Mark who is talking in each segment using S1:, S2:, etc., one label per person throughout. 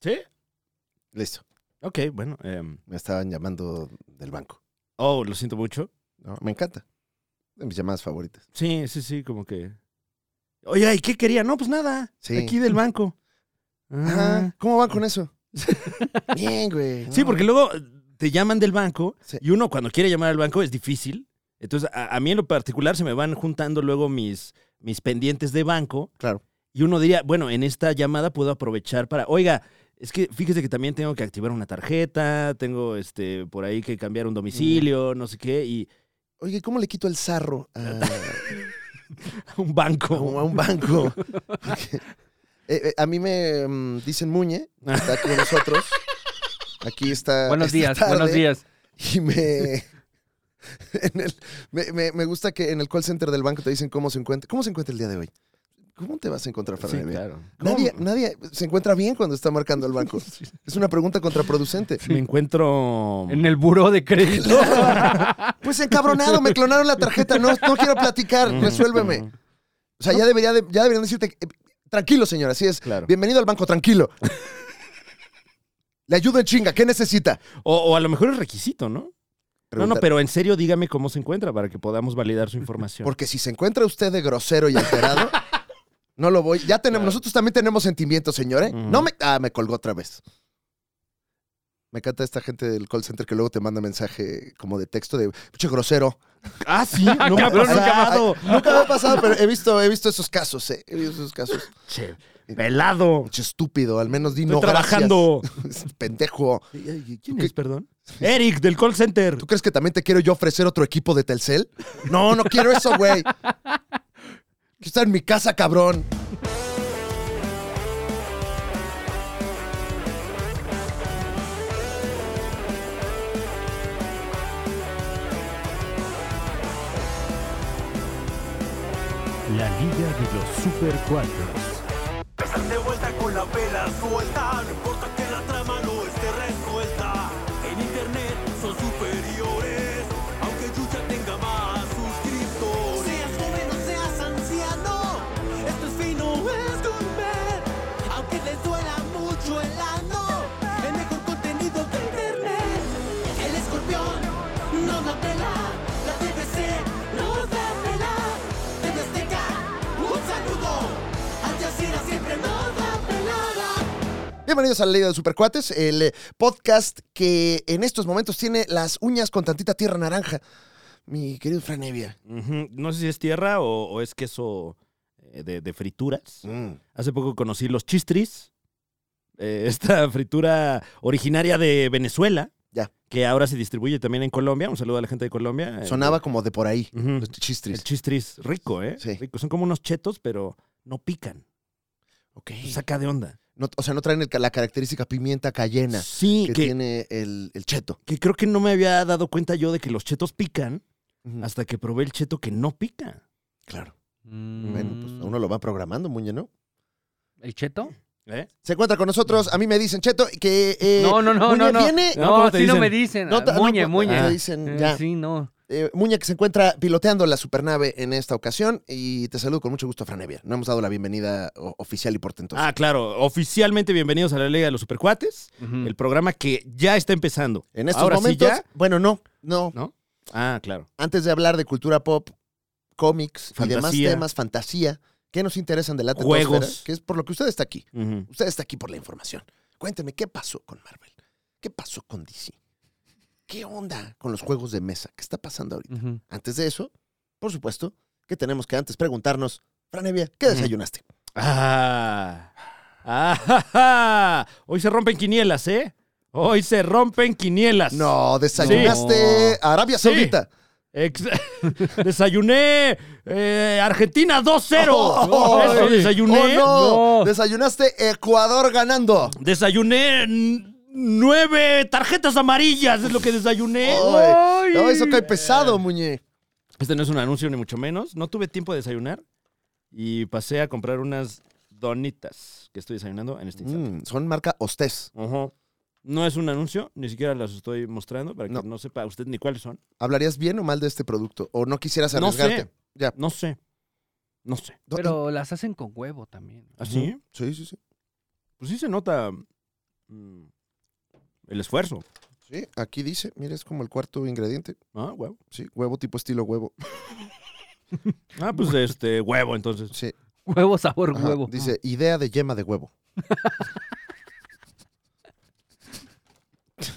S1: ¿Sí?
S2: Listo.
S1: Ok, bueno. em,
S2: Me estaban llamando del banco.
S1: oh, lo siento mucho.
S2: ¿no? Me encanta. De mis llamadas favoritas.
S1: Sí, sí, sí, como que. Oye, ¿y qué quería? No, pues nada.
S2: Sí.
S1: Aquí del banco. Ah.
S2: Ajá. ¿Cómo van con eso? Bien, güey.
S1: Sí,
S2: No.
S1: porque luego eh, te llaman del banco
S2: Sí.
S1: y uno cuando quiere llamar al banco es difícil. Entonces, a, a mí en lo particular se me van juntando luego mis, mis pendientes de banco
S2: Claro.
S1: y uno diría, bueno, en esta llamada puedo aprovechar para, oiga, es que fíjese que también tengo que activar una tarjeta, tengo este por ahí que cambiar un
S2: Mm.
S1: domicilio, no sé qué, y
S2: Oye, ¿cómo le quito el zarro a,
S1: un banco.
S2: a un- a un banco? Porque, eh, eh, a mí me mm, dicen Muñe, que está aquí con nosotros. Aquí está.
S3: Buenos
S2: esta
S3: días,
S2: tarde.
S3: buenos días.
S2: Y me, en el- me, me- me gusta que en el call center del banco te dicen cómo se encuentra. ¿Cómo se encuentra el día de hoy? ¿Cómo te vas a encontrar,
S1: Sí,
S2: Ferreira?
S1: claro.
S2: nadie,
S1: ¿Cómo?
S2: nadie se encuentra bien cuando está marcando el banco. Es una pregunta contraproducente.
S1: Me encuentro...
S3: En el buró de crédito.
S2: Pues encabronado, me clonaron la tarjeta, no, no quiero platicar,
S1: Ujú,
S2: resuélveme.
S1: ujú,
S2: O sea, ya, debería de- ya deberían decirte, eh, tranquilo, señor, así es.
S1: Claro.
S2: Bienvenido al banco, tranquilo. Le ayudo en chinga, ¿qué necesita?
S1: O, o a lo mejor es requisito, ¿no? No, no, pero en serio dígame cómo se encuentra para que podamos validar su información.
S2: Porque si se encuentra usted de grosero y alterado, no lo voy. Ya tenemos, nosotros también tenemos sentimientos, señor, ¿eh?
S1: Ujú.
S2: No me. Ah, me colgó otra vez. Me encanta esta gente del call center que luego te manda mensaje como de texto de pinche grosero.
S1: Ah, sí, no me ha
S3: Cabrón, nunca me-
S1: pasado.
S2: Nunca me ha pasado, pero he visto, he visto esos casos, ¿eh? He visto esos casos.
S1: Che, pelado.
S2: Pinche estúpido, al menos di
S1: Estoy
S2: no gracias.
S1: trabajando.
S2: Pendejo.
S1: ¿Quién
S2: ¿Qué?
S1: es, perdón? Eric, del call center.
S2: ¿Tú crees que también te quiero yo ofrecer otro equipo de Telcel? No, no quiero eso, güey. Quiero estar en mi casa, cabrón.
S4: La Liga de los Super 4.
S5: Están de vuelta con la vela suelta, no importa que la trama no esté resuelta. En internet son superiores, aunque Yuya tenga más suscriptores. Seas joven o seas anciano, esto es fino, es gourmet. Aunque les duela mucho el ano, el mejor contenido de internet. El escorpión no la pela, la TVC no la pela. TV Azteca, un saludo, Al Jazeera siempre nos da pelada.
S2: Bienvenidos a la Liga de Supercuates, el eh, podcast que en estos momentos tiene las uñas con tantita tierra naranja. Mi querido Franevia.
S1: Ujú, No sé si es tierra o, o es queso eh, de, de frituras. Hace poco conocí los chistris, eh, esta fritura originaria de Venezuela.
S2: Ya.
S1: Que ahora se distribuye también en Colombia. Un saludo a la gente de Colombia. Eh,
S2: Sonaba como de por ahí.
S1: ujú.
S2: Los chistris.
S1: Mm. El chistris, rico, ¿eh?
S2: Sí.
S1: Rico. Son como unos chetos, pero no pican.
S2: Ok.
S1: Saca de onda.
S2: No- o sea, no traen el ca- la característica pimienta cayena
S1: Sí,
S2: que,
S1: que,
S2: tiene el, el cheto.
S1: que creo que no me había dado cuenta yo de que los chetos pican
S2: Ujú.
S1: hasta que probé el cheto que no pica.
S2: Claro.
S3: Mm.
S2: Bueno, pues uno lo va programando, Muñe, ¿no?
S3: ¿El cheto?
S1: ¿Eh?
S2: Se encuentra con nosotros. A mí me dicen, Cheto, que. eh,
S3: no, no, no,
S2: Muñe
S3: no. No,
S2: viene.
S3: no,
S1: ¿cómo te
S3: así no
S1: dicen?
S3: me dicen.
S2: No, ta- no,
S3: muñe,
S2: no,
S3: muñe.
S2: te
S3: Eh,
S2: dicen ya.
S3: Sí, no.
S2: Eh, Muña, que se encuentra piloteando la supernave en esta ocasión. Y te saludo con mucho gusto, Franevia. No hemos dado la bienvenida o- oficial y portentosa.
S1: Ah, claro. Oficialmente bienvenidos a la Liga de los Supercuates,
S2: Mm.
S3: Ujú.
S1: el programa que ya está empezando.
S2: En estos
S1: Ahora sí
S2: momentos.
S1: ya.
S2: Bueno, no, no.
S1: ¿No? Ah, claro.
S2: Antes de hablar de cultura pop, cómics y
S1: Fantasía.
S2: demás temas, fantasía, ¿qué nos interesan de la
S1: Juegos.
S2: tetosfera? Que es por lo que usted está aquí.
S1: Ujú.
S2: Usted está aquí por la información. Cuénteme, ¿qué pasó con Marvel? ¿Qué pasó con DC? ¿Qué onda con los juegos de mesa? ¿Qué está pasando ahorita?
S3: Ujú.
S2: Antes de eso, por supuesto, que tenemos que antes preguntarnos, Franevia, ¿qué desayunaste?
S1: Ah. Ah, ja, ja. Hoy se rompen quinielas, ¿eh? Hoy se rompen quinielas.
S2: No, desayunaste
S3: Sí.
S2: Arabia
S1: Sí.
S2: Saudita.
S1: Ex- Desayuné eh, Argentina 2-0.
S2: Oh,
S1: Eso
S2: oh,
S1: desayuné.
S2: Oh, no.
S3: No.
S2: Desayunaste Ecuador ganando.
S1: Desayuné n- nueve tarjetas amarillas, es lo que desayuné.
S2: Ay, no, eso cae pesado, Muñe.
S1: Este no es un anuncio ni mucho menos. No tuve tiempo de desayunar y pasé a comprar unas donitas que estoy desayunando en este instante.
S2: Mm, son marca Hostes.
S1: Ujú. No es un anuncio, ni siquiera las estoy mostrando para que
S2: No.
S1: no, sepa usted ni cuáles son.
S2: ¿Hablarías bien o mal de este producto? ¿O no quisieras
S1: No sé.
S2: arriesgarte? Ya.
S1: No sé. No sé.
S2: Do- Ah,
S3: Pero las hacen con huevo también.
S1: ¿Así?
S2: Sí, sí, sí.
S1: Pues sí se nota mm, el esfuerzo.
S2: Sí, aquí dice, mira, es como el cuarto ingrediente.
S1: Ah, huevo.
S2: Sí, huevo tipo estilo huevo.
S1: Ah, pues este, huevo, entonces.
S2: Sí.
S3: Huevo, sabor,
S2: ajá,
S3: huevo.
S2: Dice, idea de yema de huevo.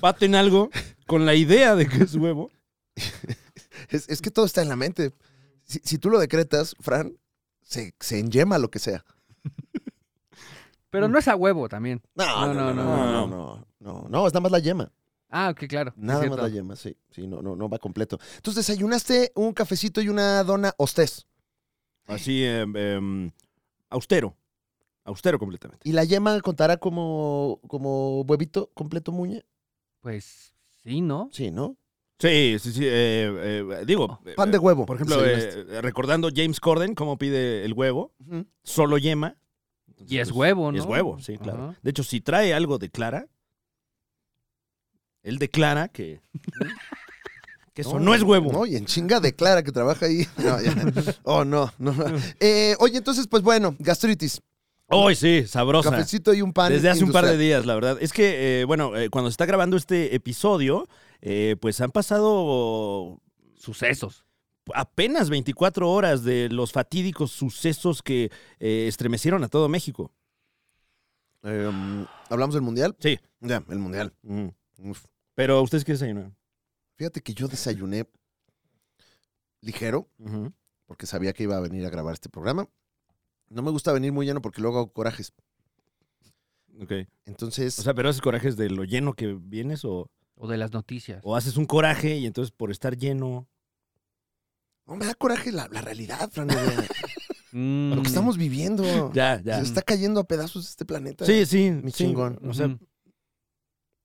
S1: Paten algo con la idea de que es huevo.
S2: Es, es que todo está en la mente. Si, si tú lo decretas, Fran, se, se enyema lo que sea. mm.
S3: Pero no es a huevo también.
S2: No, no, no, no, no, no. No, no, es nada más la yema.
S3: Ah, ok, claro. es
S2: Nada más
S3: cierto.
S2: la yema, sí. Sí, no, no, no va completo. Entonces desayunaste un cafecito y una dona hostés.
S1: Así, em, em, austero. Austero completamente.
S2: ¿Y la yema contará como, como huevito completo muñe?
S3: Pues sí, ¿no?
S2: Sí, ¿no?
S1: Sí, sí, sí. eh, eh, digo, eh,
S2: Oh, Pan de huevo.
S1: Por ejemplo,
S2: desayunaste.
S1: eh, recordando James Corden, cómo pide el huevo,
S2: Ujú.
S1: solo yema. Entonces,
S3: Y es
S1: pues,
S3: huevo, ¿no?
S1: y es huevo, sí, claro.
S3: Ajá.
S1: De hecho, si trae algo de clara, él declara que, que eso no, es huevo.
S2: No, y en chinga declara que trabaja ahí. No, ya. Oh, no, no. no. Eh, oye, entonces, pues bueno, gastritis.
S1: Hoy sí, sabrosa.
S2: Cafecito y un pan.
S1: Desde hace un par de
S2: industrial.
S1: días, la verdad. Es que, eh, bueno, eh, cuando se está grabando este episodio, eh, pues han pasado
S3: Sucesos.
S1: apenas 24 horas de los fatídicos sucesos que eh, estremecieron a todo México.
S2: Em, ¿Hablamos del mundial?
S1: Sí.
S2: Ya, el mundial.
S1: Mm.
S2: Uf.
S1: Pero ustedes qué desayunaron.
S2: Fíjate que yo desayuné ligero.
S1: Ujú.
S2: porque sabía que iba a venir a grabar este programa. No me gusta venir muy lleno porque luego hago corajes.
S1: Ok.
S2: Entonces,
S1: O sea, pero haces corajes de lo lleno que vienes o,
S3: O de las noticias.
S1: o haces un coraje y entonces por estar lleno.
S2: no me da coraje la, la realidad, Fran. o sea,
S3: Mm.
S2: Lo que estamos viviendo.
S1: Ya, ya.
S2: Se está cayendo a pedazos este planeta.
S1: Sí, sí.
S2: Mi
S1: sí.
S2: chingón.
S1: O sea,
S3: Ujú.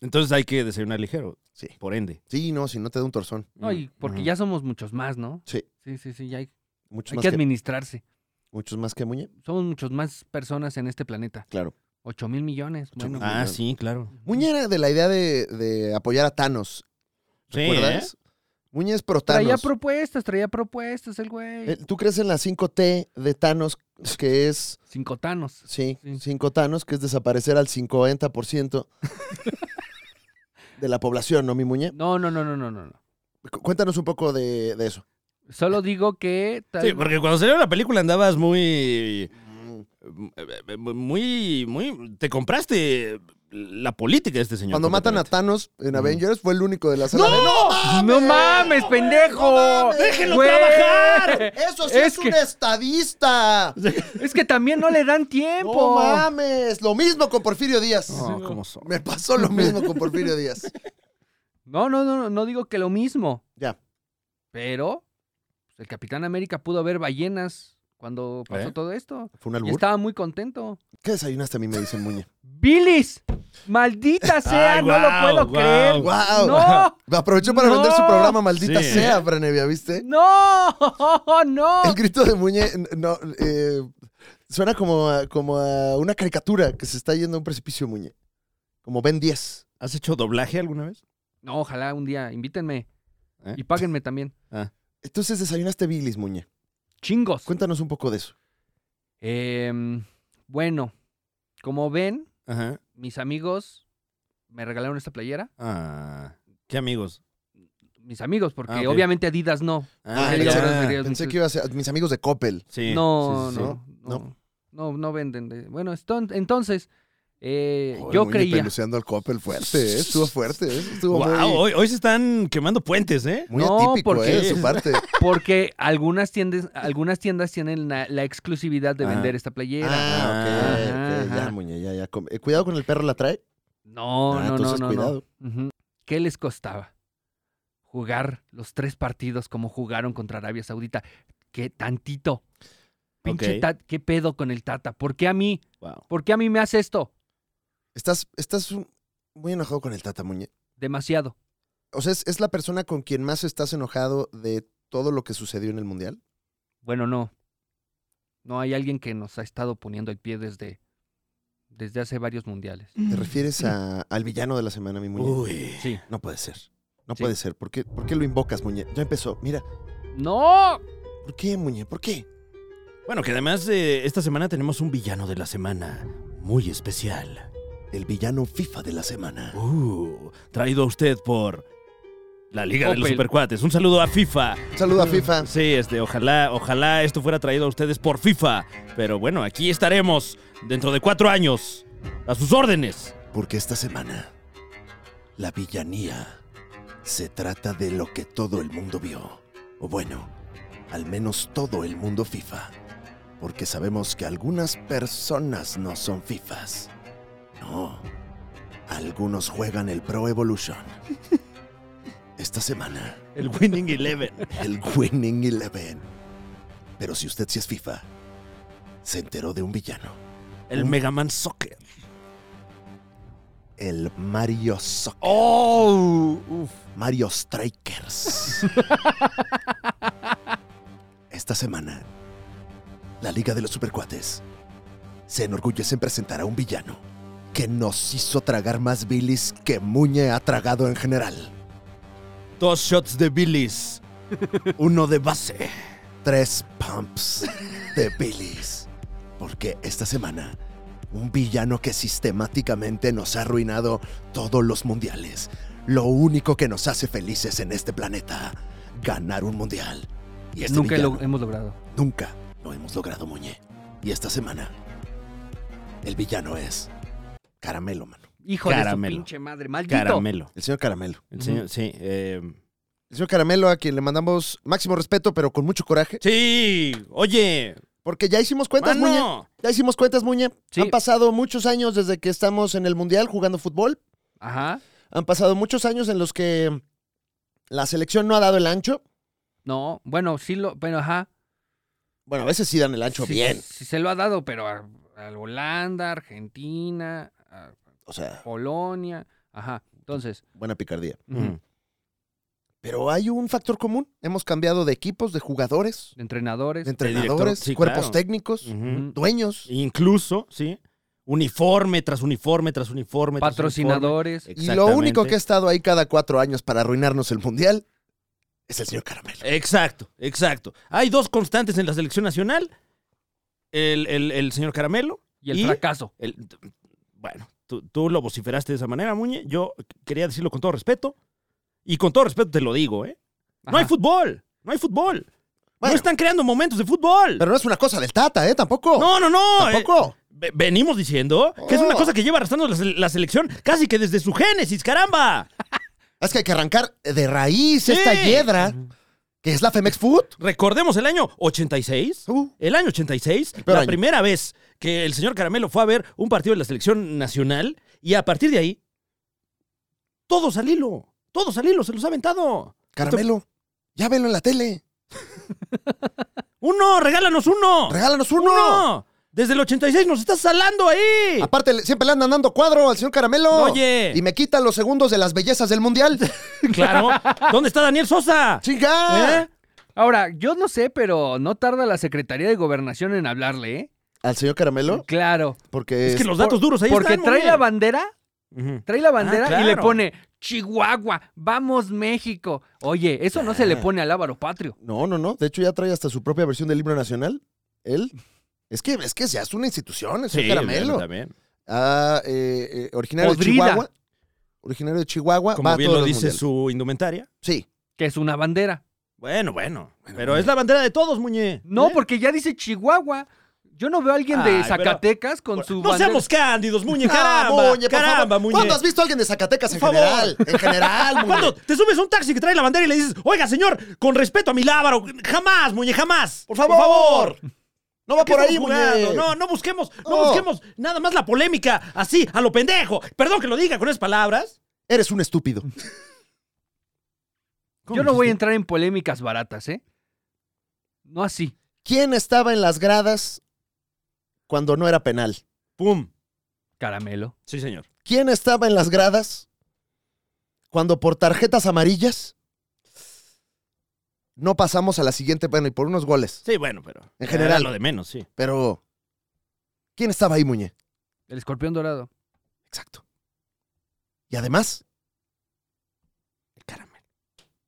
S1: entonces hay que desayunar ligero.
S2: Sí.
S1: Por ende.
S2: Sí, no, si no te da un torzón.
S3: No, y porque
S1: Ujú.
S3: ya somos muchos más, ¿no?
S2: mm, Sí.
S3: Sí, sí, sí, ya hay,
S2: Muchos,
S3: hay
S2: más
S3: que
S2: que,
S3: administrarse.
S2: muchos más que Muñe.
S3: Somos muchos más personas en este planeta.
S2: Claro.
S3: Ocho mil millones.
S2: Ocho
S3: bueno.
S2: mil.
S1: Ah, sí, claro.
S2: Muñe era de la idea de, de apoyar a Thanos.
S1: Sí, ¿eh?
S2: ¿Recuerdas? Muñe es pro
S3: Traía
S2: Thanos.
S3: propuestas, traía propuestas el güey.
S2: Eh, ¿Tú crees en la 5T de Thanos, que es
S3: Cinco tanos.
S2: Sí,
S3: Sí.
S2: cinco tanos, que es desaparecer al 50% de la población, ¿no, mi muñe?
S3: No, no, no, no, no, no. no.
S2: Cu- Cuéntanos un poco de, de eso.
S3: Solo digo que
S1: ¿eh?
S3: tal-
S1: Sí, porque cuando salió la película andabas muy. eh, Muy. muy Te compraste la política de este señor.
S2: Cuando matan a
S1: completamente.
S2: Thanos en
S1: Ujú.
S2: Avengers, fue el único de la sala de...
S3: ¡No mames, pendejo!
S2: mames!
S1: ¡Déjenlo
S3: Güey.
S1: trabajar!
S2: ¡Eso sí
S3: Es
S2: es,
S3: que-
S2: un estadista!
S3: Es que también no le dan tiempo.
S2: ¡No mames! Lo mismo con Porfirio Díaz.
S1: No, Ah, ¿cómo son?
S2: Me pasó lo mismo con Porfirio Díaz.
S3: No, no, no, no, no digo que lo mismo.
S2: Ya.
S3: Pero pues, el Capitán América pudo ver ballenas cuando pasó
S1: ¿Eh?
S3: todo esto.
S2: ¿Fue un
S3: Y
S2: albur?
S3: estaba muy contento.
S2: ¿Qué desayunaste a mí, me dice Muñe?
S3: ¡Bilis! ¡Maldita sea! ¡No lo
S1: guau,
S3: puedo
S1: guau.
S3: creer!
S2: ¡Wow!
S3: ¡No!
S2: Aprovechó para
S3: ¡No!
S2: vender su programa, maldita
S1: Sí.
S2: sea, Franevia, ¿viste?
S3: ¡No! ¡No!
S2: El grito de Muñe no, eh, suena como a, como a una caricatura que se está yendo a un precipicio, Muñe. Como Ben 10.
S1: ¿Has hecho doblaje alguna vez?
S3: No, ojalá un día invítenme.
S1: ¿Eh?
S3: Y páguenme también.
S2: Entonces desayunaste bilis, Muñe.
S3: ¡Chingos!
S2: Cuéntanos un poco de eso.
S3: Em, bueno, como ven,
S1: Ajá.
S3: mis amigos me regalaron esta playera.
S1: Ah. ¿Qué amigos?
S3: Mis amigos, porque
S1: Ah, ok.
S3: obviamente Adidas no. Ah, ya.
S1: ya.
S2: Pensé que iba a ser mis amigos de Coppel.
S1: Sí,
S3: no,
S1: sí, sí, sí.
S3: no, no, no, no venden. de- Bueno, eston- entonces, eh,
S2: Joder,
S3: yo
S2: Muñe
S3: creía.
S2: Peluceando al Coppel fuerte, ¿eh? estuvo fuerte, ¿eh? estuvo
S1: Wow,
S2: muy,
S1: hoy, hoy se están quemando puentes, ¿eh?
S2: muy
S3: No,
S2: atípico
S3: porque-
S2: ¿eh? de su parte.
S3: Porque algunas tiendas, algunas tiendas tienen la, la exclusividad de
S1: Ajá.
S3: vender esta playera.
S2: Ah, ok,
S3: Ajá,
S2: ok,
S3: ajá.
S2: ya, Muñe, ya, ya. Com- eh, cuidado con el perro, la trae.
S3: No,
S2: Ah,
S3: no, no,
S2: entonces,
S3: no, no.
S2: cuidado.
S3: Ujú. ¿Qué les costaba? Jugar los tres partidos como jugaron contra Arabia Saudita. ¿Qué tantito? Pinche
S1: Ok.
S3: Tat- ¿qué pedo con el Tata? ¿Por qué a mí?
S1: Wow.
S3: ¿Por qué a mí me hace esto?
S2: Estás, estás un- muy enojado con el Tata, Muñe.
S3: Demasiado.
S2: O sea, ¿es, es la persona con quien más estás enojado de todo lo que sucedió en el Mundial?
S3: Bueno, no. No hay alguien que nos ha estado poniendo el pie desde, desde hace varios mundiales.
S2: ¿Te refieres a- al villano de la semana, mi muñe?
S1: Uy.
S3: Sí.
S2: No puede ser. No
S3: Sí.
S2: puede ser. ¿Por qué, ¿Por qué lo invocas, muñe? Ya empezó. Mira,
S3: ¡No!
S2: ¿por qué, muñe? ¿Por qué?
S1: Bueno, que además eh, esta semana tenemos un villano de la semana muy especial.
S2: el villano FIFA de la semana.
S1: Uh, traído a usted por la Liga de los
S3: Opel.
S1: Supercuates. Un saludo a FIFA.
S2: Un saludo a FIFA.
S1: Sí, este, ojalá, ojalá esto fuera traído a ustedes por FIFA. Pero bueno, aquí estaremos dentro de cuatro años. A sus órdenes.
S2: Porque esta semana, la villanía se trata de lo que todo el mundo vio. O bueno, al menos todo el mundo FIFA. Porque sabemos que algunas personas no son FIFAs. No. Algunos juegan el Pro Evolution. Esta semana,
S1: El Winning Eleven.
S2: el Winning Eleven. Pero si usted sí es FIFA, se enteró de un villano.
S1: El Mega Man Soccer.
S2: El Mario Soccer.
S3: ¡Oh! Uf.
S2: Mario Strikers. Esta semana, la Liga de los Supercuates se enorgullece en presentar a un villano que nos hizo tragar más bilis que Muñe ha tragado en general.
S1: Dos shots de Billis.
S2: Uno de base. Tres pumps de bilis. Porque esta semana, un villano que sistemáticamente nos ha arruinado todos los mundiales. Lo único que nos hace felices en este planeta, ganar un mundial. Y este
S3: Nunca lo
S2: villano-
S3: hemos logrado.
S2: Nunca lo hemos logrado, Muñe. Y esta semana, el villano es Caramelo, mano.
S3: Hijo de
S1: Caramelo.
S3: su pinche madre. Maldito.
S1: Caramelo.
S2: El señor Caramelo.
S1: El señor- sí, eh,
S2: El señor Caramelo a quien le mandamos máximo respeto, pero con mucho coraje.
S1: sí, oye,
S2: Porque ya hicimos cuentas, Muñe.
S1: mano.
S2: Ya hicimos cuentas, Muñe.
S3: Sí.
S2: Han pasado muchos años desde que estamos en el Mundial jugando fútbol.
S3: Ajá.
S2: Han pasado muchos años en los que la selección no ha dado el ancho.
S3: No, bueno, sí lo. Bueno, ajá.
S2: Bueno, a veces sí dan el ancho
S3: Sí,
S2: bien.
S3: Sí se lo ha dado, pero a, a Holanda, Argentina, a
S2: O sea,
S3: Polonia. Ajá. Entonces.
S2: buena picardía.
S1: Mm.
S3: ujú,
S2: Pero hay un factor común. Hemos cambiado de equipos, de jugadores,
S3: de Entrenadores.
S2: de entrenadores,
S1: sí,
S2: cuerpos
S1: claro.
S2: técnicos,
S1: Ujú.
S3: ujú,
S2: dueños.
S1: Incluso, sí. Uniforme tras uniforme tras uniforme. tras
S3: patrocinadores.
S1: uniforme.
S2: Y lo único
S1: Exactamente.
S2: que ha estado ahí cada cuatro años para arruinarnos el Mundial es el señor Caramelo.
S1: Exacto, exacto. Hay dos constantes en la selección nacional. El, el- el señor Caramelo.
S3: Y el
S1: y-
S3: fracaso.
S1: el- bueno, tú, tú lo vociferaste de esa manera, Muñe. Yo quería decirlo con todo respeto. Y con todo respeto te lo digo, ¿eh? No hay
S3: Ajá.
S1: fútbol. No hay fútbol.
S2: Bueno.
S1: No están creando momentos de fútbol.
S2: Pero no es una cosa del Tata, ¿eh? Tampoco.
S1: no, no, no. eh,
S2: Tampoco.
S1: ve- venimos diciendo que es una
S2: Oh.
S1: cosa que lleva arrastrando la, se- la selección casi que desde su génesis, caramba.
S2: Es que hay que arrancar de raíz esta
S1: Sí.
S2: hiedra que es la Femex Food.
S1: Recordemos el año 86.
S2: Uh.
S1: El año 86,
S2: peor
S1: la
S2: año.
S1: primera vez que el señor Caramelo fue a ver un partido de la selección nacional y a partir de ahí, todos al hilo, todos al hilo, se los ha aventado.
S2: Caramelo, ya velo en la tele.
S1: Uno, regálanos uno.
S2: Regálanos uno.
S1: uno. Desde el 86 nos estás salando ahí.
S2: Aparte, le- siempre le andan dando cuadro al señor Caramelo.
S1: Oye.
S2: Y me quita los segundos de las bellezas del mundial.
S1: Claro. ¿Dónde está Daniel Sosa?
S2: ¡Chinga!
S1: ¿Eh?
S3: Ahora, yo no sé, pero no tarda la Secretaría de Gobernación en hablarle, ¿eh?
S2: Al señor Caramelo,
S3: Claro.
S2: porque
S1: Es que los datos duros ahí
S3: Porque
S1: están.
S3: trae
S1: hombre.
S3: la bandera
S1: Ujú.
S3: Trae la bandera y le
S1: Ah, claro.
S3: pone Chihuahua, vamos México. Oye, eso no se
S1: Ah.
S3: le pone al Ávaro Patrio.
S2: No, no, no. De hecho, ya trae hasta su propia versión del libro nacional. Él. Es que, es que se hace una institución, el señor
S1: Sí,
S2: Caramelo.
S1: bueno, también.
S2: Ah, eh, eh, originario de
S3: Podrida.
S2: Chihuahua. Originario de Chihuahua. va
S1: Como
S2: a
S1: bien
S2: todos
S1: lo
S2: los
S1: dice
S2: mundiales.
S1: su indumentaria.
S2: Sí.
S3: Que es una bandera.
S1: Bueno, bueno. Pero es la bandera de todos, Muñe.
S3: No,
S1: ¿Eh?
S3: porque ya dice Chihuahua. Yo no veo a alguien
S1: Ay,
S3: de
S1: pero-
S3: Zacatecas con
S1: No
S3: su bandera.
S1: seamos cándidos, Muñe,
S2: Ah,
S1: caramba.
S2: Muñe, por
S1: caramba,
S2: favor.
S1: Muñe.
S2: ¿Cuándo has visto a alguien de Zacatecas en
S1: Por
S2: general? En general, Muñe.
S1: ¿Cuándo te subes a un taxi que trae la bandera y le dices, oiga, señor, con respeto a mi lábaro, jamás, Muñe, jamás?
S2: Por favor. No va
S1: ¿Qué
S2: por ahí,
S1: estamos
S2: Muñe.
S1: jugando? No, no busquemos, no,
S2: No.
S1: busquemos nada más la polémica así, a lo pendejo. Perdón que lo diga con esas palabras.
S2: Eres un estúpido.
S3: Yo no voy a entrar en polémicas baratas, ¿eh? No así.
S2: ¿Quién estaba en las gradas cuando no era penal?
S1: ¡Pum!
S3: Caramelo.
S1: Sí, señor.
S2: ¿Quién estaba en las gradas cuando por tarjetas amarillas no pasamos a la siguiente? Bueno, y por unos goles.
S1: Sí, bueno, pero.
S2: En general.
S1: era lo de menos, sí.
S2: Pero, ¿quién estaba ahí, Muñe?
S3: El escorpión dorado.
S2: Exacto. Y además,
S1: Caramelo.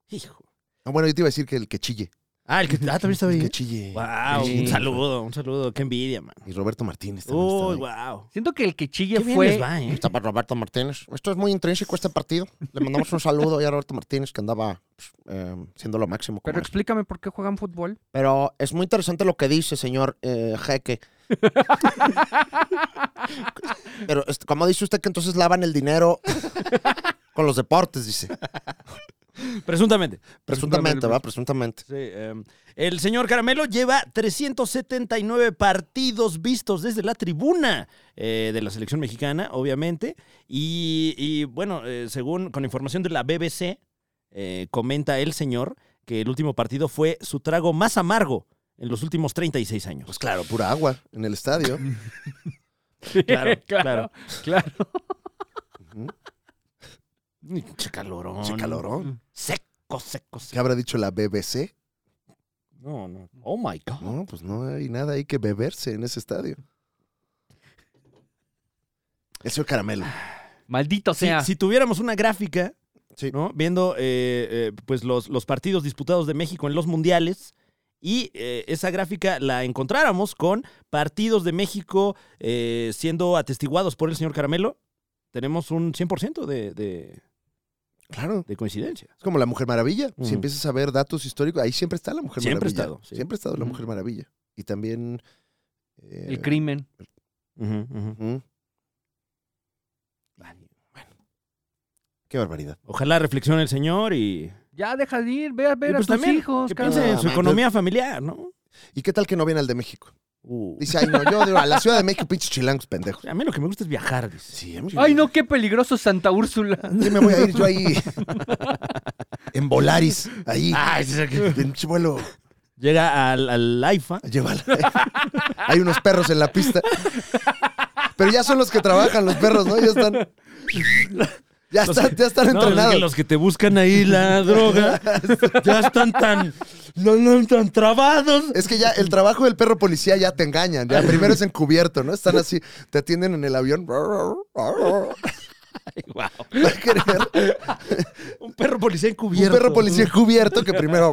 S1: Hijo.
S2: ah, bueno, yo te iba a decir que el que chille.
S1: Ah, el que ah, también estaba ahí.
S2: Que chille.
S1: Wow,
S3: Sí.
S1: un saludo, un saludo. Qué envidia, man.
S2: Y Roberto Martínez también estaba
S1: Uy,
S2: ahí.
S1: wow.
S3: Siento que el que chille
S1: Qué bien les
S3: fue.
S1: va, ¿eh?
S2: Estaba Roberto Martínez. Esto es muy intrínseco este partido. Le mandamos un saludo ya a Roberto Martínez que andaba pues, eh, siendo lo máximo. como
S3: Pero
S2: es.
S3: explícame por qué juegan fútbol.
S2: Pero es muy interesante lo que dice, señor eh, Jeque. Pero, este, ¿cómo dice usted que entonces lavan el dinero con los deportes? Dice.
S1: Presuntamente.
S2: Presuntamente, ¿verdad? Presuntamente.
S1: Sí, em, el señor Caramelo lleva 379 partidos vistos desde la tribuna eh, de la selección mexicana, obviamente. Y, y, bueno, eh, según con información de la BBC, eh, comenta el señor que el último partido fue su trago más amargo en los últimos 36 años.
S2: Pues claro, pura agua en el estadio.
S1: Claro,
S3: claro. claro.
S2: Ujú.
S1: Che calorón.
S2: Che calorón.
S1: Seco, seco, seco.
S2: ¿Qué habrá dicho la BBC?
S1: No, no. Oh my God.
S2: No, pues no hay nada ahí que beberse en ese estadio. El señor Caramelo.
S3: Maldito
S1: Si-
S3: sea.
S1: si, tuviéramos una gráfica,
S2: Sí.
S1: ¿no? Viendo eh, eh, pues los, los partidos disputados de México en los mundiales. Y eh, esa gráfica la encontráramos con partidos de México eh, siendo atestiguados por el señor Caramelo. Tenemos un 100% de, de,
S2: Claro.
S1: de coincidencia.
S2: Es como la Mujer Maravilla.
S1: Ujú.
S2: Si empiezas a ver datos históricos, ahí siempre está la Mujer
S1: Siempre ha
S2: Maravilla.
S1: estado, sí.
S2: Siempre ha estado la
S1: Ujú.
S2: Mujer Maravilla. Y también. eh,
S3: El crimen.
S2: ujú. Qué barbaridad.
S1: Ojalá reflexione el señor y,
S3: Ya deja de ir, ve a ver
S1: y,
S3: a
S1: pues,
S3: tus hijos.
S1: que
S3: cabrón.
S1: piense en su
S2: Ah,
S1: economía familiar, ¿no?
S2: ¿Y qué tal que no viene al de México?
S1: Uh,
S2: Dice, ay, no, yo digo, a la Ciudad de México, pinches chilangos, pendejos.
S1: a mí lo que me gusta es viajar, dice.
S2: Sí, a mí-
S3: Ay, no, qué peligroso Santa Úrsula.
S2: Sí, me voy a ir yo ahí. en Volaris, ahí.
S1: Ay, sí, sí, que-
S2: Pinche vuelo.
S1: Llega al, al AIFA.
S2: Llévala. Hay unos perros en la pista. Pero ya son los que trabajan, los perros, ¿no? Ya están. Ya
S1: Los
S2: están,
S1: que-
S2: ya están
S1: No, es que
S2: entrenados.
S1: los que te buscan ahí la droga ya están tan, no, no, tan trabados.
S2: Es que ya el trabajo del perro policía ya te engañan. Ya primero es encubierto, ¿no? Están así, te atienden en el avión. Va a querer
S1: Un perro policía
S2: Un
S1: encubierto.
S2: perro policía encubierto que primero.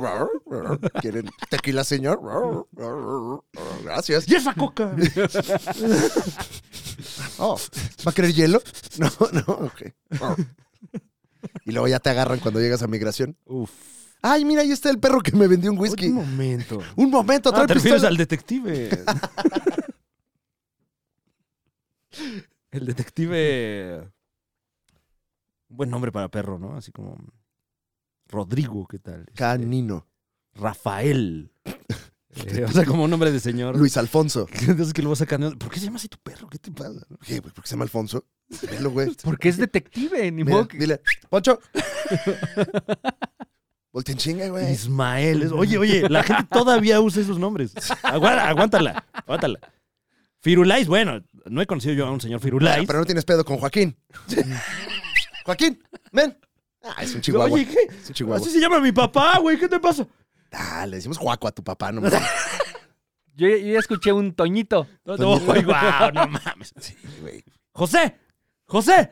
S2: ¿Quieren tequila, señor? Gracias.
S1: ¡Y esa coca!
S2: Oh, ¿Va a querer hielo? No, no, ok. Y luego ya te agarran cuando llegas a migración.
S1: Uf.
S2: Ay, mira, ahí está el perro que me vendió un
S1: Oye,
S2: whisky.
S1: Un momento.
S2: Un momento,
S1: Ah,
S2: trae
S1: te refieres
S2: pistola.
S1: al detective. El detective. Un buen nombre para perro, ¿no? Así como. Rodrigo, ¿qué tal? Este,
S2: Canino.
S1: Rafael. Eh, o sea, como un nombre de señor.
S2: Luis Alfonso.
S1: Entonces que lo vas sacando. ¿Por qué se llama así tu perro? ¿Qué te pasa?
S2: Oye, güey, ¿Por qué se llama Alfonso? Velo, güey.
S3: Porque es detective, ni
S2: Mira,
S3: modo que-
S2: dile, Poncho. Volten chinga, güey.
S1: Ismael. es- Oye, oye, la gente todavía usa esos nombres. Agua- aguántala, aguántala. Firulais, bueno, no he conocido yo a un señor Firulais.
S2: Ah, Pero no tienes pedo con Joaquín. Joaquín, ven. Ah, es un chihuahua.
S1: Oye, ¿qué?
S2: Es un chihuahua.
S1: Así se llama mi papá, güey, ¿qué te pasa?
S2: Ah, le decimos Juaco a tu papá, no mames.
S3: Yo, yo ya escuché un toñito.
S1: No, no,
S2: Toñito.
S1: güey, guau, no mames.
S2: Sí, güey.
S1: José, José.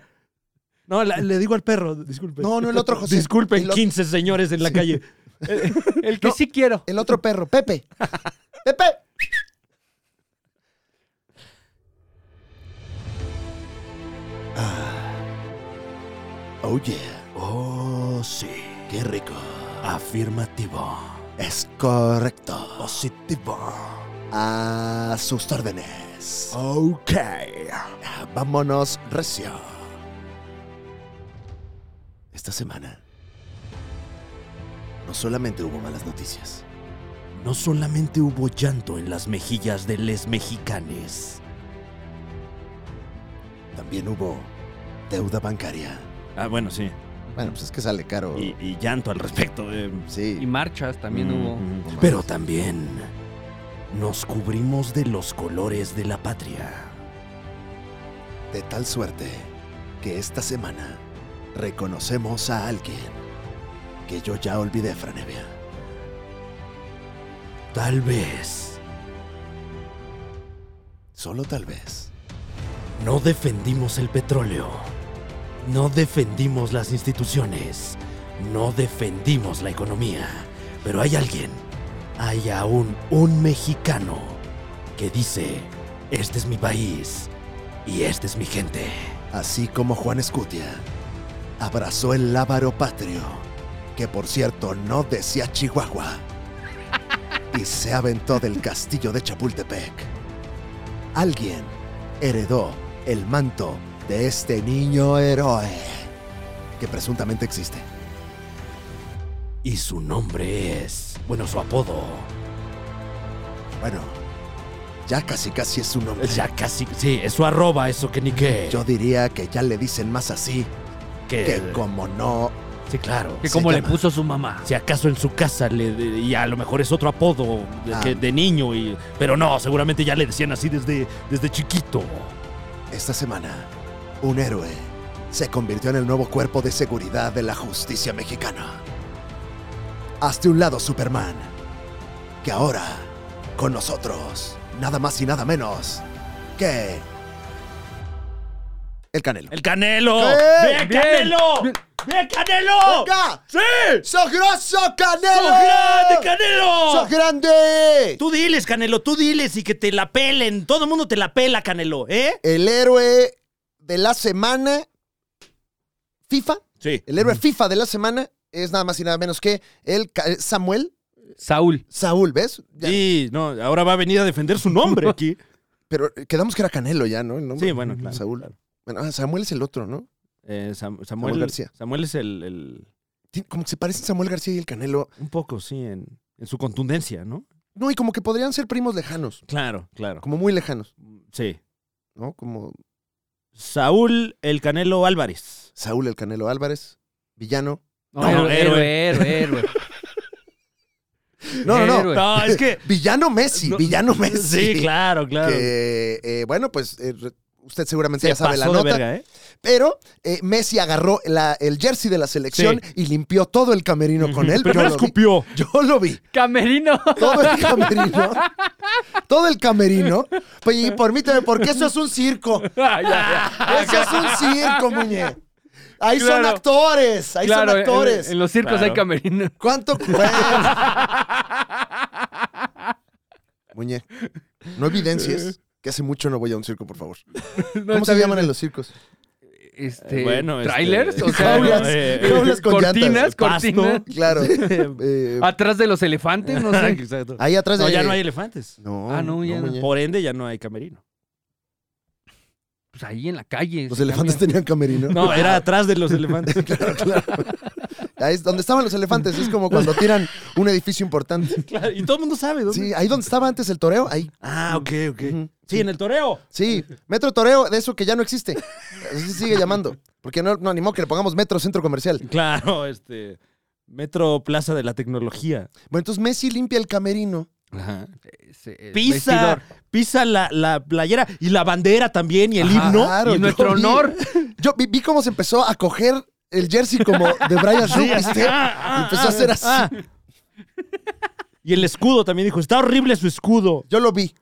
S1: No, la- le digo al perro, disculpen.
S2: No, no, el otro José.
S1: Disculpen,
S2: El o-
S1: 15 señores en la calle.
S3: El que
S2: No.
S3: sí quiero.
S2: El otro perro, Pepe. Pepe. Ah. Oh yeah.
S1: Oh, sí.
S2: Qué rico.
S1: Afirmativo.
S2: Es correcto.
S1: Positivo.
S2: A sus órdenes.
S1: Ok.
S2: Vámonos recio. Esta semana no solamente hubo malas noticias,
S1: No solamente hubo llanto en las mejillas de les mexicanes.
S2: también hubo deuda bancaria.
S1: Ah, bueno, sí.
S2: Bueno, pues es que sale caro.
S1: Y, y llanto al respecto. eh.
S3: Y
S2: Sí.
S3: marchas también
S1: Mm,
S3: hubo.
S1: mm. Pero también nos cubrimos de los colores de la patria.
S2: De tal suerte que esta semana reconocemos a alguien que yo ya olvidé, Franevia.
S1: Tal vez
S2: Solo tal vez.
S1: no defendimos el petróleo. No defendimos las instituciones. No defendimos la economía. Pero hay alguien
S2: hay aún un mexicano que dice, este es mi país y esta es mi gente. Así como Juan Escutia abrazó el lábaro patrio, que por cierto no decía Chihuahua, y se aventó del castillo de Chapultepec. Alguien heredó el manto de este niño héroe, que presuntamente existe. Y su nombre es, bueno, su apodo. Bueno, ya casi casi es su nombre.
S1: Ya casi, sí, es su arroba, eso que ni qué.
S2: Yo diría que ya le dicen más así,
S1: que,
S2: que como no,
S1: sí, claro.
S3: Que
S2: Se
S3: como le
S2: llama.
S3: puso su mamá.
S1: Si acaso en su casa le de- y a lo mejor es otro apodo de,
S2: Ah.
S1: que- de niño y pero no, seguramente ya le decían así desde desde chiquito.
S2: esta semana, un héroe se convirtió en el nuevo cuerpo de seguridad de la justicia mexicana. Hazte un lado, Superman, que ahora, con nosotros, nada más y nada menos que... El Canelo.
S1: El Canelo.
S2: ¡Eh!
S1: ¡Bien, Canelo! ¡Bien, Canelo!
S2: ¡Venga!
S1: ¡Sí!
S2: ¡Sos grosso, Canelo!
S1: ¡Sos grande, Canelo!
S2: ¡Sos grande!
S1: Tú diles, Canelo, tú diles y que te la pelen. Todo el mundo te la pela, Canelo, ¿eh?
S2: El héroe de la semana... FIFA.
S1: Sí.
S2: El héroe FIFA de la semana es nada más y nada menos que el Ca- eh, Samuel
S3: Saúl.
S2: Saúl, ¿ves? Ya-
S1: Sí, no, ahora va a venir a defender su nombre aquí.
S2: Pero quedamos que era Canelo ya, ¿no? El nombre.
S1: Sí, bueno, claro.
S2: Saúl.
S1: claro.
S2: Bueno, ah, Samuel es el otro, ¿no?
S1: Eh, Sam- Samuel,
S2: Samuel García.
S1: Samuel es el, el-
S2: Tien- Como que se parecen Samuel García y el Canelo.
S1: un poco, sí, en, en su contundencia, ¿no?
S2: No, y como que podrían ser primos lejanos,
S1: Claro, claro.
S2: como muy lejanos,
S1: Sí.
S2: ¿no? Como
S1: Saúl el Canelo Álvarez.
S2: Saúl el Canelo Álvarez, villano.
S3: No,
S1: No,
S3: héroe, héroe, héroe, héroe.
S2: No, no, no.
S3: Héroe.
S1: No, es que.
S2: Villano Messi,
S1: No,
S2: villano Messi.
S1: Sí, claro, claro.
S2: Que, eh, bueno, pues eh, re- usted seguramente
S1: Se
S2: ya sabe la
S1: pasó de
S2: nota.
S1: verga, ¿eh?
S2: Pero eh, Messi agarró la- el jersey de la selección y limpió todo el camerino con él. Yo
S1: Primero
S2: lo, vi,
S1: escupió.
S2: yo lo vi.
S3: Camerino.
S2: Todo el camerino. Todo el camerino. Pues, y permíteme, porque eso es un circo.
S3: Ah, ya, ya.
S2: Eso es un circo, muñe. Ahí son
S3: Claro.
S2: actores. Ahí
S3: Claro,
S2: son
S3: en-
S2: actores.
S3: En, los circos
S1: Claro.
S3: hay camerino.
S2: ¿Cuánto cuesta? Muñe, no evidencias que hace mucho no voy a un circo, por favor.
S3: No,
S2: ¿Cómo
S3: está
S2: se
S3: bien.
S2: llaman en los circos?
S3: Este,
S1: Bueno, este,
S3: ¿Trailers? o sea,
S2: jaulas,
S1: eh,
S2: jaulas con llantas.
S3: cortinas,
S1: pasto.
S3: cortinas.
S2: Claro. Eh,
S3: Atrás de los elefantes, no sé.
S1: Exacto.
S2: ahí atrás de
S1: No, ya no hay elefantes.
S2: No,
S3: Ah, no, ya no.
S2: Muñe.
S1: Por ende, ya no hay camerino.
S3: Pues ahí en la calle.
S2: Los
S3: se
S2: elefantes
S3: cambia.
S2: tenían camerino.
S1: No, ah. era atrás de los elefantes.
S2: Claro, claro. Ahí es donde estaban los elefantes. Es como cuando tiran un edificio importante.
S1: Claro, y todo el mundo sabe dónde.
S2: Sí, ahí donde estaba antes el toreo, ahí.
S1: Ah, ok, ok.
S2: Ujú.
S1: Sí, en el toreo.
S2: Sí, metro toreo, de eso que ya no existe. Así se sigue llamando. Porque no, no animó que le pongamos metro centro comercial.
S1: Claro, este. Metro Plaza de la Tecnología.
S2: Bueno, entonces Messi limpia el camerino.
S1: Ajá.
S3: Ese, eh, el
S1: Pisa,
S3: vestidor.
S1: pisa la, la playera y la bandera también y el
S3: Ajá.
S1: himno.
S2: Claro,
S3: y
S2: yo
S3: nuestro
S2: vi-
S3: honor.
S2: Yo vi, vi cómo se empezó a coger el jersey como de Brian Ruiz,
S1: Sí, así,
S2: ¿viste?
S1: ah, ah,
S2: Empezó a hacer así.
S1: Y el escudo también dijo, está horrible su escudo.
S2: Yo lo vi.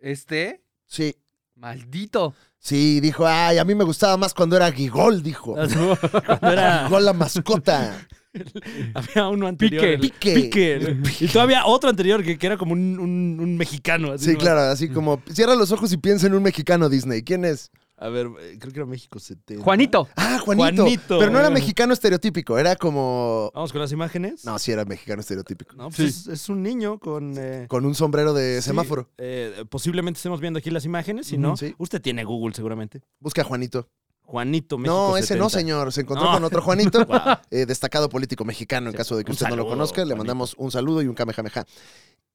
S3: Este,
S2: Sí.
S3: maldito.
S2: Sí, dijo, ay, a mí me gustaba más cuando era Gigol, dijo.
S1: Cuando era-
S2: Gigol la mascota.
S1: había uno anterior.
S3: Pique.
S1: el-
S2: Pique.
S1: Pique. Y todavía otro anterior que, que era como un, un- un mexicano. así, Mm.
S2: Sí,
S1: ¿no?
S2: claro, así como cierra los ojos y piensa en un mexicano Disney. ¿Quién es?
S1: A ver, eh, creo que era México 70.
S3: Juanito.
S2: Ah, Juanito.
S1: Juanito. eh.
S2: Pero no era mexicano estereotípico, era como.
S1: Vamos con las imágenes.
S2: No, sí era mexicano estereotípico.
S1: No, pues
S3: Sí.
S1: es, es un niño con... eh,
S2: Con un sombrero de
S1: sí,
S2: semáforo.
S1: eh, posiblemente estemos viendo aquí las imágenes, si
S2: Ujú,
S1: no,
S2: sí.
S1: usted tiene Google seguramente.
S2: Busca a Juanito.
S1: Juanito México
S2: no, ese no,
S1: 70.
S2: señor. Se encontró
S1: No.
S2: con otro Juanito,
S1: Guau.
S2: eh, destacado político mexicano, en
S1: Sí,
S2: caso de que
S1: un
S2: usted no lo
S1: saludo,
S2: conozca. Le
S1: Juanito.
S2: mandamos un saludo y un kamehameha.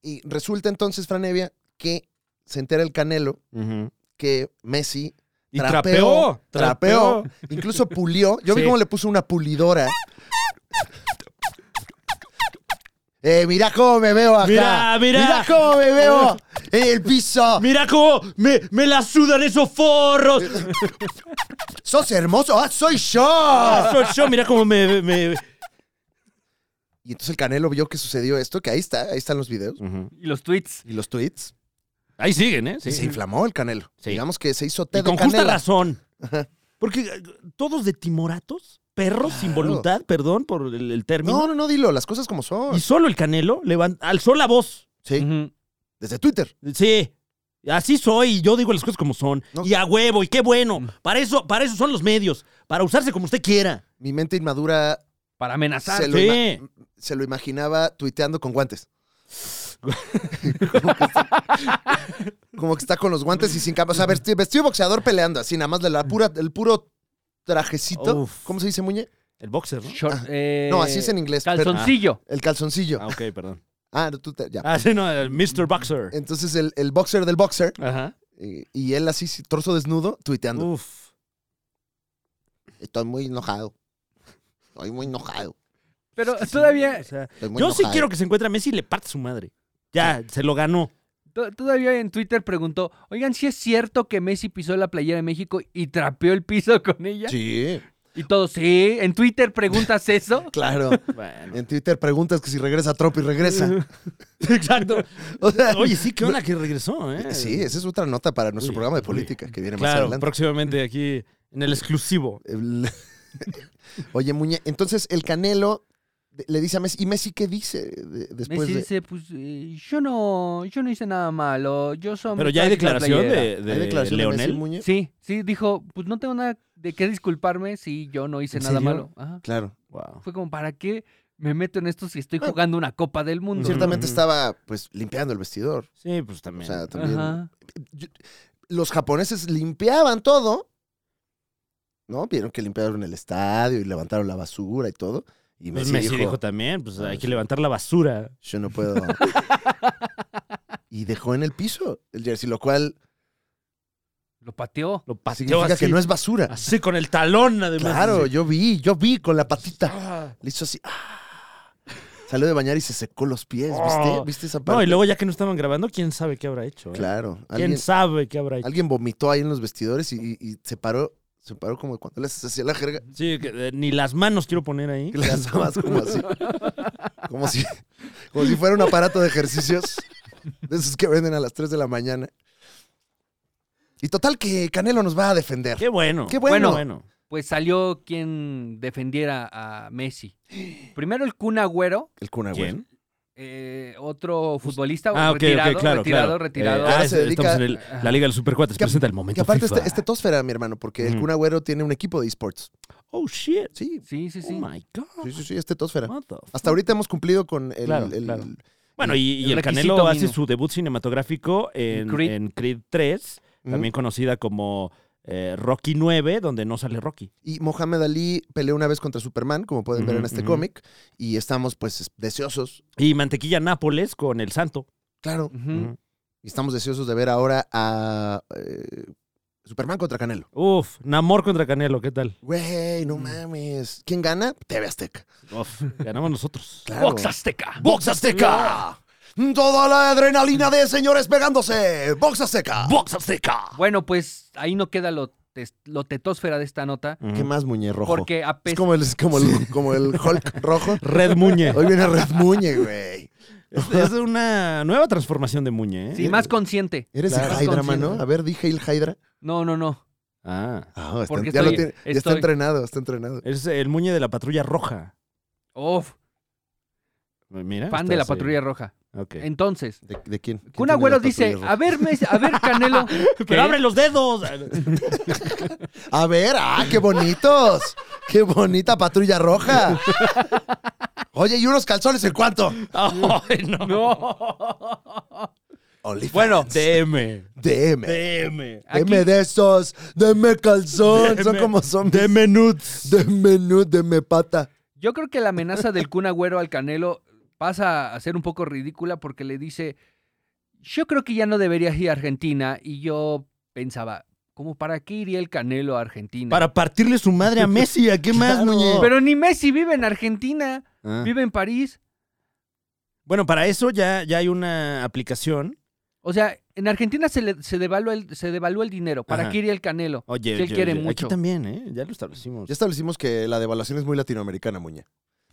S2: Y resulta entonces, Franevia, que se entera el Canelo
S1: Ujú.
S2: que Messi
S1: Y
S2: Trapeó, trapeó,
S1: trapeó.
S2: incluso pulió. Yo vi
S1: Sí.
S2: cómo le puso una pulidora. Eh, mirá cómo me veo acá.
S1: Mirá, mirá.
S2: cómo me veo en el piso.
S1: Mira cómo me, me la sudan esos forros.
S2: ¡Sos hermoso! ¡Ah, soy yo!
S1: Ah, soy yo, mira cómo me... me-
S2: Y entonces el Canelo vio que sucedió esto, que ahí está, ahí están los videos
S3: Y los tweets.
S2: y los tweets.
S1: Ahí siguen, ¿eh?
S2: Y se inflamó el Canelo.
S1: Sí.
S2: Digamos que se hizo té
S1: Y
S2: de
S1: con justa
S2: canela.
S1: razón. Porque eh, todos de timoratos perros sin
S2: Claro.
S1: voluntad, perdón por el, el
S2: No,
S1: término.
S2: no, no, dilo, las cosas como son.
S1: Y solo el Canelo levan- alzó la voz.
S2: Sí,
S3: Ujú.
S2: desde Twitter.
S1: Sí. Así soy, y yo digo las cosas como son.
S2: No.
S1: Y a huevo, y qué bueno.
S3: Mm.
S1: Para eso, para eso son los medios. Para usarse como usted quiera.
S2: Mi mente inmadura
S3: Para amenazar.
S2: se lo,
S1: sí.
S2: ima- se lo imaginaba tuiteando con guantes. como, que está, como que está con los guantes y sin capa. O sea, vestido, vestido boxeador peleando, así nada más de la pura, el puro trajecito.
S1: Uf.
S2: ¿Cómo se dice, Muñe?
S1: El boxer, ¿no?
S3: Short,
S2: Ah,
S3: eh,
S2: No, así es en inglés. pero-
S3: Calzoncillo.
S2: el calzoncillo.
S1: Ah, ok, perdón.
S2: Ah, no, tú te- ya.
S1: Ah, sí, no, el Mr. Boxer.
S2: Entonces el, el boxer del boxer
S1: Ajá.
S2: eh, y él así, sí, torso desnudo, tuiteando.
S1: Uf.
S2: Estoy muy enojado. Estoy muy enojado.
S3: Pero todavía,
S1: O sea,
S2: Estoy muy
S1: yo sí
S2: enojado".
S1: quiero que se encuentre a Messi y le parte su madre. Ya, se lo ganó.
S3: to- todavía en Twitter preguntó, oigan, si es cierto que Messi pisó la playera de México y trapeó el piso con ella.
S2: Sí,
S3: Y todo, sí. En Twitter preguntas eso.
S2: claro.
S1: Bueno.
S2: En Twitter preguntas que si regresa Trump y regresa.
S1: Exacto.
S2: O sea,
S1: Oye, sí, qué onda que regresó, ¿eh?
S2: sí, esa es otra nota para nuestro
S1: Uy,
S2: programa de
S1: uy.
S2: política que viene más
S1: Claro,
S2: adelante.
S1: próximamente aquí en el exclusivo.
S2: El- Oye, Muñe, entonces el Canelo de- le dice a Messi, ¿y Messi qué dice de- después
S3: Messi
S2: de...?
S3: dice, pues eh, yo no, yo no hice nada malo, yo soy...
S1: Pero ya hay declaración de, de
S2: ¿Hay declaración de Messi,
S1: Leonel.
S2: Muñe?
S3: Sí, sí, dijo, pues no tengo nada de qué disculparme si yo no hice
S1: ¿En
S3: nada
S1: serio?
S3: malo. Ajá.
S2: Claro.
S1: Wow.
S3: Fue como, ¿para qué me meto en esto si estoy
S2: Bueno,
S3: jugando una Copa del Mundo?
S2: Ciertamente
S1: Ujú.
S2: estaba, pues, limpiando el vestidor.
S1: Sí, pues
S2: O
S1: también.
S2: sea, también...
S3: Ajá.
S2: yo- los japoneses limpiaban todo, ¿no? Vieron que limpiaron el estadio y levantaron la basura y todo. Y
S1: Pues
S2: Messi,
S1: Messi
S2: dijo,
S1: dijo también, pues
S2: Ah,
S1: hay que
S2: sí.
S1: levantar la basura.
S2: yo no puedo. y dejó en el piso el jersey, lo cual
S3: Lo pateó.
S1: Lo pateó
S2: significa
S1: así,
S2: que no es basura.
S1: así con el talón, además.
S2: claro,
S1: así.
S2: yo vi, yo vi con la patita.
S1: Ah.
S2: Le hizo así. ah. Salió de bañar y se secó los pies, ¿viste?
S1: Oh.
S2: ¿Viste esa parte?
S1: No, y luego ya que no estaban grabando, quién sabe qué habrá hecho. eh?
S2: Claro.
S1: ¿Quién
S2: Alguien,
S1: sabe qué habrá hecho?
S2: alguien vomitó ahí en los vestidores y, y- y se paró, se paró como cuando les hacía la jerga.
S1: Sí, que, eh, ni las manos quiero poner ahí.
S2: Que le asabas como así. Como si, como si fuera un aparato de ejercicios. De esos que venden a las 3 de la mañana. Y total que Canelo nos va a defender.
S1: Qué bueno.
S2: Qué bueno.
S1: bueno.
S3: Pues salió quien defendiera a Messi. Primero el Kun Agüero,
S2: El Kun Agüero.
S1: ¿Quién?
S3: eh, otro futbolista
S1: Ah, ok,
S3: retirado,
S1: ok, claro.
S3: retirado,
S1: claro.
S3: retirado.
S1: Eh, ah,
S2: Ahora
S1: es-
S2: se dedica-
S1: Estamos en el- la Liga del Supercuates.
S2: Que-
S1: Presenta el momento.
S2: Que aparte
S1: FIFA.
S2: este, este tosfera, mi hermano, porque el
S1: Mm.
S2: Kun Agüero tiene un equipo de esports.
S1: Oh, shit.
S2: Sí,
S3: sí, sí, sí.
S1: Oh, my God.
S2: sí, sí, sí, este tosfera.
S1: Motherfucker.
S2: Hasta ahorita hemos cumplido con el...
S1: Claro,
S2: el-
S1: claro. Bueno, y, y
S3: el
S1: el,
S3: requisito
S1: Canelo hace
S3: mínimo.
S1: su debut cinematográfico en en
S3: Creed.
S1: Creed, 3,
S2: Ujú.
S1: también conocida como eh, Rocky 9, donde no sale Rocky.
S2: Y Mohamed Ali peleó una vez contra Superman, como pueden ver
S1: Ujú,
S2: en este
S1: ujú.
S2: cómic. Y estamos, pues, deseosos.
S1: Y Mantequilla Nápoles con El Santo.
S2: Claro,
S3: Ujú.
S2: Y estamos deseosos de ver ahora a eh, Superman contra Canelo.
S1: Ujú. Uf, Namor contra Canelo, ¿qué tal?
S2: Güey,
S1: Mm.
S2: no mames. ¿Quién gana? TV Azteca.
S1: Uf, ganamos nosotros.
S2: Claro.
S3: Box Azteca.
S2: ¡Box Azteca! Toda la adrenalina de señores pegándose. ¡Box Azteca!
S1: ¡Box Azteca!
S3: Bueno, pues ahí no queda lo, tes- lo tetósfera de esta nota.
S1: Mm,
S2: ¿Qué más, Muñe Rojo?
S3: Porque a
S2: Es
S3: pesar
S2: como el, es como el, como el Hulk rojo.
S1: Red Muñe.
S2: Hoy viene Red Muñe, güey.
S1: es, es una nueva transformación de Muñe, ¿eh?
S3: Sí, más consciente.
S2: Eres
S3: Claro.
S2: el Hydra,
S3: Consciente.
S2: mano. A ver, dije el Hydra.
S3: No, no, no.
S1: Ah.
S2: Ah, está-
S3: Porque
S2: ya, lo
S3: estoy-
S2: tiene- ya está
S3: estoy-
S2: entrenado, está entrenado.
S1: Es el Muñe de la Patrulla Roja.
S3: Uf,
S2: Eh,
S1: Mira.
S3: fan de la Patrulla Roja.
S1: Roja. Ok.
S3: Entonces,
S2: ¿De, de quién? ¿Quién
S3: Kun
S2: tiene
S3: Agüero
S2: la patrulla
S3: dice,
S2: roja?
S3: a ver, Messi- a ver, Canelo. ¿qué?
S1: ¡Pero abre los dedos!
S2: A ver, ah, qué bonitos. Qué bonita patrulla roja. Oye, ¿y unos calzones en cuánto?
S1: ¡Ay, no!
S3: No.
S2: OnlyFans.
S3: Bueno,
S1: DM.
S2: Deme.
S1: DM.
S3: aquí-
S2: Deme de esos. Deme calzón. Son
S1: Deme-
S2: como son. mis-
S1: DM Nuts.
S2: Deme nu, deme pata.
S3: Yo creo que la amenaza del Kun Agüero al Canelo pasa a ser un poco ridícula porque le dice, yo creo que ya no deberías ir a Argentina. Y yo pensaba, ¿cómo para qué iría el Canelo a Argentina?
S1: Para partirle su madre a Messi, ¿a qué más,
S2: Claro.
S1: Muñe?
S3: Pero ni Messi vive en Argentina,
S1: Ah.
S3: vive en París.
S1: Bueno, para eso ya, ya hay una aplicación.
S3: O sea, en Argentina se, le- se, devalúa, el, se devalúa el dinero. ¿Para
S1: Ajá.
S3: qué iría el Canelo?
S1: Oye,
S3: Sí, él
S1: oye,
S3: quiere
S1: oye,
S3: mucho.
S1: aquí también, ¿eh? Ya lo establecimos.
S2: Ya establecimos que la devaluación es muy latinoamericana, muñe.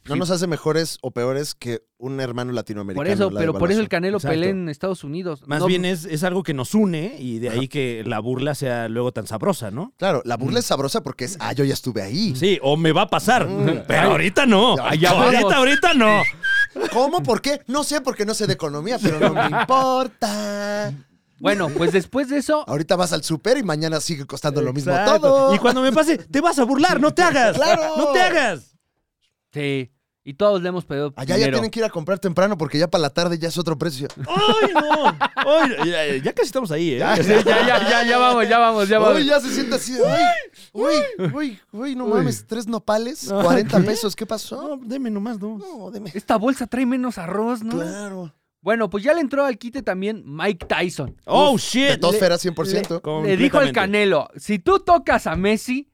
S2: No
S3: Sí.
S2: nos hace mejores o peores que un hermano latinoamericano.
S3: Por eso,
S2: la
S3: pero por eso
S2: devaluación.
S3: el Canelo
S1: Exacto.
S3: pelea en Estados Unidos.
S1: Más
S3: No-
S1: bien es, es algo que nos une y de ahí que la burla sea luego tan sabrosa, ¿no?
S2: Claro, la
S3: Mm.
S2: burla es sabrosa porque es, ah, yo ya estuve ahí.
S1: Sí, o me va a pasar,
S2: Mm.
S1: pero ahorita no.
S3: Allá vamos.
S1: ahorita, ahorita no.
S2: ¿Cómo? ¿Por qué? No sé, porque no sé de economía, pero no me importa.
S3: Bueno, pues después de eso,
S2: Ahorita vas al super y mañana sigue costando lo mismo
S1: Exacto.
S2: todo.
S1: Y cuando me pase, te vas a burlar, no te hagas.
S2: Claro.
S1: No te hagas.
S3: sí. Y todos le hemos pedido
S2: Allá Ah, ya
S3: dinero.
S2: tienen que ir a comprar temprano porque ya para la tarde ya es otro precio.
S1: ¡Ay, no! Ay, ya, ya casi estamos ahí, ¿eh?
S2: Ya.
S1: Ya,
S3: Sí, ya, ya, ya, ya vamos, ya vamos, ya vamos.
S2: Uy, ya se siente así. Uy, uy, uy, uy, no mames, tres nopales, 40 pesos, ¿qué pasó?
S1: No, deme nomás dos.
S2: No, deme.
S3: Esta bolsa trae menos arroz, ¿no?
S2: Claro.
S3: Bueno, pues ya le entró al quite también Mike Tyson.
S1: ¡Oh, shit!
S2: Tetosfera 100%.
S3: Le dijo
S1: Completamente.
S3: al Canelo, si tú tocas a Messi,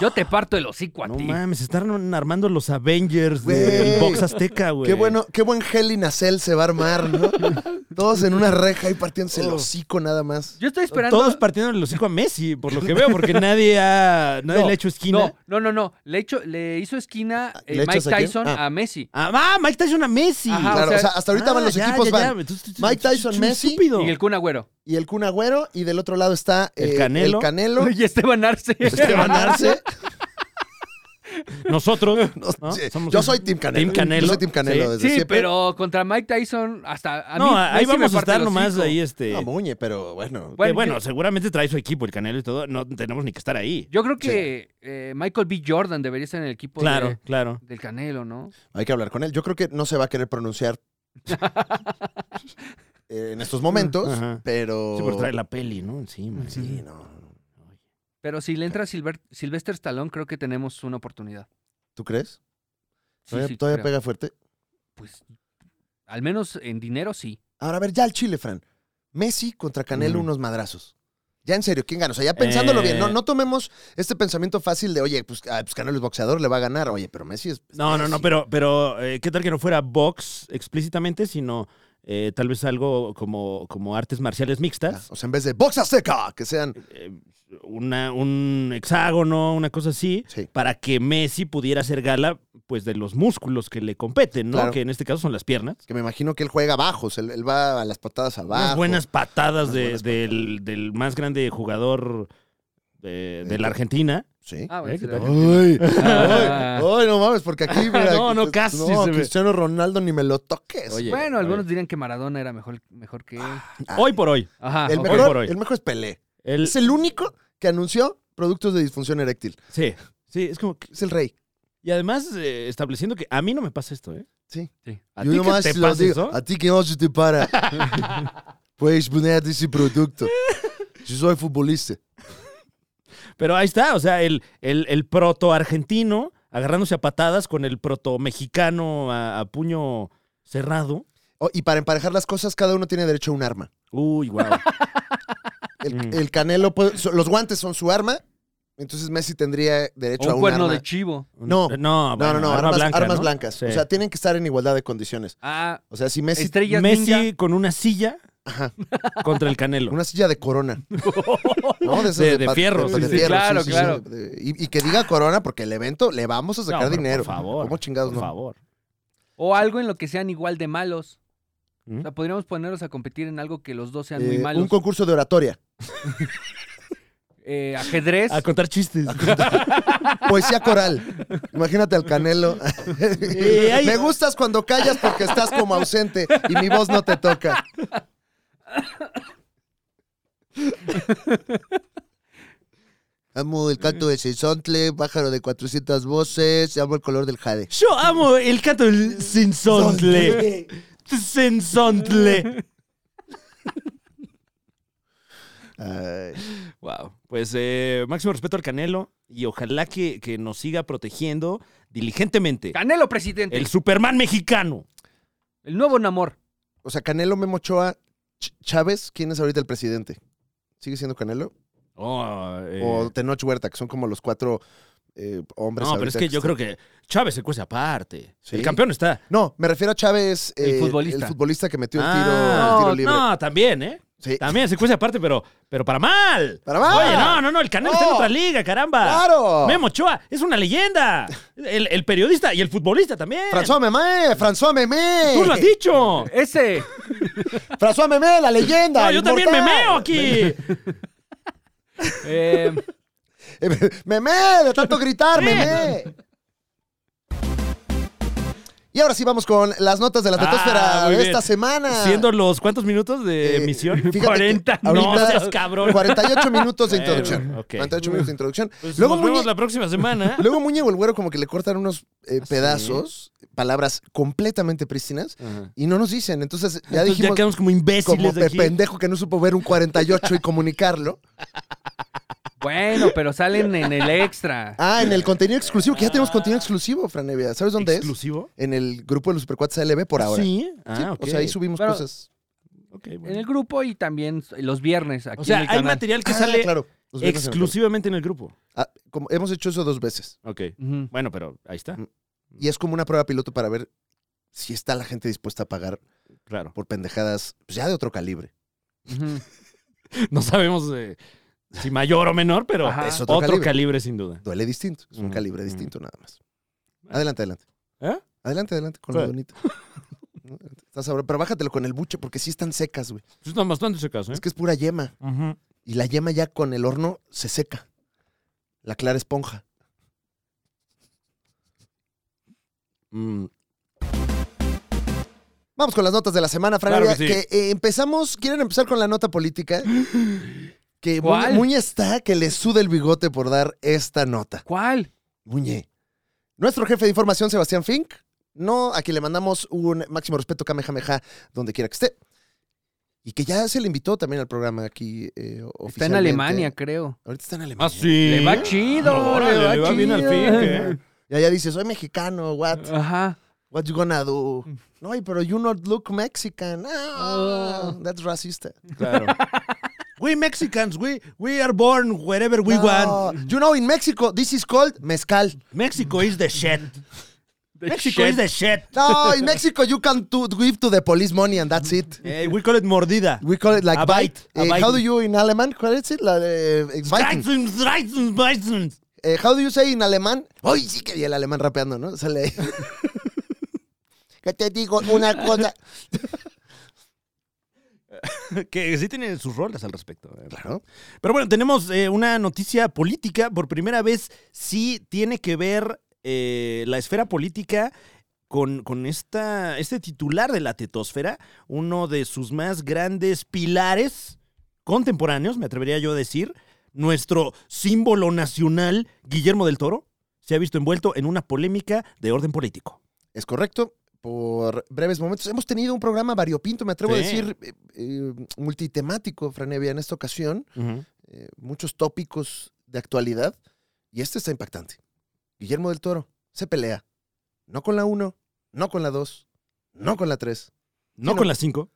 S3: yo te parto el hocico a
S1: No
S3: ti.
S1: mames, están armando los Avengers
S2: Güey.
S1: del box azteca, güey.
S2: Qué bueno, qué buen gel y nacel se va a armar, ¿no? Todos en una reja y partiéndose el
S1: Oh.
S2: hocico nada más.
S3: Yo estoy esperando...
S1: Todos partiendo el hocico a Messi, por lo que veo, porque nadie ha, nadie
S3: No,
S1: le ha hecho esquina.
S3: No, no, no, no. Le, hecho, le hizo esquina eh,
S2: ¿le
S3: Mike
S2: echas a quién?
S3: Tyson
S2: Ah.
S3: a Messi.
S1: Ah, va, Mike Tyson a Messi.
S3: Ajá,
S2: claro,
S3: o sea-
S2: o sea, hasta ahorita van los
S1: Ah, ya,
S2: equipos,
S1: ya,
S2: van.
S1: ya. Entonces,
S2: Mike Tyson,
S1: es
S2: Messi.
S1: estúpido.
S3: Y el Kun Agüero.
S2: Y el Kun Agüero, y del otro lado está
S1: El
S2: eh,
S1: Canelo.
S2: el Canelo, pues,
S3: Y Esteban Arce.
S2: Esteban Arce.
S1: Nosotros.
S2: No
S1: ¿no?
S2: sé,
S1: Somos-
S2: Yo soy Team Canelo.
S1: Team Canelo.
S2: Yo soy Team Canelo
S1: Sí.
S2: desde
S3: Sí,
S2: siempre.
S3: pero contra Mike Tyson hasta a mí
S1: No, ahí
S3: Messi me
S1: vamos a
S3: parte
S1: estar
S3: el
S1: nomás
S3: hocico.
S1: ahí, este.
S2: No, Muñe, pero bueno.
S1: que, bueno,
S3: Bueno, yo-
S1: seguramente trae su equipo, el Canelo y todo. No tenemos ni que estar ahí.
S3: Yo creo que eh, Michael B. Jordan debería estar en el equipo
S1: claro,
S3: de-
S1: claro.
S3: del Canelo, ¿no?
S2: Hay que hablar con él. Yo creo que no se va a querer pronunciar eh, en estos momentos,
S1: Ajá.
S2: pero.
S1: Sí, pero trae la peli, ¿no? Encima.
S2: Sí, no.
S3: Pero si le entra Silver, Sylvester Stallone, creo que tenemos una oportunidad.
S2: ¿Tú crees?
S3: Sí,
S2: ¿Todavía,
S3: sí,
S2: todavía
S3: creo.
S2: pega fuerte?
S3: Pues, al menos en dinero sí.
S2: Ahora, a ver, ya al Chile, Fran. Messi contra Canelo,
S1: Ujú.
S2: unos madrazos. Ya en serio, ¿quién gana? O sea, ya pensándolo
S1: Eh.
S2: bien, no, no tomemos este pensamiento fácil de, oye, pues, ah, pues Canelo es boxeador, le va a ganar. Oye, pero Messi es.
S1: No, no, no, pero, pero eh, ¿qué tal que no fuera box explícitamente, sino eh, tal vez algo como, como artes marciales
S2: Ah,
S1: mixtas?
S2: O sea, en vez de boxa seca, que sean.
S1: Eh, una, un hexágono, una cosa así,
S2: Sí.
S1: para que Messi pudiera hacer gala pues de los músculos que le competen, ¿no?
S2: Claro.
S1: Que en este caso son las piernas.
S2: Que me imagino que él juega bajos, él, él va a las patadas abajo.
S1: Unas buenas patadas
S2: Unas
S1: de-
S2: buenas
S1: del, del más grande jugador eh, de, de la Argentina.
S2: Sí.
S3: Ah, bueno,
S1: ¿Eh?
S3: sí,
S1: ¿Qué
S3: de-
S1: tal?
S2: Ay,
S3: Ah.
S2: ay, ay, no mames, porque aquí, mira,
S1: No, no,
S2: pues,
S1: casi
S2: No,
S1: se ve.
S2: Cristiano Ronaldo ni me lo toques.
S1: Oye,
S3: Bueno,
S1: a
S3: algunos dirían que Maradona era mejor, mejor que él.
S2: Ah,
S1: Hoy por hoy.
S3: Ajá.
S2: el,
S3: ok.
S1: hoy
S2: mejor,
S1: por hoy.
S2: el mejor es Pelé.
S1: El-
S2: Es el único que anunció productos de disfunción eréctil.
S1: sí, sí, es como... que-
S2: Es el rey.
S1: y además eh, estableciendo que a mí no me pasa esto, ¿eh?
S2: Sí.
S3: Sí.
S1: ¿A
S2: Yo
S1: ti
S2: nomás
S1: que te
S2: lo
S1: pasa
S2: digo,
S1: eso?
S2: A ti que no se te para. Puedes poner ese producto. Yo soy futbolista.
S1: Pero ahí está, o sea, el, el, el proto-argentino agarrándose a patadas con el proto-mexicano a, a puño cerrado.
S2: Oh, y para emparejar las cosas, cada uno tiene derecho a un arma.
S1: Uy, wow.
S2: El,
S1: Mm.
S2: el Canelo, puede- so- los guantes son su arma. Entonces Messi tendría derecho
S3: O
S2: a
S3: un
S2: un
S3: cuerno
S2: arma.
S3: de chivo.
S2: No.
S1: no,
S2: no,
S1: bueno,
S2: no, no,
S1: arma
S2: armas,
S1: blanca,
S2: armas
S1: ¿no?
S2: blancas.
S1: Sí.
S2: O sea, tienen que estar en igualdad de condiciones.
S3: Ah,
S2: O sea, si Messi.
S3: estrellas
S1: Messi
S3: ninja.
S1: con una silla
S2: Ajá.
S1: contra el Canelo.
S2: Una silla de corona. ¿No? esas
S1: De- de
S2: pat-
S1: fierro, sí, sí.
S3: Claro, claro.
S2: de- y, y que diga corona porque el evento le vamos a
S1: No,
S2: sacar
S1: pero
S2: dinero.
S1: Por favor.
S2: ¿Cómo chingados
S1: por
S2: no?
S1: favor.
S3: O algo en lo que sean igual de malos.
S1: ¿Mm?
S3: O sea, podríamos ponerlos a competir en algo que los dos sean
S2: Eh,
S3: muy malos.
S2: un concurso de oratoria.
S3: Eh, ajedrez.
S1: A contar chistes.
S2: Poesía coral. Imagínate al Canelo.
S1: Eh, hay-
S2: Me gustas cuando callas porque estás como ausente y mi voz no te toca. Amo el canto de Sesontle, pájaro de 400 voces, amo el color del jade.
S1: Yo amo el canto del sensontle. Sensontle.
S2: Ay.
S1: Wow. Pues eh, máximo respeto al Canelo y ojalá que, que nos siga protegiendo diligentemente.
S3: Canelo presidente.
S1: El
S3: El,
S1: Superman mexicano.
S3: nuevo Namor.
S2: O sea, Canelo Memo Ochoa, Ch- Chávez, ¿quién es ahorita el presidente? ¿Sigue siendo Canelo?
S1: Oh, eh,
S2: O Tenoch Huerta, que son como los cuatro eh, hombres.
S1: no, pero es
S2: ahorita
S1: que yo
S2: están-
S1: creo que Chávez se cuece aparte.
S2: Sí.
S1: El campeón está.
S2: No, me refiero a Chávez,
S3: El
S2: eh,
S3: futbolista.
S2: el futbolista que metió el tiro,
S1: Ah,
S2: el tiro libre.
S1: No, también, ¿eh?
S2: Sí.
S1: También secuencia aparte, pero, pero para mal.
S2: Para mal.
S1: Oye, no, no, no, el Canelo está en
S2: No.
S1: otra liga, caramba.
S2: ¡Claro!
S1: Memo Ochoa es una leyenda. El, el periodista y el futbolista también.
S2: François Memé, François Memé.
S1: Tú lo has dicho.
S3: Ese.
S2: François Memé, la leyenda.
S1: No, yo también me
S2: inmortal.
S1: meo aquí.
S3: Eh,
S2: Eh, Memé, de tanto gritar, Memé. Y ahora sí vamos con las notas de la tetosfera
S1: Ah, muy
S2: de
S1: bien.
S2: esta semana.
S1: Siendo los cuántos minutos de
S2: Eh,
S1: emisión?
S2: fíjate que
S1: 40. No
S2: ahorita- Pues
S1: seas cabrón.
S2: 48 minutos de
S1: Bueno,
S2: introducción.
S1: ok.
S2: 48 minutos de introducción.
S1: Pues
S2: Luego
S1: nos vemos
S2: Muñe-
S1: la próxima semana.
S2: Luego Muñe o el Güero como que le cortan unos
S1: Ah,
S2: eh, pedazos, palabras completamente prístinas,
S1: Ajá.
S2: y no nos dicen. Entonces ya
S1: Entonces
S2: dijimos
S1: quedamos como imbéciles
S2: como
S1: de
S2: pe-
S1: aquí.
S2: pendejo que no supo ver un 48 y comunicarlo.
S3: bueno, pero salen en el extra.
S2: Ah, en el contenido exclusivo, que ya tenemos contenido exclusivo, Franevia. ¿Sabes dónde
S1: ¿Exclusivo?
S2: es? En el grupo de los Supercuates LB por ahora.
S1: Sí. Ah,
S2: Sí,
S1: ok.
S2: O sea, ahí subimos
S3: Pero-
S2: cosas.
S1: Ok, bueno.
S3: En el grupo y también los viernes aquí
S1: O sea,
S3: en el
S1: hay
S3: canal.
S1: material que
S2: Ah,
S1: sale
S2: claro, los viernes en el grupo.
S1: exclusivamente en el grupo.
S2: Ah, como- hemos hecho eso dos veces.
S1: Ok.
S3: Ujú.
S1: Bueno, pero ahí está.
S2: Mm. Y es como una prueba piloto para ver si está la gente dispuesta a pagar
S1: Claro.
S2: por pendejadas pues, ya de otro calibre.
S3: Ujú.
S1: No sabemos eh, si mayor o menor, pero
S3: Ajá.
S2: Es otro,
S1: otro,
S2: calibre.
S1: calibre. sin duda.
S2: Duele distinto. Es un
S1: Ujú,
S2: calibre
S1: ujú.
S2: distinto nada más. Adelante, adelante.
S1: ¿Eh?
S2: Adelante, adelante con la
S1: ¿Cuál?
S2: donita. No, Está sabroso. Pero bájatelo con el buche porque sí están secas, güey.
S1: Pues Están bastante secas, ¿eh?
S2: Es que es pura yema.
S1: Ujú.
S2: Y la yema ya con el horno se seca. La clara esponja.
S1: Mm,
S2: Vamos con las notas de la semana, Fran.
S1: Claro
S2: Evia,
S1: que
S2: que
S1: sí.
S2: eh, empezamos, quieren empezar con la nota política. Que Muñe,
S3: ¿Cuál?
S2: Muñe está que le suda el bigote por dar esta nota.
S3: ¿Cuál?
S2: Muñe. Nuestro jefe de información, Sebastián Fink, no, a quien le mandamos un máximo respeto, Kamehameha, donde quiera que esté. Y que ya se le invitó también al programa aquí eh,
S3: Está en
S2: oficialmente.
S3: Alemania, creo.
S2: Ahorita está en Alemania.
S1: Ah, sí.
S3: Le va chido,
S1: Órale,
S3: le va
S1: bien al eh.
S3: chido.
S1: fin.
S2: Y allá dice, soy mexicano, what?
S3: Ajá.
S2: What you gonna do? No, y pero you not look Mexican. Ah,
S3: Oh.
S2: that's racista.
S1: Claro. We Mexicans, we, we are born wherever we
S2: No,
S1: want.
S2: You know, in Mexico, this is called mezcal.
S1: Mexico is the shit. Mexico
S3: shit.
S1: is the shit.
S2: No, in Mexico, you can to give to the police money and that's it.
S1: Eh, we call it mordida.
S2: We call it like
S1: A
S2: bite.
S1: bite, a
S2: Eh,
S1: bite.
S2: How do you in Alemán? ¿Cuál es it? La de, eh, biting.
S1: Raisins, raisins, raisins.
S2: Eh, how do you say in alemán? Hoy sí que vi el alemán rapeando, ¿no? Sale ahí. ¿Qué te digo? Una cosa.
S1: Que sí tienen sus roles al respecto. eh.
S2: Claro.
S1: Pero bueno, tenemos eh, una noticia política. Por primera vez sí tiene que ver eh, la esfera política con, con esta, este titular de la tetosfera, uno de sus más grandes pilares contemporáneos, me atrevería yo a decir, nuestro símbolo nacional, Guillermo del Toro, se ha visto envuelto en una polémica de orden político.
S2: Es correcto. Por breves momentos. Hemos tenido un programa variopinto, me atrevo a
S1: Sí.
S2: decir, eh, eh, multitemático, Franevia, en esta ocasión. eh, muchos tópicos de actualidad. Y este está impactante. Guillermo del Toro se pelea. No con la 1, no con la 2, no con la 3,
S1: No
S2: Sí, no.
S1: con las cinco.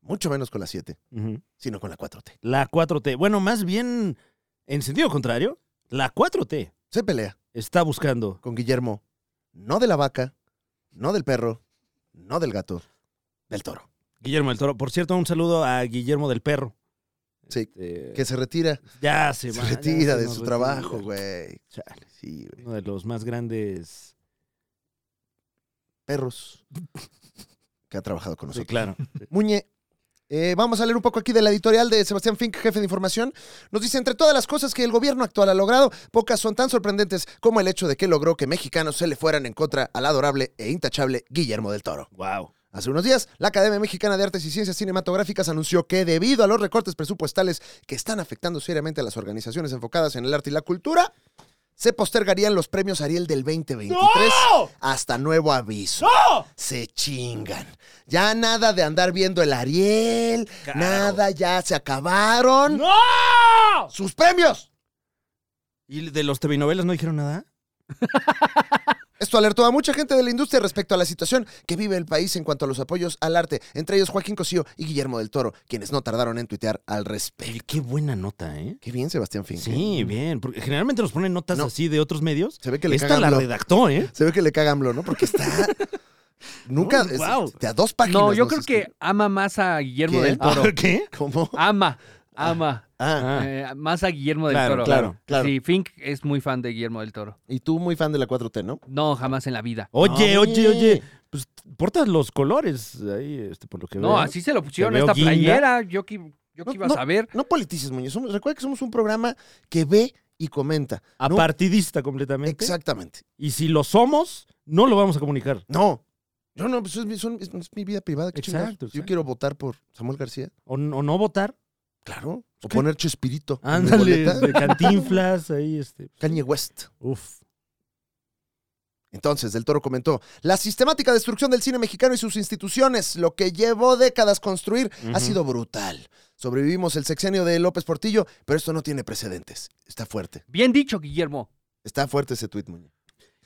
S2: mucho menos con la 7, sino con la 4T.
S1: La 4T. Bueno, más bien, en sentido contrario, la 4T
S2: Se pelea.
S1: está buscando
S2: con Guillermo, no de la vaca, no del perro, no del gato, del toro,
S1: Guillermo del Toro. Por cierto, un saludo a Guillermo del Perro.
S2: Sí,
S1: Este,
S2: que se retira,
S1: ya se,
S2: se
S1: va, ya
S2: retira
S1: se
S2: de
S1: nos
S2: su
S1: retira.
S2: trabajo, güey.
S1: Chale,
S2: Sí, güey.
S1: Uno de los más grandes.
S2: perros que ha trabajado con
S1: Sí,
S2: nosotros.
S1: claro.
S2: Muñe, eh, vamos a leer un poco aquí de la editorial de Sebastián Fink, jefe de información. Nos dice, entre todas las cosas que el gobierno actual ha logrado, pocas son tan sorprendentes como el hecho de que logró que mexicanos se le fueran en contra al adorable e intachable Guillermo del Toro.
S1: wow.
S2: Hace unos días, la Academia Mexicana de Artes y Ciencias Cinematográficas anunció que debido a los recortes presupuestales que están afectando seriamente a las organizaciones enfocadas en el arte y la cultura, se postergarían los premios Ariel del 2023 hasta nuevo aviso. Se chingan. Ya nada de andar viendo el Ariel,
S1: Claro.
S2: nada, ya se acabaron. ¡Sus premios!
S1: ¿Y de los telenovelas no dijeron nada?
S2: Esto alertó a mucha gente de la industria respecto a la situación que vive el país en cuanto a los apoyos al arte, entre ellos Joaquín Cosío y Guillermo del Toro, quienes no tardaron en tuitear al respecto.
S1: Oye, qué buena nota, ¿eh?
S2: Qué bien, Sebastián Fink.
S1: Sí, bien. Porque generalmente nos ponen notas
S2: No.
S1: así de otros medios.
S2: Se ve que le
S1: Esta
S2: caga
S1: la
S2: AMLO.
S1: redactó, ¿eh?
S2: Se ve que le caga AMLO, ¿no? Porque está. Nunca.
S1: Uy,
S2: es-
S1: guau.
S2: De a dos páginas.
S3: No, yo
S2: nos
S3: creo que
S2: escribe.
S3: ama más a Guillermo
S2: ¿Qué?
S3: del Toro.
S1: ¿Qué?
S2: ¿Cómo?
S3: Ama, ama.
S2: Ah,
S1: Ah.
S3: eh, más a Guillermo del
S1: Claro,
S3: Toro.
S2: claro, claro.
S3: Sí, Fink es muy fan de Guillermo del Toro.
S2: Y tú muy fan de la 4T, ¿no?
S3: No, jamás en la vida.
S1: Oye,
S2: No,
S1: oye,
S2: hombre.
S1: oye. Pues portas los colores ahí, este, por lo que veo.
S3: No, así se lo pusieron a
S1: veo
S3: esta
S1: guinda.
S3: playera. Yo que, yo que
S2: No,
S3: iba a
S2: no.
S3: saber.
S2: No politices, Muñoz. Somos- recuerda que somos un programa que ve y comenta. No,
S1: Apartidista completamente.
S2: Exactamente.
S1: Y si lo somos, no lo vamos a comunicar.
S2: No. Yo no, pues es, mi- son- es- es mi vida privada. qué
S1: Exacto,
S2: chingados. Yo
S1: exacto.
S2: quiero votar por Samuel García.
S1: O, n- o no votar.
S2: Claro. O
S1: ¿Qué?
S2: poner Chespirito. en mi
S1: Ándale,
S2: boleta.
S1: de cantinflas, ahí, este.
S2: Kanye West.
S1: Uf.
S2: Entonces, Del Toro comentó, la sistemática destrucción del cine mexicano y sus instituciones, lo que llevó décadas construir, ha
S1: Ujú.
S2: sido brutal. Sobrevivimos el sexenio de López Portillo, pero esto no tiene precedentes. Está fuerte,
S3: Bien dicho, Guillermo.
S2: está fuerte ese tuit, Muñoz.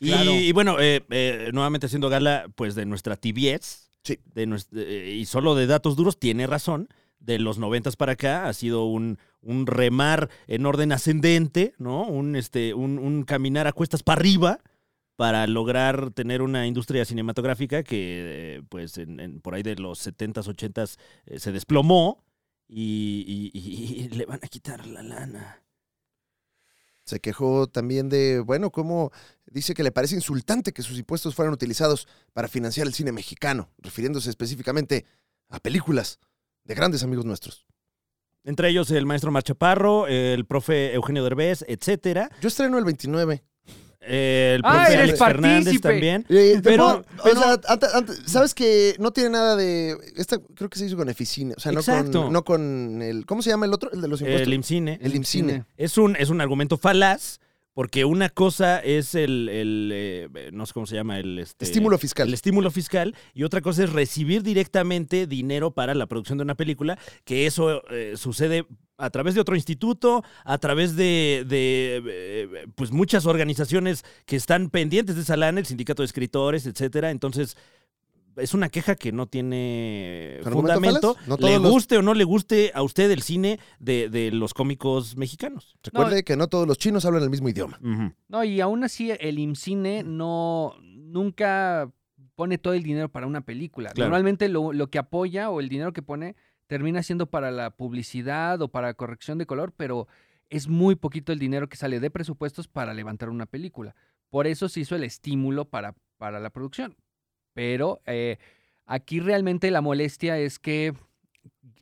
S1: Y,
S3: Claro.
S1: y bueno, eh, eh, nuevamente haciendo gala, pues, de nuestra tibiez.
S2: Sí.
S1: De nues- eh, y solo de datos duros, tiene razón. De los noventas para acá ha sido un, un remar en orden ascendente, ¿no? Un, este, un, un caminar a cuestas para arriba para lograr tener una industria cinematográfica que, eh, pues, en, en- por ahí de los 70s, 80s eh, se desplomó y, y- y- y le van a quitar la lana.
S2: Se quejó también de, bueno, cómo dice que le parece insultante que sus impuestos fueran utilizados para financiar el cine mexicano, refiriéndose específicamente a películas de grandes amigos nuestros.
S1: Entre ellos el maestro Marchaparro, el profe Eugenio Derbez, etcétera.
S2: Yo estreno el 29.
S1: El
S3: Ah,
S1: profe
S2: eres
S1: Alex Fernández
S3: partícipe.
S1: también.
S2: Eh, te
S1: Pero- oh,
S2: puedo- o sea, ante- ante- sabes que no tiene nada de. Esta creo que se hizo con Eficine. O sea, no
S1: Exacto.
S2: con, no con el. ¿Cómo se llama el otro? El de los impuestos.
S1: El IMCINE.
S2: El IMCINE.
S1: Es un, es un argumento falaz, porque una cosa es el, el, eh, no sé cómo se llama, el este,
S2: Estímulo fiscal.
S1: El estímulo fiscal, y otra cosa es recibir directamente dinero para la producción de una película, que eso eh, sucede a través de otro instituto, a través de, de, eh, pues muchas organizaciones que están pendientes de esa lana, el sindicato de escritores, etcétera. Entonces, es una queja que no tiene
S2: ¿Argumento
S1: fundamento.
S2: falaz? No
S1: le
S2: todos los-
S1: guste o no le guste a usted el cine de, de los cómicos mexicanos.
S2: Recuerde que no todos los chinos hablan el mismo idioma.
S3: No, y aún así el IMCINE no, nunca pone todo el dinero para una película.
S1: Claro.
S3: Normalmente lo, lo que apoya o el dinero que pone termina siendo para la publicidad o para corrección de color, pero es muy poquito el dinero que sale de presupuestos para levantar una película. Por eso se hizo el estímulo para, para la producción. Pero eh, aquí realmente la molestia es que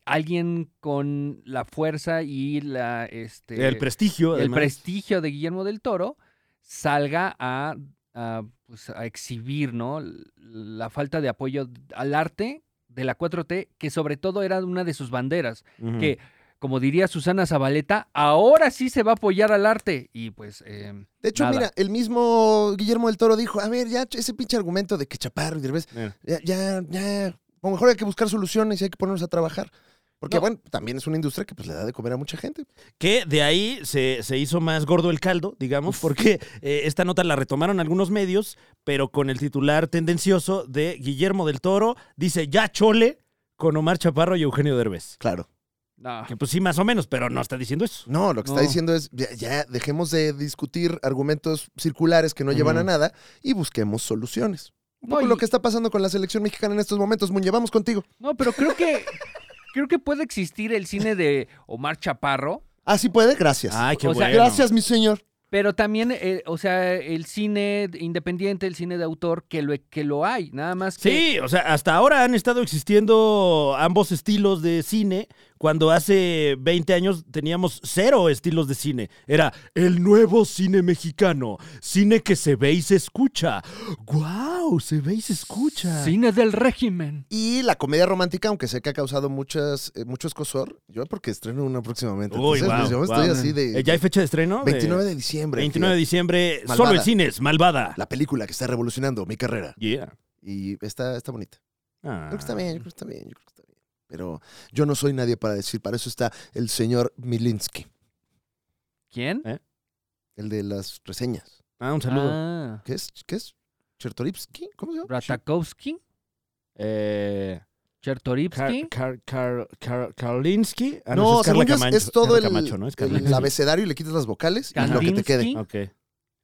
S3: alguien con la fuerza y la... Este,
S2: Eh,
S1: El prestigio.
S3: el
S1: además.
S3: prestigio de Guillermo del Toro salga a, a, pues, a exhibir ¿no? L- la falta de apoyo al arte de la 4T, que sobre todo era una de sus banderas,
S1: Ujú.
S3: que como diría Susana Zabaleta, ahora sí se va a apoyar al arte. Y pues, eh,
S2: De hecho,
S3: Nada.
S2: mira, el mismo Guillermo del Toro dijo: A ver, ya ese pinche argumento de que Chaparro y Derbez,
S1: Mira.
S2: ya, ya, ya. A lo mejor hay que buscar soluciones y hay que ponernos a trabajar. Porque,
S1: No.
S2: bueno, también es una industria que pues le da de comer a mucha gente.
S1: Que de ahí se, se hizo más gordo el caldo, digamos, porque eh, esta nota la retomaron algunos medios, pero con el titular tendencioso de Guillermo del Toro, dice ya chole con Omar Chaparro y Eugenio Derbez.
S2: Claro.
S3: no.
S1: Que pues sí, más o menos, pero no está diciendo eso.
S2: No, lo que está
S3: No.
S2: diciendo es, ya, ya dejemos de discutir argumentos circulares que no llevan a
S1: Ujú.
S2: nada y busquemos soluciones. Un
S3: No,
S2: poco lo
S3: y-
S2: que está pasando con la selección mexicana en estos momentos, Muñe, vamos contigo.
S3: No, pero creo que, creo que puede existir el cine de Omar Chaparro,
S2: Así puede, gracias.
S1: Ay, qué
S3: O sea,
S1: bueno.
S2: Gracias, mi señor.
S3: pero también, eh, o sea, el cine independiente, el cine de autor, que lo, e, que lo hay, nada más que...
S1: Sí, o sea, hasta ahora han estado existiendo ambos estilos de cine, cuando hace 20 años teníamos cero estilos de cine. Era el nuevo cine mexicano, cine que se ve y se escucha. ¡Guau! Se ve y se escucha.
S3: Cine del régimen.
S2: Y la comedia romántica, aunque sé que ha causado muchas, eh, mucho escosor, yo porque estreno una próximamente.
S1: Uy,
S2: entonces, pues,
S1: guau,
S2: yo
S1: guau.
S2: estoy así
S1: Eh,
S2: de...
S1: ¿Ya hay fecha de estreno?
S2: 29 de diciembre.
S1: 29 de
S2: fíjate.
S1: diciembre.
S2: Malvada.
S1: Solo en cines, malvada.
S2: La película que está revolucionando mi carrera.
S1: Yeah.
S2: Y está, está bonita.
S1: Ah.
S2: Yo creo que está bien, yo creo que está bien, yo creo que está bien. Pero yo no soy nadie para decir, para eso está el señor Milinsky,
S3: ¿Quién?
S2: el de las reseñas.
S1: Ah, un saludo.
S3: Ah,
S2: ¿Qué es? ¿Qué es? ¿Chertorivsky? ¿Cómo se llama?
S3: Ratakowski,
S1: Eh, Kar-
S3: Chertorivsky.
S1: Kar- Kar- Kar- Karlinsky. Ah,
S2: no,
S1: esa
S2: según yo es,
S1: Camacho.
S2: es todo
S1: Carla
S2: el,
S1: Camacho, ¿no? Es
S2: el
S1: Karlinsky.
S2: abecedario y le quitas las vocales y lo que te quede.
S3: Kandinsky.
S1: Ok.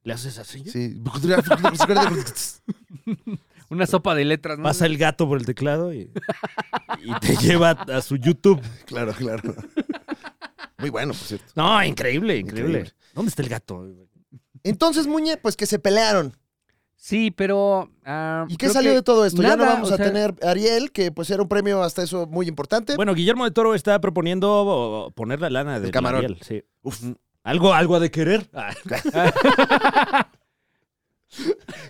S1: ¿Le haces así?
S2: Sí.
S3: Una sopa de letras, ¿no?
S1: Pasa el gato por el teclado y, y te lleva a su YouTube.
S2: Claro, claro. Muy bueno, por cierto.
S1: No, increíble, increíble.
S2: Increíble.
S1: ¿Dónde está el gato?
S2: Entonces, Muñe, pues que se pelearon.
S3: Sí, pero. ah,
S2: ¿Y qué
S3: creo
S2: salió
S3: que
S2: de todo esto? ya no
S3: nada,
S2: vamos
S3: o
S2: a
S3: sea-
S2: tener a Ariel, que pues era un premio hasta eso muy importante.
S1: Bueno, Guillermo de Toro está proponiendo o, o, poner la lana de
S2: camarón.
S1: Ariel, sí. Mm.
S2: Uf,
S1: Algo, algo ha de querer. Ah,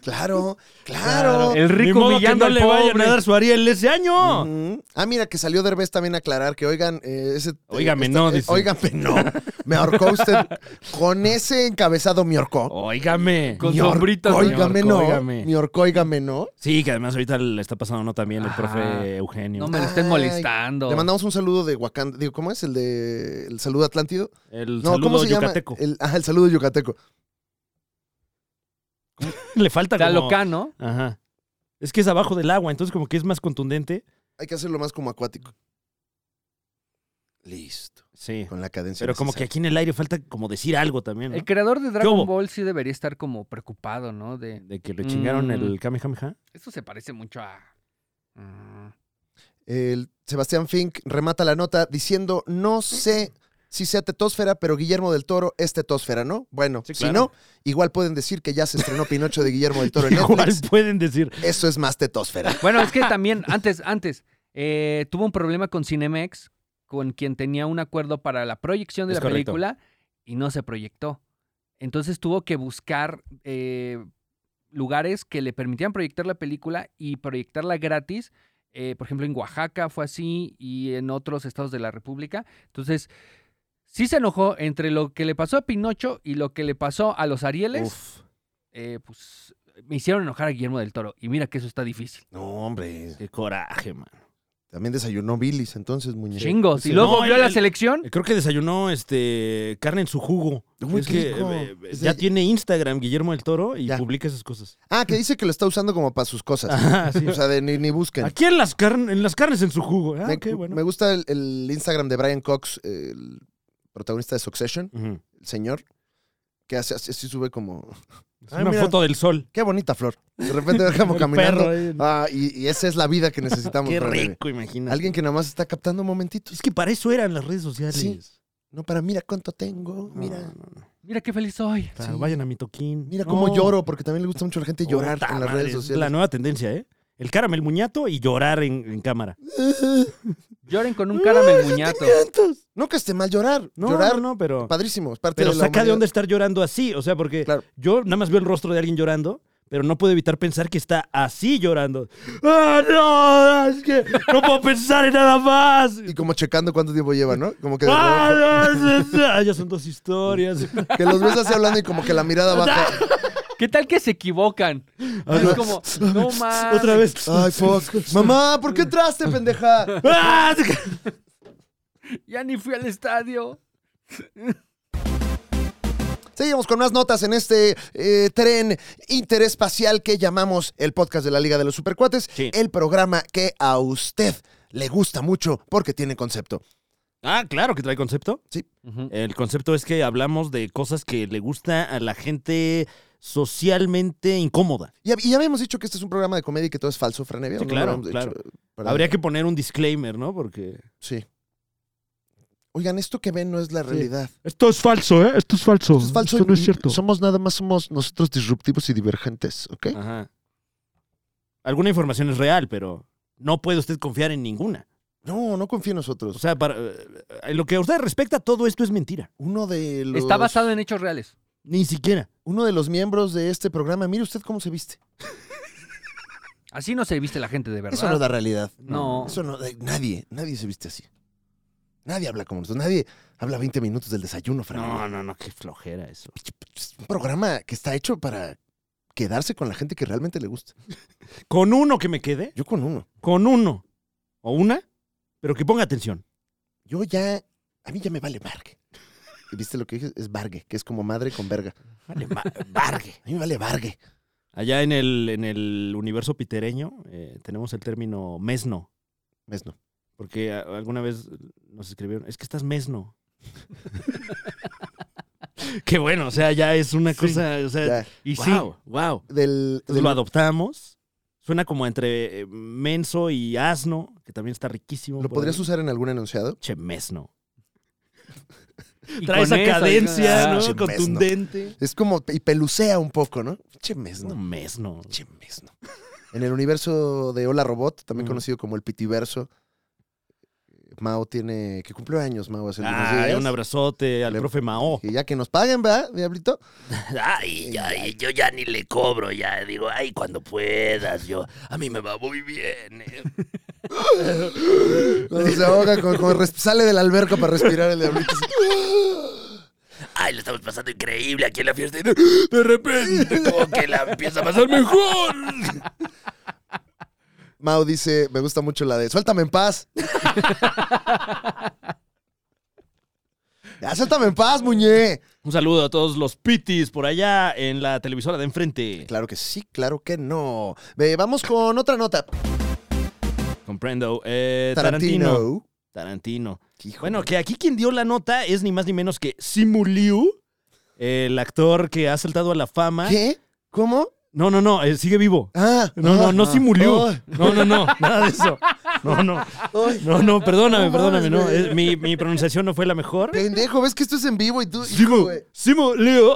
S2: claro, claro.
S3: El
S1: Ni
S3: rico
S1: modo que no
S3: humillando al
S1: le vayan a
S3: pobre.
S1: dar su Ariel ese año.
S2: Ujú. Ah, mira, que salió Derbez también a aclarar que, oigan, eh, ese...
S1: Óigame, no,
S2: eh,
S1: dice.
S2: Óigame, no. Me ahorcó usted. Con ese encabezado me
S1: Oh,
S2: ahorcó.
S1: Óigame.
S3: Con
S2: Me ahorcó,
S3: sombritas, ¿no?
S2: Óigame,
S1: Me
S2: no.
S1: ahorcó, óigame.
S2: Me ahorcó, óigame, no.
S1: Sí, que además ahorita le está pasando no también el
S3: Ajá.
S1: profe Eugenio.
S3: No me lo estén
S2: Ay,
S3: molestando.
S2: Le mandamos un saludo de Wakanda. Digo, ¿cómo es? ¿El de el saludo atlántido?
S1: El
S2: no,
S1: saludo
S2: ¿cómo se
S1: yucateco.
S2: llama? El, ah, el saludo yucateco.
S1: Le falta
S3: Está
S1: como...
S3: locano.
S1: Ajá. Es que es abajo del agua, entonces como que es más contundente.
S2: Hay que hacerlo más como acuático. Listo.
S1: Sí.
S2: Con la cadencia.
S1: Pero como que
S2: necesaria.
S1: aquí en el aire falta como decir algo también. ¿no?
S3: El creador de
S1: hubo?
S3: Dragon Ball sí debería estar como preocupado, ¿no? De.
S1: De que le chingaron
S3: Mm.
S1: el Kamehameha.
S3: Esto se parece mucho a. Mm.
S2: El Sebastián Fink remata la nota diciendo: No sé si sea tetósfera, pero Guillermo del Toro es tetósfera, ¿no? Bueno,
S1: Sí,
S2: si
S1: claro.
S2: no, igual pueden decir que ya se estrenó Pinocho de Guillermo del Toro en
S1: Igual
S2: Netflix.
S1: pueden decir.
S2: Eso es más tetósfera.
S3: Bueno, es que también, antes, antes, eh, tuvo un problema con Cinemex, con quien tenía un acuerdo para la proyección de
S1: Es
S3: la
S1: correcto.
S3: película, y no se proyectó. Entonces tuvo que buscar eh, lugares que le permitieran proyectar la película y proyectarla gratis. Eh, por ejemplo, en Oaxaca fue así y en otros estados de la República. Entonces, sí se enojó entre lo que le pasó a Pinocho y lo que le pasó a los Arieles.
S1: Uf.
S3: eh, pues me hicieron enojar a Guillermo del Toro. Y mira que eso está difícil.
S2: No, hombre.
S1: Qué coraje, man.
S2: También desayunó Billis, entonces, muñeco.
S3: Chingos.
S1: Sí.
S3: Y luego
S1: No,
S3: volvió
S1: el-
S3: a la
S1: el-
S3: selección.
S1: Creo que desayunó este carne en su jugo.
S2: Mm. Uy,
S1: es
S2: qué
S1: que
S2: rico.
S1: eh, eh,
S2: Es
S1: ya
S2: de-
S1: tiene Instagram Guillermo del Toro y
S2: Ya.
S1: publica esas cosas.
S2: Ah, que dice que lo está usando como para sus cosas.
S1: Ajá, sí.
S2: O sea, de ni, ni busquen.
S1: Aquí en las, carn- en las carnes en su jugo. Ah,
S2: me,
S1: qué bueno.
S2: me gusta el, el Instagram de Brian Cox, el protagonista de Succession,
S1: Ujú.
S2: el señor, que hace así, así sube como...
S1: Es
S2: Ah,
S1: una
S2: mira.
S1: foto del sol.
S2: Qué bonita flor. De repente va como
S1: El
S2: caminando.
S1: perro ahí.
S2: Ah, y, y esa es la vida que necesitamos.
S1: qué
S2: para vivir.
S1: rico, imagínate.
S2: Alguien que nada más está captando momentitos.
S1: Es que para eso eran las redes sociales.
S2: Sí. No, para mira cuánto tengo,
S1: No,
S2: mira.
S1: no, no.
S3: Mira qué feliz soy.
S1: O sea,
S2: Sí.
S1: Vayan a mi toquín.
S2: Mira cómo
S1: No.
S2: lloro, porque también le gusta mucho a la gente llorar
S1: Puta
S2: en las
S1: madre,
S2: redes
S1: Es la
S2: sociales.
S1: nueva tendencia, ¿eh? El caramel muñato y llorar en, en cámara.
S3: Lloren con un caramel muñato.
S2: No que esté mal llorar.
S1: No,
S2: llorar,
S1: no, no, pero,
S2: padrísimo. Es parte
S1: pero
S2: de la
S1: saca de
S2: humanidad.
S1: dónde estar llorando así. O sea, porque
S2: Claro.
S1: yo nada más veo el rostro de alguien llorando, pero no puedo evitar pensar que está así llorando. ¡Ah, no! Es que no puedo pensar en nada más.
S2: Y como checando cuánto tiempo lleva, ¿no? Como que de
S1: ¡Ah,
S2: reojo.
S1: no! es- es- ah, Ya son dos historias.
S2: Que los ves así hablando y como que la mirada baja.
S3: ¿Qué tal que se equivocan? Es como, no más.
S1: Otra vez.
S2: Ay, fuck. Mamá, ¿por qué entraste, pendeja?
S1: ¡Ah! es que-
S3: Ya ni fui al estadio.
S2: Seguimos con más notas en este eh, tren interespacial que llamamos el podcast de la Liga de los Supercuates.
S1: Sí.
S2: El programa que a usted le gusta mucho porque tiene concepto.
S1: Ah, claro que trae concepto. El concepto es que hablamos de cosas que le gusta a la gente socialmente incómoda.
S2: Y, hab- y ya habíamos dicho que este es un programa de comedia y que todo es falso, Franevia.
S1: Sí,
S2: ¿o
S1: claro,
S2: lo habíamos
S1: claro.
S2: dicho? Perdón.
S1: Habría que poner un disclaimer, ¿no? Porque.
S2: Sí. Oigan, esto que ven no es la realidad.
S6: Esto es falso, ¿eh? Esto es falso.
S2: Esto es falso.
S6: Esto no es cierto.
S2: Somos nada más, somos nosotros disruptivos y divergentes, ¿ok?
S1: Ajá. Alguna información es real, pero no puede usted confiar en ninguna.
S2: No, no confío en
S1: O
S2: nosotros.
S1: sea, para, eh, en lo que a usted respecta, todo esto es mentira.
S2: Uno de los...
S3: Está basado en hechos reales.
S1: Ni siquiera.
S2: Uno de los miembros de este programa, mire usted cómo se viste.
S3: Así no se viste la gente de verdad.
S2: Eso no es la realidad.
S3: No.
S2: Eso no, eh, nadie, nadie se viste así. Nadie habla como nosotros. Nadie habla 20 minutos del desayuno, Fran.
S1: No, no, no, qué flojera eso.
S2: Es un programa que está hecho para quedarse con la gente que realmente le gusta.
S1: Con uno que me quede,
S2: Yo con uno.
S1: con uno o una, pero que ponga atención.
S2: Yo ya, a mí ya me vale Vargue. ¿Y ¿Viste lo que dije? Es Vargue, que es como madre con verga.
S1: Vale, ma- vargue.
S2: A mí me vale Vargue.
S1: Allá en el, en el universo pitereño eh, tenemos el término mesno,
S2: Mesno.
S1: porque a- alguna vez nos escribieron, es que estás mesno. Qué bueno, o sea, ya es una cosa, o sea,
S2: Ya.
S1: y
S3: Wow.
S1: sí, wow.
S2: Del,
S1: Eh, Entonces
S2: del-
S1: lo adoptamos, Suena como entre eh, menso y asno, que también está riquísimo.
S2: ¿Lo
S1: por
S2: podrías
S1: ahí.
S2: usar en algún enunciado?
S1: Che mesno.
S3: Y
S1: Trae
S3: con
S1: esa
S3: eso,
S1: cadencia,
S3: ah,
S1: ¿no?
S2: che mesno.
S1: Contundente.
S2: Es como, y pelucea un poco, ¿no? Che
S1: No,
S2: mesno,
S1: mesno.
S2: che mesno. En el universo de Hola Robot, también
S1: Mm.
S2: conocido como el Pitiverso, eh, Mao tiene, que cumplió años, Mao, hace algunos
S1: Ah,
S2: días.
S1: un abrazote al
S2: Le-
S1: profe Mao.
S2: Y ya que nos paguen, ¿verdad, Diablito?
S7: Ay, ay, yo ya ni le cobro, ya digo, ay, cuando puedas, yo, a mí me va muy bien. eh.
S2: Cuando se ahoga, como- como res- sale del alberca para respirar el Diablito.
S7: Ay, lo estamos pasando increíble aquí en la fiesta. y de- De repente, como que la empieza a pasar mejor.
S2: Mao dice, me gusta mucho la de, suéltame en paz. ya, suéltame en paz, muñe.
S1: Un saludo a todos los pitis por allá en la televisora de enfrente.
S2: Claro que sí, claro que no. Ve, vamos con otra nota.
S1: Comprendo. Eh, Tarantino.
S2: Tarantino.
S1: Tarantino.
S2: Hijo,
S1: Bueno, que aquí quien dio la nota es ni más ni menos que Simu Liu, el actor que ha saltado a la fama.
S2: ¿Qué? ¿Cómo?
S1: No, no, no, eh, sigue vivo.
S2: Ah.
S1: No, no, no
S2: ah,
S1: Simu Liu.
S2: ay,
S1: No, no, no, nada de eso. No, no. No, no, perdóname,
S2: No
S1: perdóname, no.
S2: mames,
S1: eh, Mi, mi pronunciación no fue la mejor.
S2: Pendejo, ves que esto es en vivo y tú. hijo,
S1: Simu,
S2: güey.
S1: Simu Liu.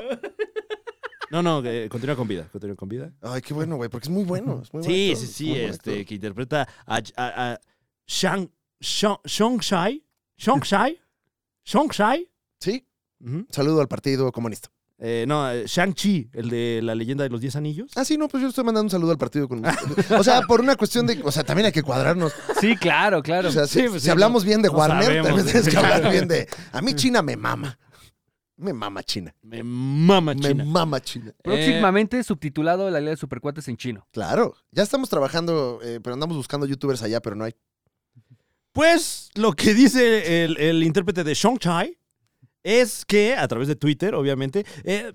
S1: No, no, eh, continúa con vida, continúa con vida.
S2: Ay, qué bueno, güey, porque es muy bueno. es muy buen
S1: Sí,
S2: actor,
S1: sí,
S2: es
S1: sí,
S2: muy buen
S1: este,
S2: actor.
S1: que interpreta a, a, a Shang, Shang, Shai, Shang Shai, Shang Shai.
S2: Sí, saludo al Partido Comunista.
S1: no, eh, Shang-Chi, el de la leyenda de los 10 anillos.
S2: Ah, sí, no, pues yo estoy mandando un saludo al Partido Comunista. o sea, por una cuestión de. O sea, también hay que cuadrarnos.
S3: Sí, claro, claro.
S2: O sea,
S1: Sí,
S2: si,
S1: pues
S2: si
S1: sí,
S2: hablamos bien de
S1: no
S2: Warner,
S1: sabemos.
S2: también tienes que hablar bien de. A mí China me mama. Me mama China.
S1: Me mama China.
S2: Me mama China.
S3: Próximamente subtitulado La Liga de Supercuates en chino.
S2: Claro, ya estamos trabajando, eh, pero andamos buscando youtubers allá, pero no hay.
S1: Pues lo que dice el, el intérprete de Shang-Chi es que, a través de Twitter, obviamente, eh,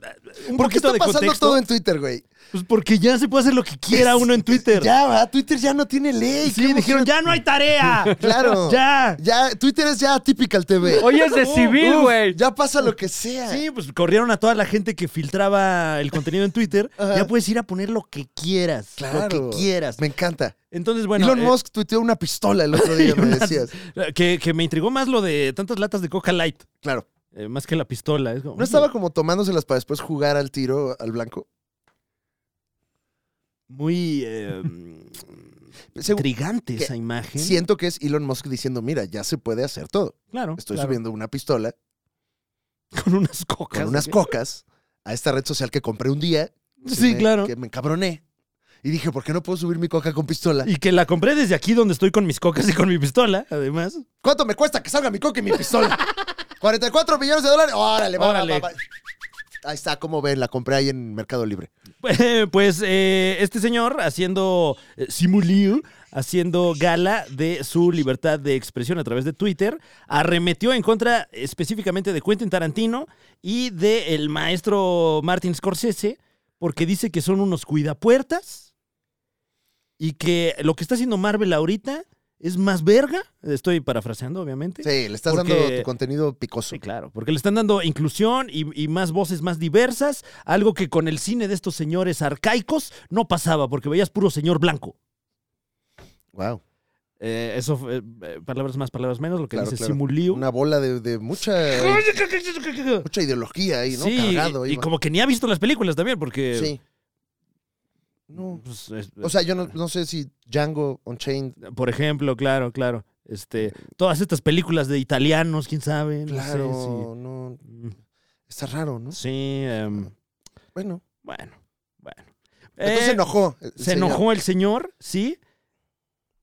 S1: un
S2: ¿Por qué
S1: poquito
S2: está
S1: de
S2: pasando
S1: contexto.
S2: todo en Twitter, güey?
S1: Pues porque ya se puede hacer lo que quiera uno en Twitter.
S2: Ya, va, Twitter ya no tiene ley.
S1: sí,
S2: ¿Qué
S1: dijeron,
S2: emoción?
S1: ya no hay tarea.
S2: Claro.
S1: ya.
S2: Ya, Twitter es ya Typical TV.
S3: Hoy es de civil,
S2: Uf,
S3: güey.
S2: Ya pasa lo que sea.
S1: Sí, pues corrieron a toda la gente que filtraba el contenido en Twitter.
S2: Ajá.
S1: Ya puedes ir a poner lo que quieras. Lo
S2: Claro.
S1: que quieras.
S2: Me encanta.
S1: Entonces, bueno.
S2: Elon
S1: eh,
S2: Musk tuiteó una pistola el otro día, me decías.
S1: que, que me intrigó más lo de tantas latas de Coca Light,
S2: Claro.
S1: eh, más que la pistola. Es como,
S2: ¿No estaba como tomándoselas para después jugar al tiro al blanco?
S1: Muy eh,
S2: Según-
S1: intrigante
S2: que-
S1: esa imagen.
S2: Siento que es Elon Musk diciendo, mira, ya se puede hacer todo.
S1: Claro.
S2: Estoy
S1: claro.
S2: subiendo una pistola
S1: Con unas cocas.
S2: con unas
S1: ¿ok?
S2: cocas a esta red social que compré un día. que
S1: Sí,
S2: me-
S1: claro.
S2: Que me encabroné. Y dije, ¿por qué no puedo subir mi coca con pistola?
S1: Y que la compré desde aquí donde estoy con mis cocas y con mi pistola, además.
S2: ¿Cuánto me cuesta que salga mi coca y mi pistola? 44 millones de dólares. Órale, va, va,
S1: Órale.
S2: va, va. Ahí está, como ven, la compré ahí en Mercado Libre.
S1: Eh, Pues eh, este señor haciendo eh, Simu Liu, haciendo gala de su libertad de expresión a través de Twitter, arremetió en contra específicamente de Quentin Tarantino y de el maestro Martin Scorsese, porque dice que son unos cuidapuertas y que lo que está haciendo Marvel ahorita es más verga. Estoy parafraseando, obviamente.
S2: Sí, le estás
S1: Porque-
S2: dando tu contenido picoso.
S1: Sí, claro, porque le están dando inclusión y, y más voces más diversas, algo que con el cine de estos señores arcaicos no pasaba, porque veías puro señor blanco.
S2: Wow.
S1: Eh, eso, fue, eh, palabras más, palabras menos, lo que
S2: Claro,
S1: dice
S2: claro.
S1: Simu Liu.
S2: Una bola de, de mucha, mucha ideología ahí, ¿no?
S1: Sí,
S2: Cargado ahí,
S1: y
S2: va.
S1: como que ni ha visto las películas también, porque...
S2: Sí. No.
S1: pues, es- eh,
S2: O sea, yo no, no sé si Django Unchained.
S1: por ejemplo, claro, claro. Este, todas estas películas de italianos, quién sabe. no sé,
S2: Claro,
S1: sí.
S2: no.
S1: Mm,
S2: Está raro, ¿no?
S1: Sí, em,
S2: Bueno.
S1: bueno, bueno.
S2: Entonces
S1: Eh,
S2: se enojó. el
S1: Se
S2: señor.
S1: enojó el señor, sí.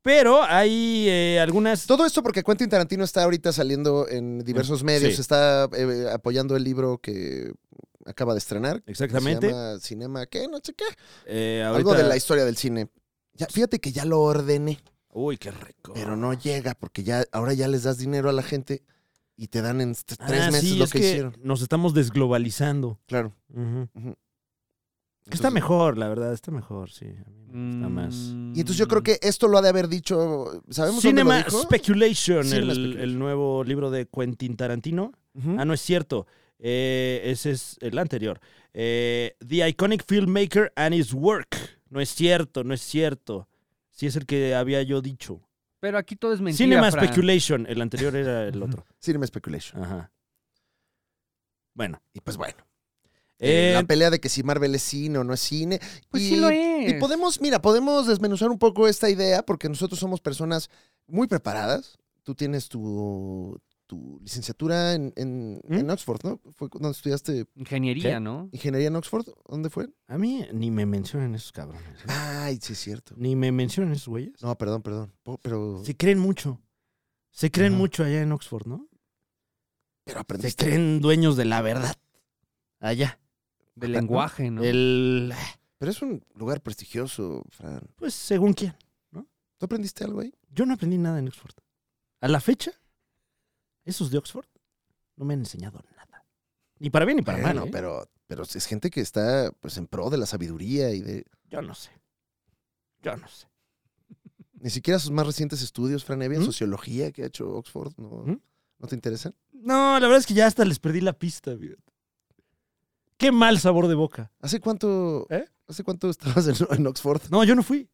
S1: Pero hay eh, algunas.
S2: Todo esto porque Quentin Tarantino está ahorita saliendo en diversos medios.
S1: Mm, sí.
S2: Está eh, apoyando el libro que acaba de estrenar. que
S1: Exactamente.
S2: Se llama Cinema, ¿qué? No sé qué.
S1: Eh,
S2: Algo
S1: ahorita-
S2: de la historia del cine. Ya, fíjate que ya lo ordené,
S1: Uy, qué rico.
S2: pero no llega porque ya ahora ya les das dinero a la gente y te dan en t-
S1: Ah,
S2: tres meses
S1: sí,
S2: lo
S1: es
S2: que, hicieron.
S1: Nos estamos desglobalizando.
S2: Claro.
S1: Ujú. Que está
S2: Entonces-
S1: mejor, la verdad, está mejor, sí. A mí me gusta más.
S3: Mm.
S2: Y entonces yo creo que esto lo ha de haber dicho. ¿Sabemos dónde
S1: Cinema
S2: lo dijo?
S1: Speculation,
S2: Cinema
S1: el,
S2: Speculation.
S1: el nuevo libro de Quentin Tarantino.
S2: Ujú.
S1: Ah, no es cierto. Eh, ese es el anterior. Eh, The Iconic Filmmaker and His Work. No es cierto, no es cierto. Sí es el que había yo dicho.
S3: Pero aquí todo es mentira.
S1: Cinema
S3: Fran.
S1: Speculation, el anterior era el otro.
S2: Cinema Speculation.
S1: Ajá. Bueno.
S2: Y pues bueno.
S1: eh,
S2: la pelea de que si Marvel es cine o no es cine.
S3: Pues
S2: y,
S3: sí lo es.
S2: Y podemos, mira, podemos desmenuzar un poco esta idea porque nosotros somos personas muy preparadas. Tú tienes tu, tu licenciatura en, en-
S1: ¿Mm?
S2: en Oxford, ¿no? Fue cuando estudiaste
S3: Ingeniería,
S1: ¿Qué?
S3: ¿no?
S2: ingeniería en Oxford. ¿Dónde fue?
S1: a mí ni me mencionan esos cabrones. ¿eh?
S2: Ay, sí, es cierto.
S1: Ni me mencionan esos güeyes.
S2: No, perdón, perdón. Po- Pero,
S1: Se creen mucho. Se creen
S2: Ajá.
S1: mucho allá en Oxford, ¿no?
S2: pero
S1: Se
S2: aprendiste.
S1: creen dueños de la verdad. Allá.
S3: De lenguaje, ¿no?
S1: El.
S2: Pero es un lugar prestigioso, Fran.
S1: Pues según quién.
S2: ¿Tú aprendiste algo ahí?
S1: Yo no aprendí nada en Oxford. A la fecha, esos de Oxford no me han enseñado nada. Ni para bien ni para
S2: Bueno,
S1: mal. ¿eh?
S2: pero, pero es gente que está pues en pro de la sabiduría y de.
S1: Yo no sé. Yo no sé.
S2: Ni siquiera sus más recientes estudios, Fran Evia, en
S1: ¿Mm?
S2: sociología que ha hecho Oxford, ¿no,
S1: ¿Mm?
S2: ¿no te interesan?
S1: No, la verdad es que ya hasta les perdí la pista. fíjate. Qué mal sabor de boca.
S2: ¿Hace cuánto,
S1: ¿Eh?
S2: ¿hace cuánto estabas en, en Oxford?
S1: No, yo no fui.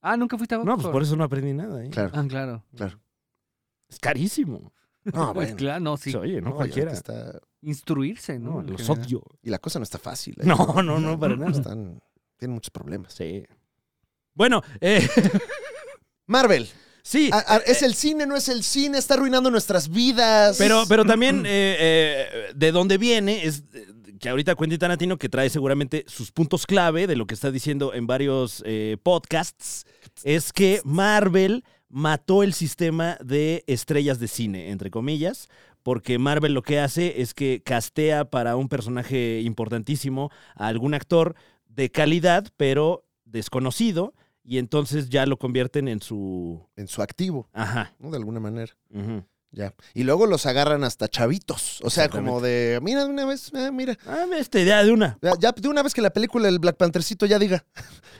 S3: Ah, nunca fuiste a
S1: No, pues
S3: Oxford?
S1: por eso no aprendí nada. ¿eh?
S2: Claro.
S3: Ah, claro.
S1: Es carísimo.
S2: No,
S3: Pues
S2: Ah, bueno.
S3: claro, no, sí.
S1: Se oye,
S2: No,
S1: ¿no?
S2: y
S1: Cualquiera.
S2: ahorita está-
S3: Instruirse, ¿no?
S2: Mm,
S1: No,
S3: En
S1: los
S3: general.
S1: odio.
S2: Y la cosa no está fácil. ¿eh?
S1: No, no, no, para nada.
S2: Están, tienen muchos problemas.
S1: Sí. Bueno, eh,
S2: Marvel.
S1: sí. eh,
S2: a- a- ¿Es el cine? ¿No es el cine? Está arruinando nuestras vidas.
S1: Pero, pero también eh, eh, de dónde viene es eh, que ahorita Quentin Tarantino que trae seguramente sus puntos clave de lo que está diciendo en varios eh, podcasts es que Marvel mató el sistema de estrellas de cine, entre comillas, porque Marvel lo que hace es que castea para un personaje importantísimo a algún actor de calidad, pero desconocido, y entonces ya lo convierten en su...
S2: En su activo,
S1: Ajá.
S2: ¿no? De alguna manera.
S1: ujú.
S2: Ya. Y luego los agarran hasta chavitos. O sea, como de, mira, de una vez, ah, mira.
S1: Ah, esta idea de una.
S2: Ya, ya de una vez que la película El Black Panthercito ya diga.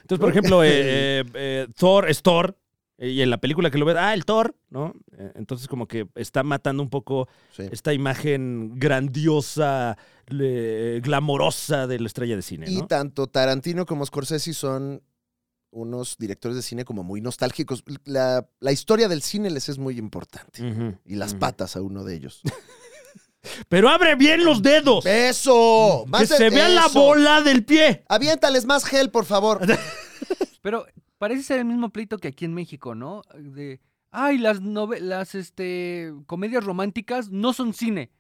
S1: Entonces, por ejemplo, eh, eh, eh, Thor es Thor. eh, Y en la película que lo ves, ah, el Thor, ¿no? Eh, Entonces, como que está matando un poco
S2: Sí.
S1: esta imagen grandiosa, le- glamorosa de la estrella de cine,
S2: Y
S1: ¿no?
S2: tanto Tarantino como Scorsese son unos directores de cine como muy nostálgicos. La, la historia del cine les es muy importante.
S1: Ujú,
S2: Y las
S1: ujú.
S2: patas a uno de ellos.
S1: Pero abre bien los dedos.
S2: ¡Eso!
S1: que
S2: Más de-
S1: se vea la
S2: eso.
S1: bola del pie.
S2: Aviéntales más gel, por favor.
S3: Pero parece ser el mismo pleito que aquí en México, ¿no? De, ay, las, nove- las este, comedias románticas no son cine.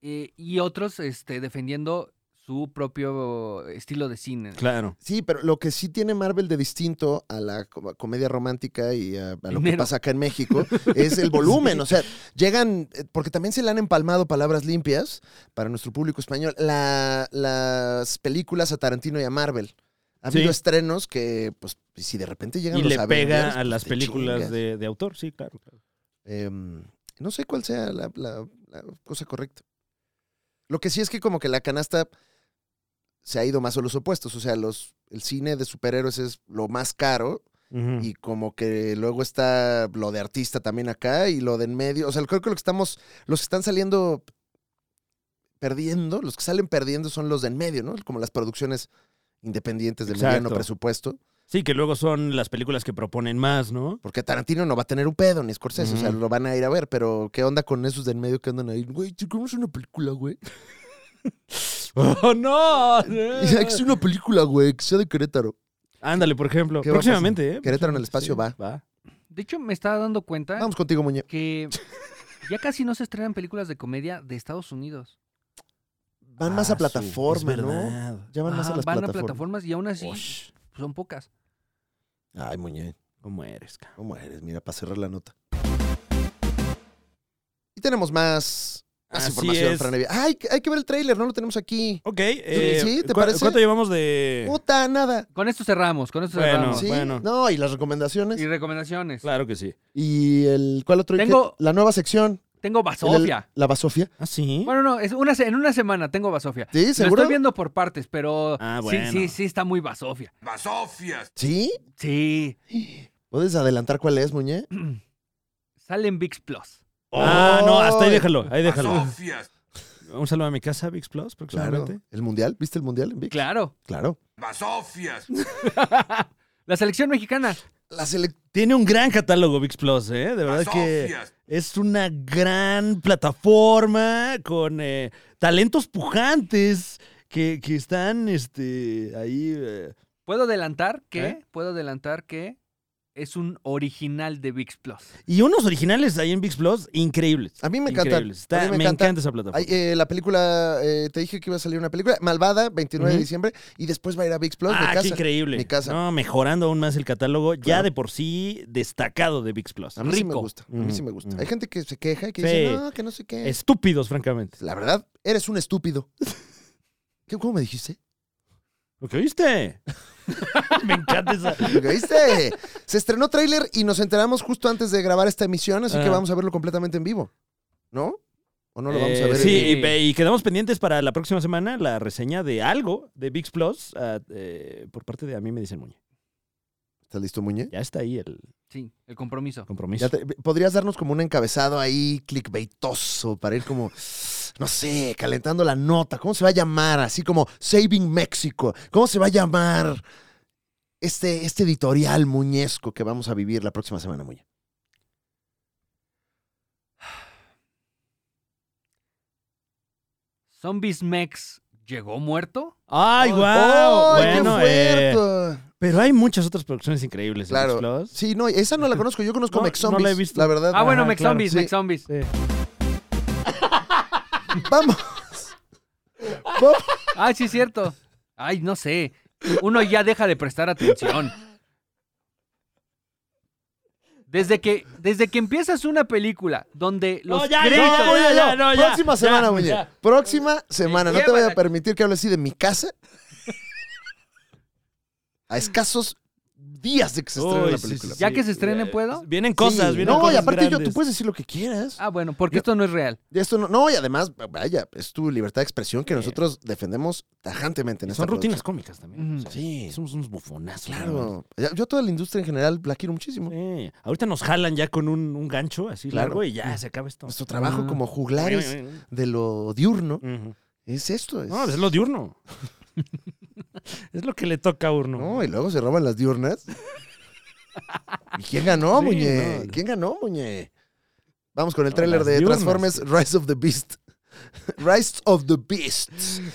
S3: Eh, y otros este, defendiendo su propio estilo de cine.
S1: Claro.
S2: Sí, pero lo que sí tiene Marvel de distinto a la co- comedia romántica y a, a lo que
S3: Dinero.
S2: pasa acá en México es el volumen. O sea, llegan, eh, porque también se le han empalmado palabras limpias para nuestro público español, la- las películas a Tarantino y a Marvel. Ha habido
S1: Sí.
S2: estrenos que, pues, si de repente llegan
S1: Y
S2: los
S1: le pega
S2: Avengers,
S1: a
S2: pues,
S1: las
S2: te
S1: películas
S2: chingas.
S1: de, de autor, sí, claro. claro.
S2: Em, no sé cuál sea la, la- la cosa correcta. Lo que sí es que como que la canasta se ha ido más a los opuestos. O sea, los, el cine de superhéroes es lo más caro
S1: Ujú.
S2: y como que luego está lo de artista también acá y lo de en medio. O sea, creo que lo que estamos, los que están saliendo perdiendo, los que salen perdiendo son los de en medio, ¿no? Como las producciones independientes de mediano
S1: Exacto.
S2: presupuesto.
S1: Sí, que luego son las películas que proponen más, ¿no?
S2: Porque Tarantino no va a tener un pedo, ni Scorsese, o sea,
S1: Ujú.
S2: lo van a ir a ver, pero ¿qué onda con esos de en medio que andan ahí? Güey, ¿sí ¿cómo es una película, güey?
S1: ¡Oh, no!
S2: Es una película, güey, que sea de Querétaro.
S1: Ándale, por ejemplo.
S2: ¿Qué va a pasar?
S1: Próximamente, ¿eh?
S2: Querétaro en el espacio
S1: Sí,
S2: va.
S1: Va.
S3: De hecho, me estaba dando cuenta
S2: Vamos contigo, Muñe.
S3: que ya casi no se estrenan películas de comedia de Estados Unidos.
S2: Van más a
S1: Ah, su-
S2: plataforma,
S1: es
S2: ¿no?
S1: verdad.
S2: Ya Ah, van más a
S3: Ajá,
S2: las
S3: van
S2: plataformas.
S3: a plataformas y aún así
S1: Ush,
S3: son pocas.
S2: Ay, Muñe,
S1: ¿Cómo eres, cabrón?
S2: ¿cómo eres? Mira, para cerrar la nota. Y tenemos más, más
S1: Así
S2: Ah, información,
S1: es.
S2: Fran Evia. Ay, hay que- hay que ver el tráiler, no lo tenemos aquí.
S1: Ok. eh,
S2: sí, te
S1: ¿cu-
S2: parece?
S1: ¿Cuánto llevamos de...?
S2: Puta, nada.
S3: Con esto cerramos, con esto
S1: Bueno,
S3: cerramos.
S2: Sí,
S1: bueno.
S2: no, y las recomendaciones.
S3: Y recomendaciones.
S1: Claro que sí.
S2: Y el, ¿cuál otro?
S3: Tengo-
S2: La nueva sección.
S3: Tengo Basofia.
S2: La basofia.
S1: ¿Ah, sí?
S3: Bueno, no, es una, se- en una semana tengo Basofia.
S2: Sí,
S3: Lo
S2: seguro.
S3: estoy viendo por partes, pero
S1: Ah,
S3: sí,
S1: bueno.
S3: sí, sí está muy basofia.
S5: Basofias.
S2: Sí.
S3: Sí,
S2: ¿Puedes adelantar cuál es, Muñe?
S3: sale en VIX Plus.
S1: Ah, no, hasta ahí déjalo, ahí déjalo.
S5: Basofias.
S1: Un saludo a mi casa, VIX Plus,
S2: Ah, Claro.
S1: próximamente.
S2: ¿El mundial? ¿Viste el mundial en VIX?
S3: Claro,
S2: Claro.
S5: Masofias.
S3: La selección mexicana.
S2: La selec-
S1: Tiene un gran catálogo VIX Plus, ¿eh? De verdad que
S5: Masofias.
S1: es una gran plataforma con eh, talentos pujantes que, que están este, ahí. eh,
S3: Puedo adelantar que,
S1: ¿Eh?
S3: puedo adelantar que es un original de VIX Plus.
S1: y unos originales ahí en VIX Plus increíbles.
S2: A mí me encanta.
S1: Increíbles. Está-
S2: A mí me
S1: me,
S2: encanta.
S1: encanta. esa plataforma.
S2: Ay, eh, la película, eh, te dije que iba a salir una película, Malvada, 29 de
S1: Ujú.
S2: diciembre, y después va a ir a VIX Plus,
S1: ah,
S2: mi
S1: qué
S2: casa.
S1: increíble.
S2: mi casa.
S1: No, mejorando aún más el catálogo, ya
S2: Claro.
S1: de por sí destacado de VIX Plus.
S2: A mí sí me
S1: Rico.
S2: gusta, a mí sí me
S1: Ujú,
S2: gusta.
S1: ujú.
S2: Hay gente que se queja y que
S1: Sí.
S2: dice, no, que no sé qué.
S1: Estúpidos, francamente.
S2: La verdad, eres un estúpido. ¿Qué, ¿Cómo me dijiste?
S1: ¿Lo que oíste? me encanta esa.
S2: ¿Lo que viste? Se estrenó tráiler y nos enteramos justo antes de grabar esta emisión, así que
S1: Ah.
S2: vamos a verlo completamente en vivo. ¿No? ¿O no lo vamos a
S1: Eh,
S2: ver? en
S1: Sí,
S2: vivo?
S1: y, ve- y quedamos pendientes para la próxima semana la reseña de algo de VIX Plus ah, eh, por parte de A mí me dicen Muñe.
S2: ¿Estás listo, Muñe?
S1: Ya está ahí el
S3: Sí, el compromiso.
S1: compromiso.
S2: Ya te- ¿Podrías darnos como un encabezado ahí clickbaitoso para ir como, no sé, calentando la nota? ¿Cómo se va a llamar? Así como Saving México. ¿Cómo se va a llamar este, este editorial muñesco que vamos a vivir la próxima semana, Muñe?
S3: Zombies Mex llegó muerto.
S1: ¡Ay,
S3: Oh,
S1: guau!
S2: ¡Ay,
S1: bueno,
S2: qué
S1: eh,
S2: fuerte!
S1: pero hay muchas otras producciones increíbles en
S2: Claro.
S1: VIX Plus.
S2: Sí, no, esa no la conozco. Yo conozco
S1: No,
S2: Mex
S1: no la he
S2: Zombies, la
S1: visto.
S2: verdad.
S3: Ah, bueno,
S1: Ajá,
S3: Mex
S1: claro,
S3: Zombies,
S1: sí.
S3: Mex Zombies.
S2: Vamos.
S3: Ah, sí, es cierto. Ay, no sé. Uno ya deja de prestar atención. Desde que, desde que empiezas una película donde los
S1: No, ya,
S3: gritos-
S1: ya, ya, ya, no, ya.
S2: Próxima semana,
S1: Ya,
S2: Muñe.
S1: ya.
S2: Próxima semana. No te voy a
S3: Llévala.
S2: permitir que hable así de mi casa. A escasos días de que se estrene
S1: Uy,
S2: la
S1: sí,
S2: película.
S1: sí,
S3: ¿Ya
S1: sí.
S3: que se estrene, puedo?
S1: Vienen cosas,
S2: Sí.
S1: vienen
S2: No,
S1: cosas.
S2: y aparte yo, tú
S1: grandes.
S2: puedes decir lo que quieras.
S3: Ah, bueno, porque
S2: Yo-
S3: esto no es real.
S2: Esto no, no, y además, vaya, es tu libertad de expresión que nosotros defendemos tajantemente en esta
S1: Son rutinas
S2: producción.
S1: cómicas también. o
S3: Ujú.
S1: sea,
S2: Sí.
S1: Somos unos bufonazos. ¿no?
S2: Claro. Ya- Yo a toda la industria en general la quiero muchísimo.
S1: Sí. Ahorita nos jalan ya con un, un gancho así
S2: Claro.
S1: largo y ya se acaba esto.
S2: Nuestro trabajo
S3: Ah.
S2: como juglares de lo diurno
S1: Ujú.
S2: es esto. Es,
S1: No, pues es lo diurno. es lo que le toca a uno.
S2: No, y luego se roban las diurnas. ¿Y quién ganó,
S1: Sí,
S2: Muñe?
S1: no.
S2: ¿Quién ganó, Muñe? Vamos con el
S1: No,
S2: tráiler
S1: las
S2: de
S1: diurnas.
S2: Transformers Rise of the Beast. Rise of the Beast.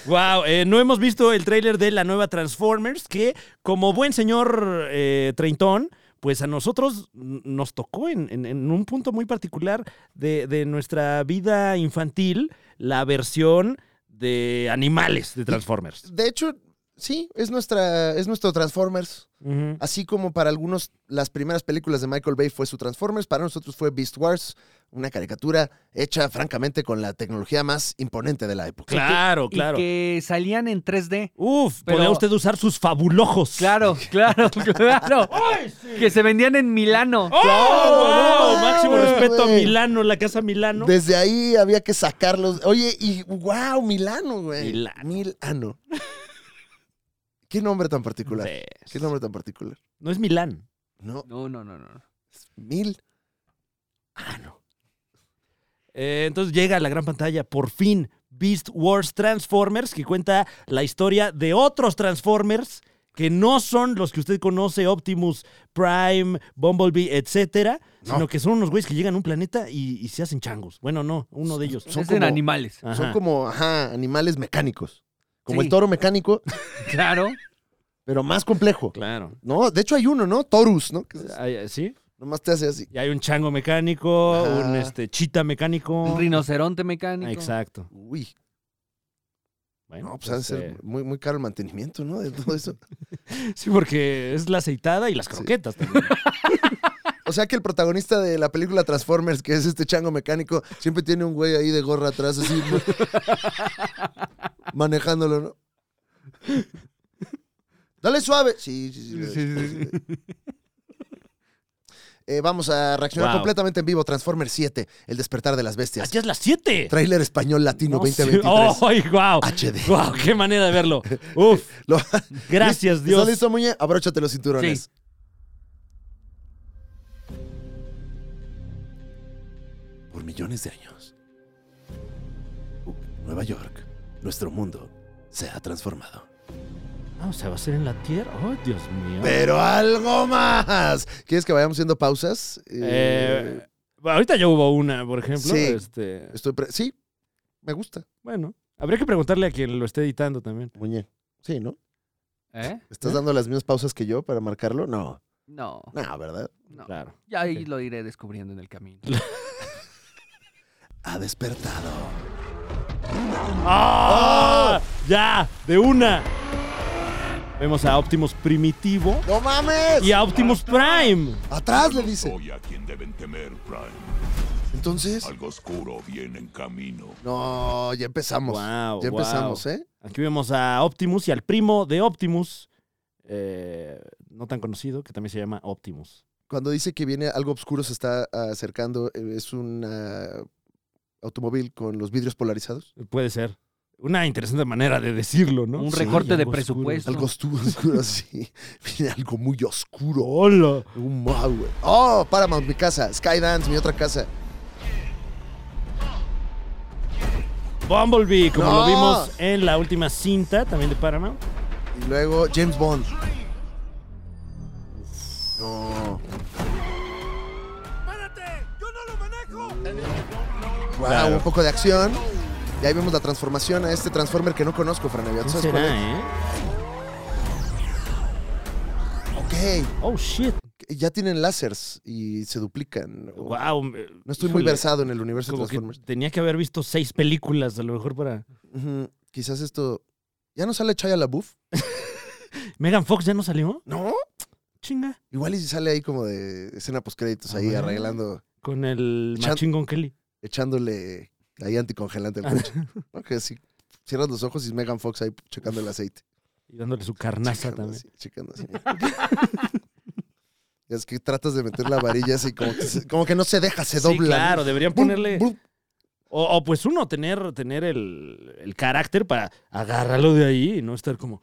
S1: Wow, eh, no hemos visto el tráiler de la nueva Transformers que, como buen señor eh, Treintón, pues a nosotros n- nos tocó en, en- en un punto muy particular de, de nuestra vida infantil la versión de animales de Transformers.
S2: De hecho, sí, es, nuestra, es nuestro Transformers.
S1: Ujú.
S2: Así como para algunos las primeras películas de Michael Bay fue su Transformers, para nosotros fue Beast Wars, una caricatura hecha francamente con la tecnología más imponente de la época.
S1: Claro,
S3: Y
S1: claro.
S3: que salían en 3D.
S1: Uf,
S3: Pero-
S1: podría usted usar sus fabulojos.
S3: Claro, claro, claro. Que se vendían en Milano.
S1: ¡Oh, wow!
S2: no
S1: Máximo
S2: mames,
S1: respeto
S2: güey.
S1: a Milano, la casa Milano.
S2: Desde ahí había que sacarlos. Oye, y wow, Milano, güey.
S1: Milano.
S2: Milano. Qué nombre tan particular.
S1: Sí.
S2: Qué nombre tan particular.
S1: No es Milán.
S2: No,
S3: No, no, no, no.
S2: es Mil.
S1: Eh, entonces llega a la gran pantalla, por fin, Beast Wars Transformers, que cuenta la historia de otros Transformers que no son los que usted conoce, Optimus, Prime, Bumblebee, etcétera,
S2: No.
S1: sino que son unos güeyes que llegan a un planeta y, y se hacen changos. Bueno, no, uno de ellos.
S2: Son
S3: es en
S2: como-
S3: animales.
S1: Ajá.
S2: Son como, ajá, animales mecánicos. Como
S3: Sí.
S2: el toro mecánico,
S3: Claro.
S2: pero más complejo.
S1: Claro.
S2: No, de hecho hay uno, ¿no? Torus, ¿no? Que es-
S1: Hay- Sí,
S2: nomás te hace así.
S1: y hay un chango mecánico,
S2: Ajá.
S1: un este, chita mecánico.
S3: Un rinoceronte mecánico.
S1: Exacto.
S2: Uy,
S1: Bueno,
S2: no, pues ha de
S1: pues, eh,
S2: ser muy, muy caro el mantenimiento, ¿no? De todo eso.
S1: Sí, porque es la aceitada y las
S2: Sí.
S1: croquetas también.
S2: O sea que el protagonista de la película Transformers, que es este chango mecánico, siempre tiene un güey ahí de gorra atrás, así. ¿no? manejándolo, ¿no? Dale suave. Sí, sí, sí. Eh, vamos a reaccionar
S1: Wow.
S2: completamente en vivo. Transformers 7, El despertar de las bestias.
S1: Allá es las 7.
S2: Trailer español latino
S1: No sé.
S2: 2023.
S1: Oh. ¡Ay, guau!
S2: HD.
S1: ¡Guau! ¡Qué manera de verlo! ¡Uf!
S2: Lo-
S1: Gracias,
S2: ¿Estás
S1: Dios.
S2: listo, Muñe? Abróchate los cinturones.
S3: Sí.
S2: Por millones de años, U- Nueva York, nuestro mundo, se ha transformado.
S1: No, se Ah, va a hacer en la tierra. Oh, Dios mío.
S2: Pero algo más. ¿Quieres que vayamos haciendo pausas?
S1: Eh, bueno, ahorita ya hubo una, por ejemplo.
S2: Sí.
S1: Este,
S2: estoy pre- sí, me gusta.
S1: bueno, habría que preguntarle a quien lo esté editando también.
S2: Muñe. Sí, ¿no?
S3: ¿Eh?
S2: ¿Estás dando las mismas pausas que yo para marcarlo? No.
S3: No,
S2: No, ¿verdad?
S3: no.
S1: Claro.
S3: Ya ahí lo iré descubriendo en el camino.
S2: Ha despertado.
S1: ¡Ah!
S2: ¡Oh!
S1: ¡Ya! ¡De una! Vemos a Optimus Primitivo
S2: ¡No mames!
S1: y a Optimus Prime.
S2: Atrás le dice.
S5: Soy a quien deben temer, Prime.
S2: Entonces.
S5: Algo oscuro viene en camino.
S2: No, ya empezamos.
S1: Wow,
S2: ya empezamos,
S1: wow.
S2: ¿eh?
S1: Aquí vemos a Optimus y al primo de Optimus, eh, no tan conocido, que también se llama Optimus.
S2: Cuando dice que viene algo oscuro se está acercando, eh, es un ah, automóvil con los vidrios polarizados.
S1: Puede ser. Una interesante manera de decirlo, ¿no?
S3: Un recorte de
S1: algo oscuro.
S3: presupuesto.
S2: Algo oscuro, oscuro así. Viene algo muy oscuro.
S1: ¡Hola!
S2: Un wow, güey. Oh, Paramount, mi casa. Skydance, mi otra casa.
S1: Bumblebee, como
S2: No.
S1: lo vimos en la última cinta, también de Paramount.
S2: Y luego James Bond. No.
S5: ¡Espérate! ¡Yo no lo manejo!
S2: Wow,
S1: Claro.
S2: un poco de acción. Y ahí vemos la transformación a este Transformer que no conozco, Franevia. ¿Tú
S1: ¿Quién
S2: sabes
S1: será,
S2: cuál
S1: eh?
S2: es? Ok.
S1: Oh, shit.
S2: Ya tienen lásers y se duplican. O-
S1: Wow.
S2: No estoy muy versado en el universo de
S1: Como que
S2: Transformers.
S1: tenía que haber visto seis películas, a lo mejor para.
S2: Ujú. Quizás esto. ¿Ya no sale Chaya LaBeouf?
S1: ¿Megan Fox ya no salió?
S2: ¿No?
S1: Chinga.
S2: Igual y sale ahí como de escena postcréditos, ahí
S1: Ah.
S2: arreglando,
S1: Con el
S2: Chan-
S1: Machingón Kelly.
S2: echándole ahí anticongelante
S1: Ah,
S2: al coche. ¿No? Que si cierras los ojos y Megan Fox ahí checando el aceite.
S1: Y dándole su carnaza
S2: Checando
S1: también.
S2: así, checando así. es que tratas de meter la varilla así como que, se- como que no se deja, se
S1: Sí,
S2: dobla.
S1: claro, deberían ponerle.
S2: Bum, bum.
S1: O, o, pues uno, tener, tener el, el carácter para agarrarlo de ahí y no estar como.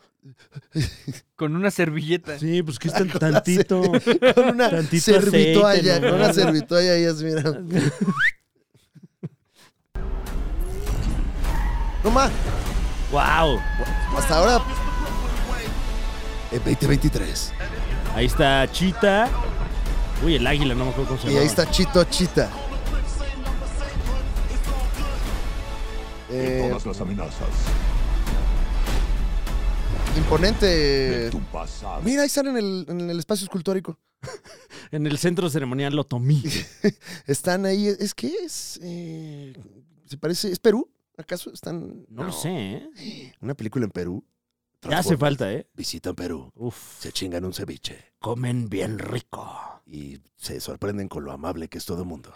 S3: Con una servilleta.
S1: Sí, pues que están tantito.
S2: Con una
S1: Tantito
S2: servitoalla,
S1: aceite,
S2: con
S1: ¿no?
S2: una servitoalla y es, mira. No más,
S1: ¡Wow!
S2: hasta ahora. En 2023.
S1: Ahí está Chita. Uy, el águila, no me acuerdo cómo se
S2: Y ahí
S1: llamaba.
S2: está Chito Chita. Eh,
S5: Todas las amenazas de
S2: imponente.
S5: tu pasado.
S2: Mira, ahí están en el, en el espacio escultórico.
S1: En el centro ceremonial Otomí.
S2: Están ahí. ¿Es que es? Eh, ¿Se parece? ¿Es Perú? ¿Acaso están?
S1: No, lo sé, ¿eh?
S2: Una película en Perú.
S1: Ya hace falta, ¿eh?
S2: Visitan Perú,
S1: Uf.
S2: se chingan un ceviche
S1: comen bien rico.
S2: y se sorprenden con lo amable que es todo el mundo.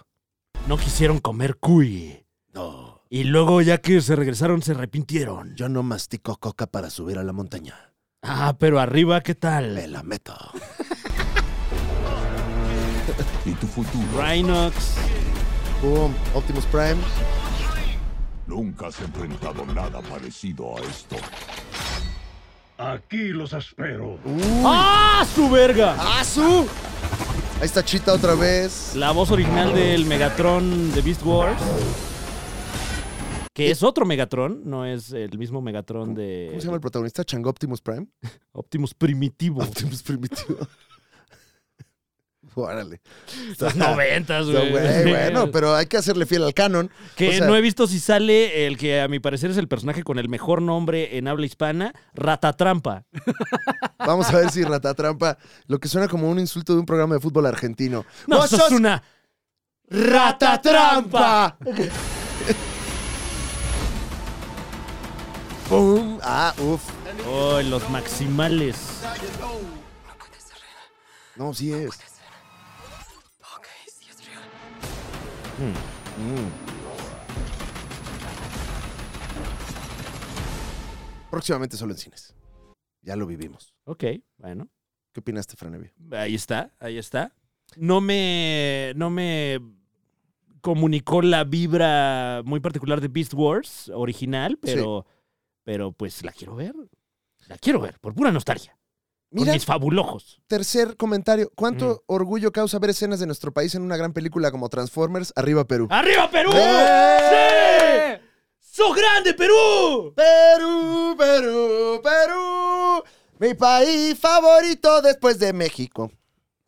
S1: No quisieron comer cuy.
S2: No,
S1: Y luego, ya que se regresaron, se arrepintieron.
S2: yo no mastico coca para subir a la montaña.
S1: Ah, pero arriba, ¿qué
S2: Me
S1: tal?
S2: la meto.
S5: Y tu futuro
S1: Rhinox.
S2: Boom, Optimus Prime.
S5: nunca has enfrentado nada parecido a esto.
S4: Aquí los espero.
S1: ¡Ah, su verga!
S2: ¡Azu! Ahí está Chita otra vez.
S1: La voz original del Megatron de Beast Wars. Que es otro Megatron, no es el mismo Megatron de
S2: ¿Cómo se llama el protagonista? ¿Chango Optimus Prime?
S1: Optimus Primitivo.
S2: Optimus Primitivo. Órale.
S1: Los noventas,
S2: Está
S1: güey.
S2: güey, bueno, pero hay que hacerle fiel al canon.
S1: Que
S2: o sea-
S1: no he visto si sale el que a mi parecer es el personaje con el mejor nombre en habla hispana, Ratatrampa.
S2: Vamos a ver si Ratatrampa, lo que suena como un insulto de un programa de fútbol argentino.
S1: No,
S2: ¡Vos
S1: sos,
S2: sos
S1: una
S2: Ratatrampa! ¡Pum! Ah, uff.
S1: Oh, los maximales.
S2: No, sí es. Próximamente solo en cines. Ya lo vivimos.
S1: Ok, bueno.
S2: ¿Qué opinaste, Franevia?
S1: Ahí está, ahí está. No me. No me comunicó la vibra muy particular de Beast Wars original, pero. Pero pues la quiero ver. La quiero ver, por pura nostalgia.
S2: Mira,
S1: Con mis fabulojos.
S2: tercer comentario. ¿Cuánto orgullo causa ver escenas de nuestro país en una gran película como Transformers Arriba Perú?
S1: ¡Arriba, Perú!
S2: ¡Eh!
S1: ¡Sí! ¡Sos grande, Perú!
S2: Perú, Perú, Perú. Mi país favorito después de México.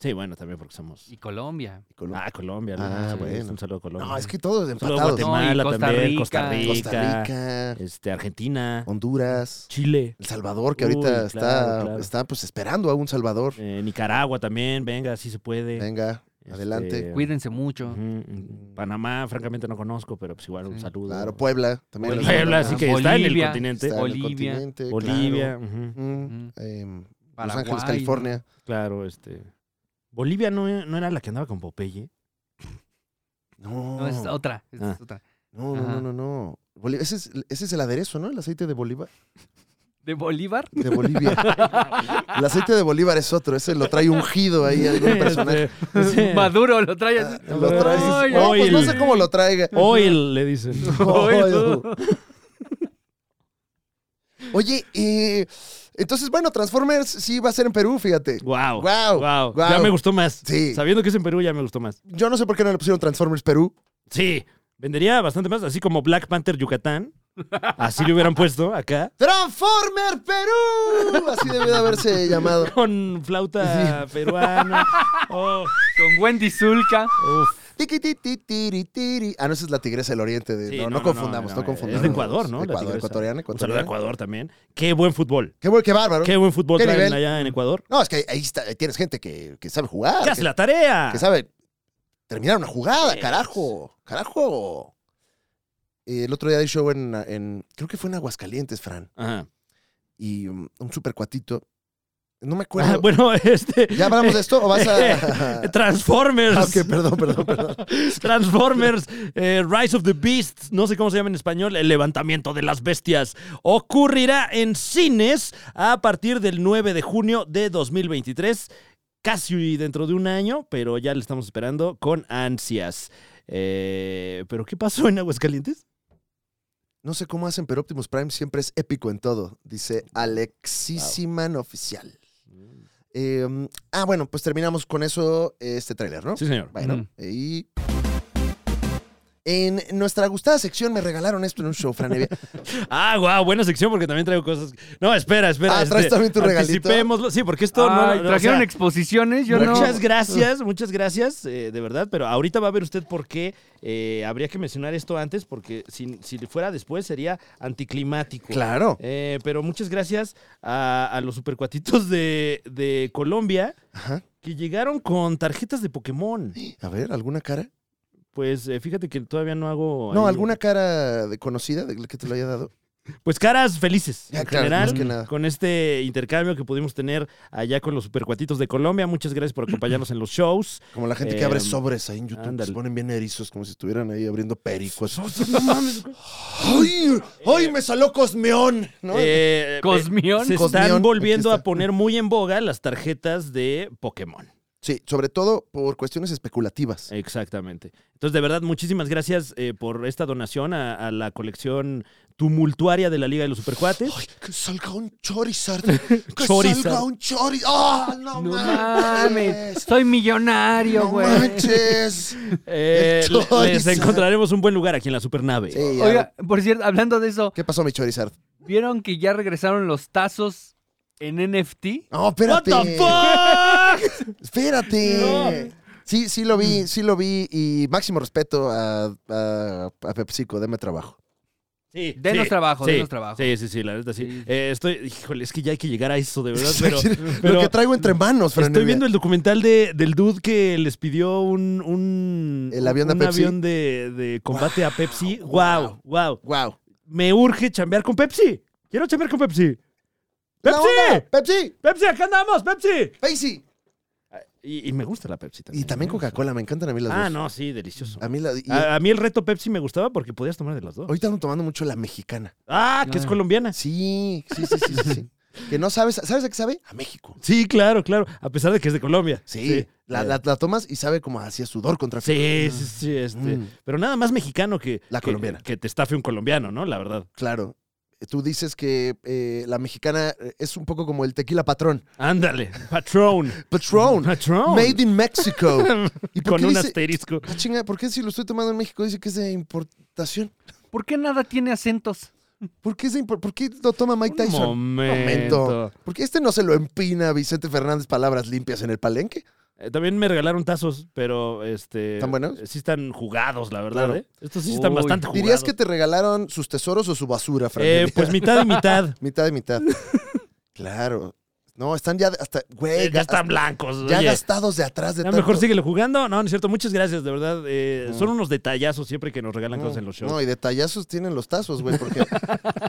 S1: Sí, bueno, también porque somos.
S3: Y Colombia.
S2: Colombia.
S1: Ah, Colombia.
S2: Ah,
S1: sí,
S2: bueno.
S1: Un saludo a Colombia.
S2: No, es que todos
S1: Un saludo a
S2: empatados.
S1: Guatemala
S3: No, y Costa
S1: también,
S3: Rica.
S1: Costa Rica,
S2: Costa Rica,
S1: este, Argentina,
S2: Honduras,
S1: Chile,
S2: El Salvador, que
S1: Uy,
S2: ahorita
S1: claro,
S2: está,
S1: claro.
S2: está pues esperando a un Salvador.
S1: eh, Nicaragua también, venga, sí se puede.
S2: Venga,
S1: Este,
S2: adelante.
S3: Cuídense mucho.
S1: ujú, ujú. Panamá, francamente no conozco, pero pues igual un
S3: Sí.
S1: saludo.
S2: Claro, Puebla también.
S1: Puebla,
S3: Puebla,
S1: así que está en el
S3: Bolivia,
S1: continente.
S2: Está en el
S3: Bolivia,
S2: continente, claro.
S1: Bolivia, ujú,
S2: Mm,
S3: Ujú.
S2: em, Los
S3: Paraguay,
S2: Ángeles, California.
S1: claro, este. Bolivia no, e- no era la que andaba con Popeye.
S2: No,
S3: ¿no? No, es otra. es
S1: Ah.
S3: otra.
S2: no, no,
S3: Ajá.
S2: no, no, no. Boli- Ese es, ese es el aderezo, ¿no? El aceite de Bolívar.
S3: ¿De Bolívar?
S2: De Bolivia. El aceite de Bolívar es otro. Ese lo trae ungido ahí algún personaje. Ah,
S1: Este,
S3: pues, Maduro lo trae así.
S2: Lo trae.
S3: Ay,
S2: No, pues no
S1: oil.
S2: sé cómo lo traiga.
S1: Oil, le dicen.
S2: Oil. Oye, eh, entonces, bueno, Transformers sí va a ser en Perú, fíjate.
S1: Wow,
S2: Guau,
S1: wow. Ya
S2: guau.
S1: me gustó más.
S2: Sí.
S1: Sabiendo que es en Perú, ya me gustó más.
S2: Yo no sé por qué no le pusieron Transformers Perú.
S1: Sí, vendería bastante más, así como Black Panther Yucatán. Así le hubieran puesto acá.
S2: ¡Transformer Perú! Así debió de haberse llamado.
S1: Con flauta peruana. Oh,
S3: Con Wendy Zulka.
S1: uf.
S2: Tiqui, ti, ti, tiri, tiri. Ah, no, esa es la Tigresa del Oriente. De,
S1: Sí,
S2: no, no,
S1: no, no,
S2: confundamos, no,
S1: no, no,
S2: confundamos.
S1: es de Ecuador, ¿no?
S2: De
S1: La
S2: Ecuador,
S1: Tigresa.
S2: ecuatoriana,
S1: Un saludo a
S2: ecuatoriana.
S1: Ecuador también. Qué buen fútbol.
S2: Qué, bu- qué bárbaro.
S1: Qué buen fútbol
S2: ¿Qué
S1: traen
S2: nivel?
S1: allá en Ecuador.
S2: No, es que ahí, está, ahí tienes gente que, que sabe jugar.
S1: ¡Ya
S2: que-
S1: hace la tarea!
S2: que sabe terminar una jugada,
S1: Es.
S2: carajo, carajo. Eh, el otro día de show en, en- creo que fue en Aguascalientes, Fran,
S1: Ajá.
S2: y um, un super cuatito. No me acuerdo.
S1: Ah, bueno, este.
S2: ¿Ya hablamos de esto o vas a...? Ah,
S1: Transformers.
S2: ok, perdón, perdón, perdón.
S1: Transformers, eh, Rise of the Beasts, no sé cómo se llama en español, El levantamiento de las bestias, ocurrirá en cines a partir del 9 de junio de 2023, casi dentro de un año, pero ya le estamos esperando con ansias. Eh, ¿Pero qué pasó en Aguascalientes?
S2: No sé cómo hacen, pero Optimus Prime siempre es épico en todo. Dice Alexisiman Oficial.
S1: Mm.
S2: Eh, um, ah, bueno, pues terminamos con eso eh, este tráiler, ¿no?
S1: Sí, señor.
S2: Bueno,
S3: Ujú.
S2: y... En nuestra gustada sección me regalaron esto en un show, Fran Evia.
S1: Ah, guau, buena sección porque también traigo cosas. No, espera, espera. este,
S2: Ah, ¿traes también tu regalito?
S1: anticipémoslo. Sí, porque esto no-
S3: Ay,
S1: no. o
S3: trajeron
S1: sea,
S3: exposiciones, yo no.
S1: Muchas gracias, muchas gracias, eh, de verdad, pero ahorita va a ver usted por qué eh, habría que mencionar esto antes, porque si, si fuera después sería anticlimático.
S2: Claro.
S1: Eh, pero muchas gracias a, a los supercuatitos de, de Colombia
S2: Ajá.
S1: que llegaron con tarjetas de Pokémon.
S2: A ver, ¿alguna cara?
S1: Pues eh, fíjate que todavía no hago...
S2: No,
S1: ahí-
S2: ¿alguna cara de conocida de la que te lo haya dado?
S1: Pues caras felices
S2: Ya,
S1: en
S2: claro,
S1: general
S2: Ah, más que nada.
S1: con este intercambio que pudimos tener allá con los supercuatitos de Colombia. Muchas gracias por acompañarnos en los shows.
S2: Como la gente que abre
S1: Em,
S2: sobres ahí en YouTube, que se
S1: ándale.
S2: ponen bien erizos, como si estuvieran ahí abriendo pericos. ¡Ay! ¡Ay, me salió Cosmeón! ¿no?
S1: Eh,
S3: Cosmión.
S1: se
S2: Cosmión,
S1: están volviendo
S2: aquí está.
S1: a poner muy en boga las tarjetas de Pokémon.
S2: Sí, sobre todo por cuestiones
S1: Eh.
S2: especulativas.
S1: Exactamente. Entonces, de verdad, muchísimas gracias eh, por esta donación a, a la colección tumultuaria de la Liga de los Supercuates.
S2: ¡Ay, que salga un Charizard! ¡Que
S1: Chorizard.
S2: salga un Charizard! ¡Ah, no,
S3: No mames.
S2: mames!
S3: Soy millonario,
S2: ¡No
S3: güey.
S2: manches!
S1: Eh,
S2: El
S1: le- les
S2: Charizard.
S1: encontraremos un buen lugar aquí en la supernave.
S2: Sí, ya.
S3: Oiga, por cierto, hablando de eso,
S2: ¿Qué pasó, mi Chorizard?
S3: ¿vieron que ya regresaron los tazos en NFT?
S2: ¡No,
S1: ¡What
S2: espérate!
S1: the fuck!
S2: Espérate.
S1: No. Mm.
S2: Sí, sí lo vi, sí lo vi y máximo respeto a, a, a PepsiCo, deme trabajo.
S1: Sí,
S3: Denos
S1: sí,
S3: trabajo,
S1: sí,
S3: denos trabajo.
S1: Sí, sí, sí, la neta sí.
S3: Sí.
S1: Eh, estoy, híjole, es que ya hay que llegar a eso, de verdad. Pero,
S2: lo
S1: pero-
S2: que traigo entre manos, Fran
S1: Estoy
S2: Evia.
S1: viendo el documental de, del dude que les pidió un, un,
S2: El avión de
S1: un
S2: Pepsi.
S1: avión de, de combate a Pepsi. Wow, wow.
S2: Wow.
S1: Me urge chambear con Pepsi. Quiero chambear con Pepsi.
S2: ¡La
S1: ¡Pepsi!
S2: onda! ¡Pepsi!
S1: ¡Pepsi, acá andamos! ¡Pepsi!
S2: ¡Pepsi!
S1: Y, y me gusta la Pepsi también.
S2: Y también
S1: ¿eh?
S2: Coca-Cola, me encantan a mí las
S1: Ah,
S2: dos.
S1: no, Ah, sí, delicioso.
S2: A mí la, y-
S1: A, a mí el reto Pepsi me gustaba porque podías tomar de las dos.
S2: ahorita ando tomando mucho la mexicana.
S1: Ah, que es
S3: Ah.
S1: colombiana.
S2: Sí, sí, sí, sí, sí. sí. que no sabes, ¿sabes a qué sabe? A México.
S1: Sí, claro, claro. A pesar de que es de Colombia.
S2: Sí, La, la- la tomas y sabe como hacia sudor contra
S1: Sí, sí, sí, este.
S2: Mm.
S1: Pero nada más mexicano que.
S2: La
S1: que-
S2: colombiana.
S1: Que te estafe un colombiano, ¿no? La verdad.
S2: Claro. Tú dices que eh, la mexicana eh, es un poco como el tequila patrón.
S1: Ándale, patrón.
S2: Patrón.
S1: Patrón.
S2: Made in Mexico. ¿Y por
S1: Con
S2: qué
S1: un
S2: dice-
S1: asterisco.
S2: Ah, chinga, ¿por qué si lo estoy tomando en México dice que es de importación?
S3: ¿Por qué nada tiene acentos?
S2: ¿Por qué, se impo- por qué lo toma Mike
S1: Un
S2: Tyson?
S1: momento.
S2: ¿Por qué este no se lo empina a Vicente Fernández palabras limpias en el palenque?
S1: Eh, también me regalaron tazos, pero este.
S2: ¿Están buenos?
S1: Sí están jugados, la verdad,
S2: Claro.
S1: ¿eh? Estos sí están
S3: Uy.
S1: bastante jugados.
S2: ¿Dirías que te regalaron sus tesoros o su basura, Fran?
S1: Eh, pues mitad y mitad.
S2: Mitad y mitad. claro. No, están ya hasta, güey,
S1: Eh, ya
S2: ga-
S1: están blancos.
S2: ya
S1: oye.
S2: gastados de atrás de
S1: Ya
S2: tanto-
S1: mejor síguelo jugando. No, no es cierto. Muchas gracias, de verdad. Eh,
S2: Mm.
S1: Son unos detallazos siempre que nos regalan
S2: No,
S1: cosas en los shows.
S2: No, y detallazos tienen los tazos, güey, porque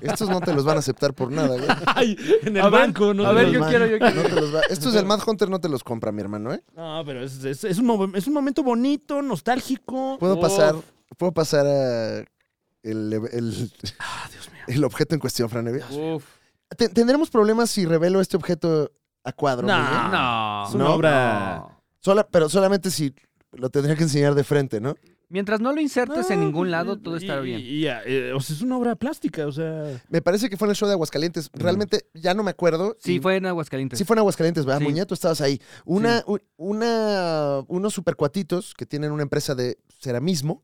S2: estos no te los van a aceptar por nada, güey.
S1: Ay, en el
S3: A ver,
S1: banco. no,
S3: a ver,
S1: Los
S3: yo
S1: ban-
S3: quiero, yo quiero.
S2: No te los va- Estos del Mad Hunter no te los compra, mi hermano, ¿eh?
S1: No, pero es, es- es un, mom- es un momento bonito, nostálgico.
S2: Puedo
S3: Uf.
S2: pasar, puedo pasar a el, el-
S1: Ah,
S2: el objeto en cuestión, Fran Evia?
S3: Uf.
S2: Te- ¿Tendremos problemas si revelo este objeto a cuadro?
S1: No.
S2: Miguel?
S3: No.
S1: Es una obra-
S3: no.
S2: Sola- pero solamente si lo tendría que enseñar de frente, ¿no?
S3: Mientras no lo insertes en
S1: No,
S3: ningún lado,
S1: eh,
S3: todo
S1: y-
S3: estará
S1: y-
S3: bien.
S1: y, eh, o sea, es una obra plástica, o sea.
S2: Me parece que fue en el show de Aguascalientes. Realmente ya no me acuerdo.
S3: Sí,
S2: Y-
S3: fue en Aguascalientes.
S2: Sí, fue en Aguascalientes, ¿verdad?
S3: Sí.
S2: Muñe? tú estabas ahí. Una, u- una, unos supercuatitos que tienen una empresa de ceramismo,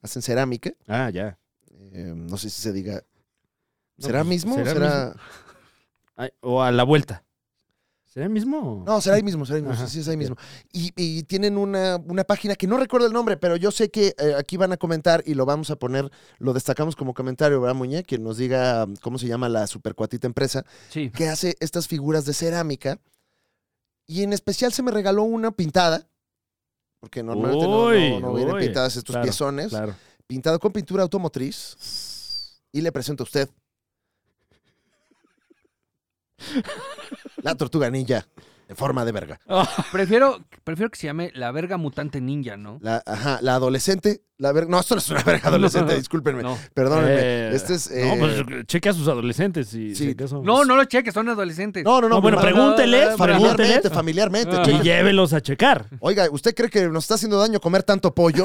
S2: hacen cerámica.
S1: Ah, ya.
S2: Eh, no sé si se diga.
S1: No,
S2: ¿Será
S1: pues,
S2: mismo?
S1: ¿será
S2: o ¿Será
S1: Ay, o a la vuelta. ¿Será el mismo?
S2: No, será ahí mismo, será ahí mismo.
S1: Ajá,
S2: sí, sí, es ahí mismo. Y, y tienen una, una página que no recuerdo el nombre, pero yo sé que eh, aquí van a comentar y lo vamos a poner, lo destacamos como comentario, ¿verdad, Muñe? Quien nos diga mm, cómo se llama la supercuatita empresa
S3: Sí.
S2: que hace estas figuras de cerámica. Y en especial se me regaló una pintada, porque normalmente no- no,
S1: Uy,
S2: no vienen
S1: uy,
S2: pintadas estos
S1: claro,
S2: piezones,
S1: Claro.
S2: pintado con pintura automotriz. Y le presento a usted. La tortuga ninja, en forma de verga.
S3: Prefiero, prefiero que se llame La Verga Mutante Ninja, ¿no?
S2: La, ajá, la adolescente, la verga. No, esto no es una verga adolescente, discúlpenme.
S3: No.
S2: Perdónenme.
S1: Eh,
S2: este es. eh,
S1: No, pues cheque a sus adolescentes. Si,
S2: sí.
S1: si acaso.
S3: No, no lo cheques, son adolescentes.
S2: pues no, no, no,
S1: bueno,
S2: pero-
S1: pregúnteles,
S2: Familiarmente,
S1: pregúnteles.
S2: familiarmente.
S3: Ah.
S2: chica.
S1: Y llévelos a checar.
S2: Oiga, ¿usted cree que nos está haciendo daño comer tanto pollo?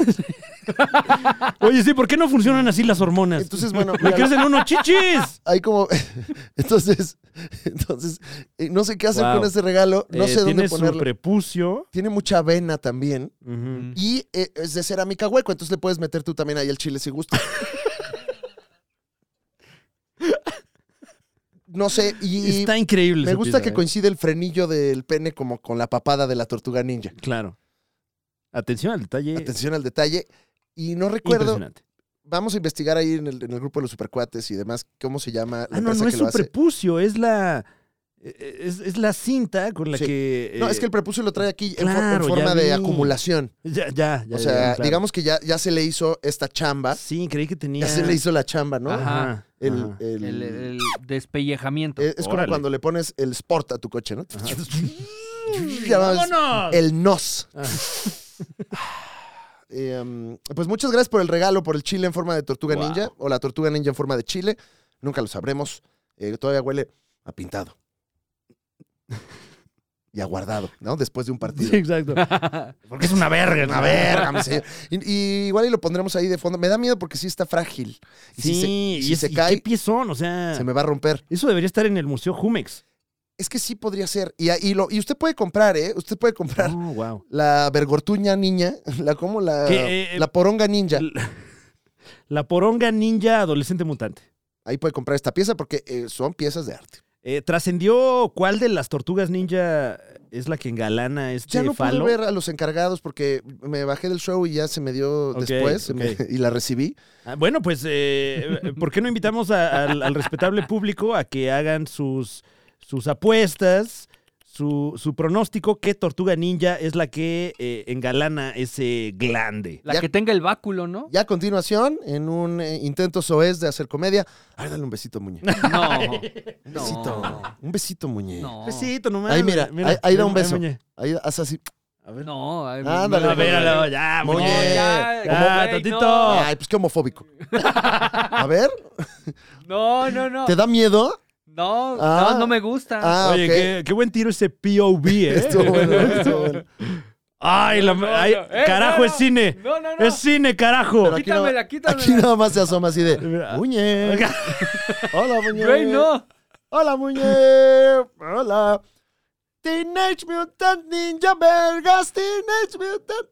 S1: Oye, sí, ¿por qué no funcionan así las hormonas?
S2: Entonces, bueno,
S1: Me
S2: mira,
S1: crecen unos chichis.
S2: hay como. entonces, entonces, eh, no sé qué hacer
S1: Wow.
S2: con ese regalo, no
S1: Eh,
S2: sé dónde
S1: tiene
S2: ponerlo.
S1: su prepucio.
S2: Tiene mucha avena también.
S1: Ujú.
S2: Y eh, es de cerámica hueco, entonces le puedes meter tú también ahí el chile si gusta. No sé, y
S1: Está increíble.
S2: me
S1: esa
S2: gusta
S1: pieza,
S2: que
S1: ¿eh?
S2: coincide el frenillo del pene como con la papada de la tortuga ninja.
S1: Claro. Atención al detalle.
S2: Atención al detalle. Y no recuerdo,
S1: Impresionante.
S2: vamos a investigar ahí en el, en el grupo de los supercuates y demás cómo se llama la
S1: Ah, no,
S2: empresa
S1: no es
S2: que lo
S1: su
S2: hace.
S1: prepucio, es la. e, Es, es la cinta con la
S2: Sí.
S1: que.
S2: No,
S1: eh,
S2: es que el prepucio lo trae aquí en fo- en,
S1: claro, ya
S2: forma de
S1: vi.
S2: acumulación.
S1: Ya, ya, ya.
S2: o sea,
S1: ya, claro.
S2: digamos que ya, ya se le hizo esta chamba.
S1: Sí, creí que tenía.
S2: Ya se le hizo la chamba, ¿no?
S3: Ajá.
S2: El-
S1: ajá.
S3: El, el despellejamiento.
S2: Eh, Es como
S1: Órale.
S2: cuando le pones el sport a tu coche, ¿no? Ya vas-
S1: ¡Vámonos!
S2: El nos.
S1: Ah.
S2: Eh, um, pues muchas gracias por el regalo, por el chile en forma de tortuga
S1: Wow.
S2: ninja o la tortuga ninja en forma de chile. Nunca lo sabremos. Eh, todavía huele a pintado. Y a guardado, ¿no? Después de un partido.
S1: Sí, exacto. Porque es una verga,
S2: A ver, dame, señor. y, y igual y lo pondremos ahí de fondo. Me da miedo porque sí está frágil. Y
S1: Sí,
S2: si se-
S1: y,
S2: si
S1: es-
S2: se
S1: y
S2: cae-
S1: qué piezón, o sea.
S2: se me va a romper.
S1: Eso debería estar en el Museo Jumex.
S2: Es que sí podría ser. Y, ahí lo, y usted puede comprar, ¿eh? Usted puede comprar
S1: No, wow.
S2: la vergortuña niña, la como la,
S1: Que, eh,
S2: la poronga ninja.
S1: La, la poronga ninja adolescente mutante.
S2: Ahí puede comprar esta pieza porque eh, son piezas de arte.
S1: Eh, ¿Trascendió cuál de las tortugas ninja es la que engalana este
S2: Ya no
S1: falo?
S2: pude ver a los encargados porque me bajé del show y ya se me dio
S1: Ok,
S2: después se me-
S1: ok.
S2: y la recibí.
S1: Ah, bueno, pues, eh, ¿por qué no invitamos a- al, al respetable público a que hagan sus, sus apuestas, su, su pronóstico? ¿Qué tortuga ninja es la que eh, engalana ese glande?
S3: La
S2: ya-
S3: que tenga el báculo, ¿no?
S2: Ya a continuación, en un eh, intento soez de hacer comedia. Ay, dale un besito, Muñe.
S3: No.
S2: Un besito.
S3: No.
S2: Un besito, Muñe.
S3: No.
S1: Besito nomás.
S2: Ahí mira, ahí- ahí da un beso.
S1: muñe.
S2: Ahí haz así.
S1: A ver.
S3: No. ay,
S2: Ándale.
S3: no,
S1: A ver,
S3: no,
S1: a
S3: no.
S1: la- ya,
S2: Muy
S1: muñe.
S2: bien.
S3: ya,
S1: Ya,
S3: güey,
S1: tantito.
S3: no.
S2: Ay, pues qué homofóbico. A ver,
S3: No, no, no.
S2: ¿te da miedo?
S3: No,
S2: Ah.
S3: no, no me gusta.
S2: Ah,
S1: Oye,
S2: ok.
S1: qué, qué buen tiro ese POV, ¿eh?
S2: Estuvo bueno, estuvo bueno.
S1: Ay, la-
S3: No,
S1: ay,
S3: no. Eh,
S1: carajo,
S3: no, no.
S1: es cine.
S3: No, no, no.
S1: Es cine, carajo.
S2: Pero aquí
S3: Quítamela,
S2: nada-
S3: quítamela.
S2: Aquí nada más se asoma así de. Muñe. Hola, Muñe.
S3: Güey, no.
S2: Hola, Muñe. Hola. Teenage Mutant Ninja Vergas. Teenage Mutant.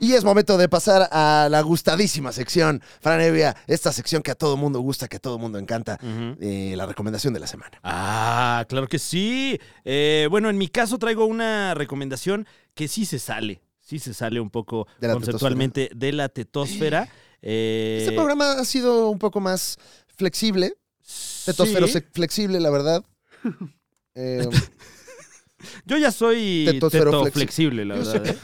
S2: Y es momento de pasar a la gustadísima sección, Fran Evia, esta sección que a todo mundo gusta, que a todo mundo encanta,
S1: Ujú.
S2: eh, la recomendación de la semana.
S1: Ah, claro que sí. Eh, bueno, en mi caso traigo una recomendación que sí se sale. Sí se sale un poco
S2: De la
S1: conceptualmente de la tetósfera. Eh,
S2: Este programa ha sido un poco más flexible, tetosfero
S1: sí.
S2: flexible, la verdad. Eh,
S1: Yo ya soy
S2: Tetosfero
S1: teto
S2: flexi-
S1: flexible, la
S2: Yo
S1: verdad. ¿eh?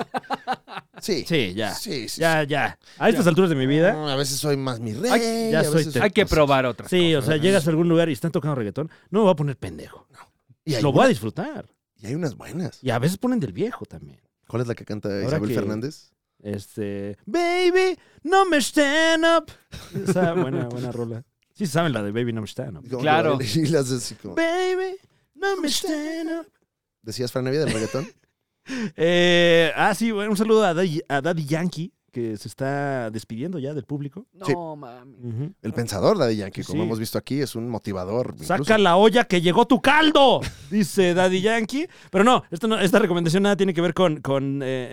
S2: sí.
S1: Sí, ya.
S2: Sí, sí,
S1: Ya, ya. A estas alturas de mi
S2: sí.
S1: vida.
S2: Mm, A veces soy más mi rey.
S1: Ay, ya
S2: a
S1: soy
S2: veces
S1: te-
S3: Hay que probar
S2: Ah,
S3: otra.
S1: Sí, o sea, llegas a algún lugar y están tocando reggaetón. No me voy a poner pendejo.
S2: Y hay,
S1: Lo voy a
S2: una-
S1: disfrutar.
S2: y hay unas buenas.
S1: Y a veces ponen del viejo también.
S2: ¿Cuál es la que canta Isabel
S1: que-
S2: Fernández?
S1: Este. Baby, no me stand up. Esa buena, buena rola. Sí, saben la de Baby, no me stand up.
S2: Como que
S3: Claro.
S2: baila Y las así como-
S1: Baby, no me stand up.
S2: ¿Decías Fran Evia del reggaetón?
S1: Eh, ah, sí, bueno, un saludo a Daddy, a Daddy Yankee, que se está despidiendo ya del público.
S3: No,
S2: Sí.
S3: mami.
S1: Ujú.
S2: El pensador, Daddy Yankee, como
S1: Sí.
S2: hemos visto aquí, es un motivador. incluso.
S1: Saca la olla que llegó tu caldo, dice Daddy Yankee. Pero no, esto no- esta recomendación nada tiene que ver con, con, eh, eh,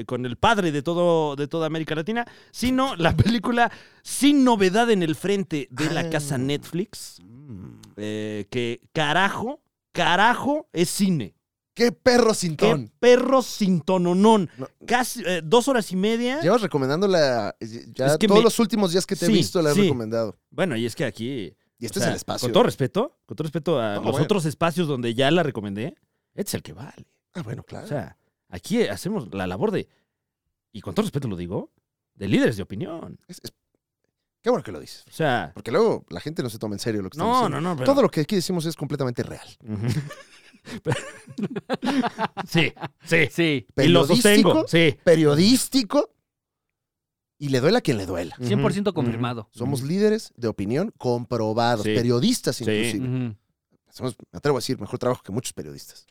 S1: eh, con el padre de, todo, de toda América Latina, sino la película Sin Novedad en el Frente de la
S2: Ah.
S1: Casa Netflix,
S2: Mm.
S1: eh, que carajo, carajo es cine.
S2: ¡Qué perro
S1: Qué
S2: sintón!
S1: perro sin tononón.
S2: No.
S1: Casi eh, dos horas y media.
S2: Llevas recomendándola eh, ya
S1: Es que
S2: todos
S1: me-
S2: los últimos días que te
S1: Sí,
S2: he visto la he
S1: sí.
S2: recomendado.
S1: Bueno, y es que aquí
S2: Y este
S1: O sea,
S2: es el espacio.
S1: Con todo respeto, con todo respeto a
S2: No,
S1: los
S2: bueno.
S1: otros espacios donde ya la recomendé, este es el que vale.
S2: Ah, bueno, claro.
S1: O sea, aquí hacemos la labor de, y con todo respeto lo digo, de líderes de opinión.
S2: Es- es- Qué bueno que lo dices.
S1: O sea,
S2: Porque luego la gente no se toma en serio lo que Pues estamos
S1: no,
S2: diciendo.
S1: no, no. pero-
S2: Todo lo que aquí decimos es completamente real.
S1: Ujú. Pero- sí, sí.
S3: Sí,
S1: Y lo sostengo,
S2: Periodístico,
S1: sí.
S2: periodístico y le duela a quien le duela.
S3: 100%
S1: Ujú,
S3: confirmado.
S2: Somos líderes de opinión comprobados,
S1: Sí.
S2: periodistas
S1: Sí.
S2: inclusive.
S3: Ujú.
S2: Hacemos, me atrevo a decir, mejor trabajo que muchos periodistas.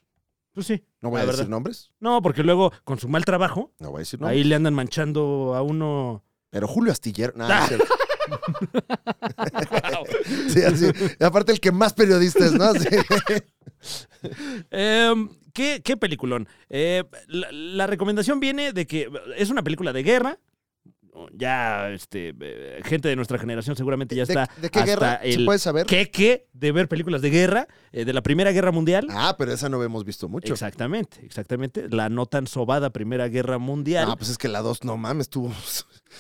S1: Pues sí.
S2: No voy
S1: La
S2: a decir
S1: verdad.
S2: nombres,
S1: No, porque luego con su mal trabajo,
S2: no voy a decir nombres.
S1: ahí le andan manchando a uno.
S2: Pero Julio Astillero. No, no es cierto. Sí, así. Y Aparte, el que más periodista es, ¿no? Sí.
S1: Em, ¿qué, qué peliculón? Eh, la, la recomendación viene de que es una película de guerra. Ya, este, eh, gente de nuestra generación seguramente ya
S2: ¿De,
S1: está.
S2: de qué
S1: hasta
S2: guerra? ¿Se
S1: El
S2: puede saber?
S1: queque de ver películas de guerra eh, de la Primera Guerra Mundial.
S2: Ah, pero esa no hemos visto mucho.
S1: exactamente, exactamente. La no tan sobada Primera Guerra Mundial.
S2: Ah, pues es que la 2, no mames, estuvo.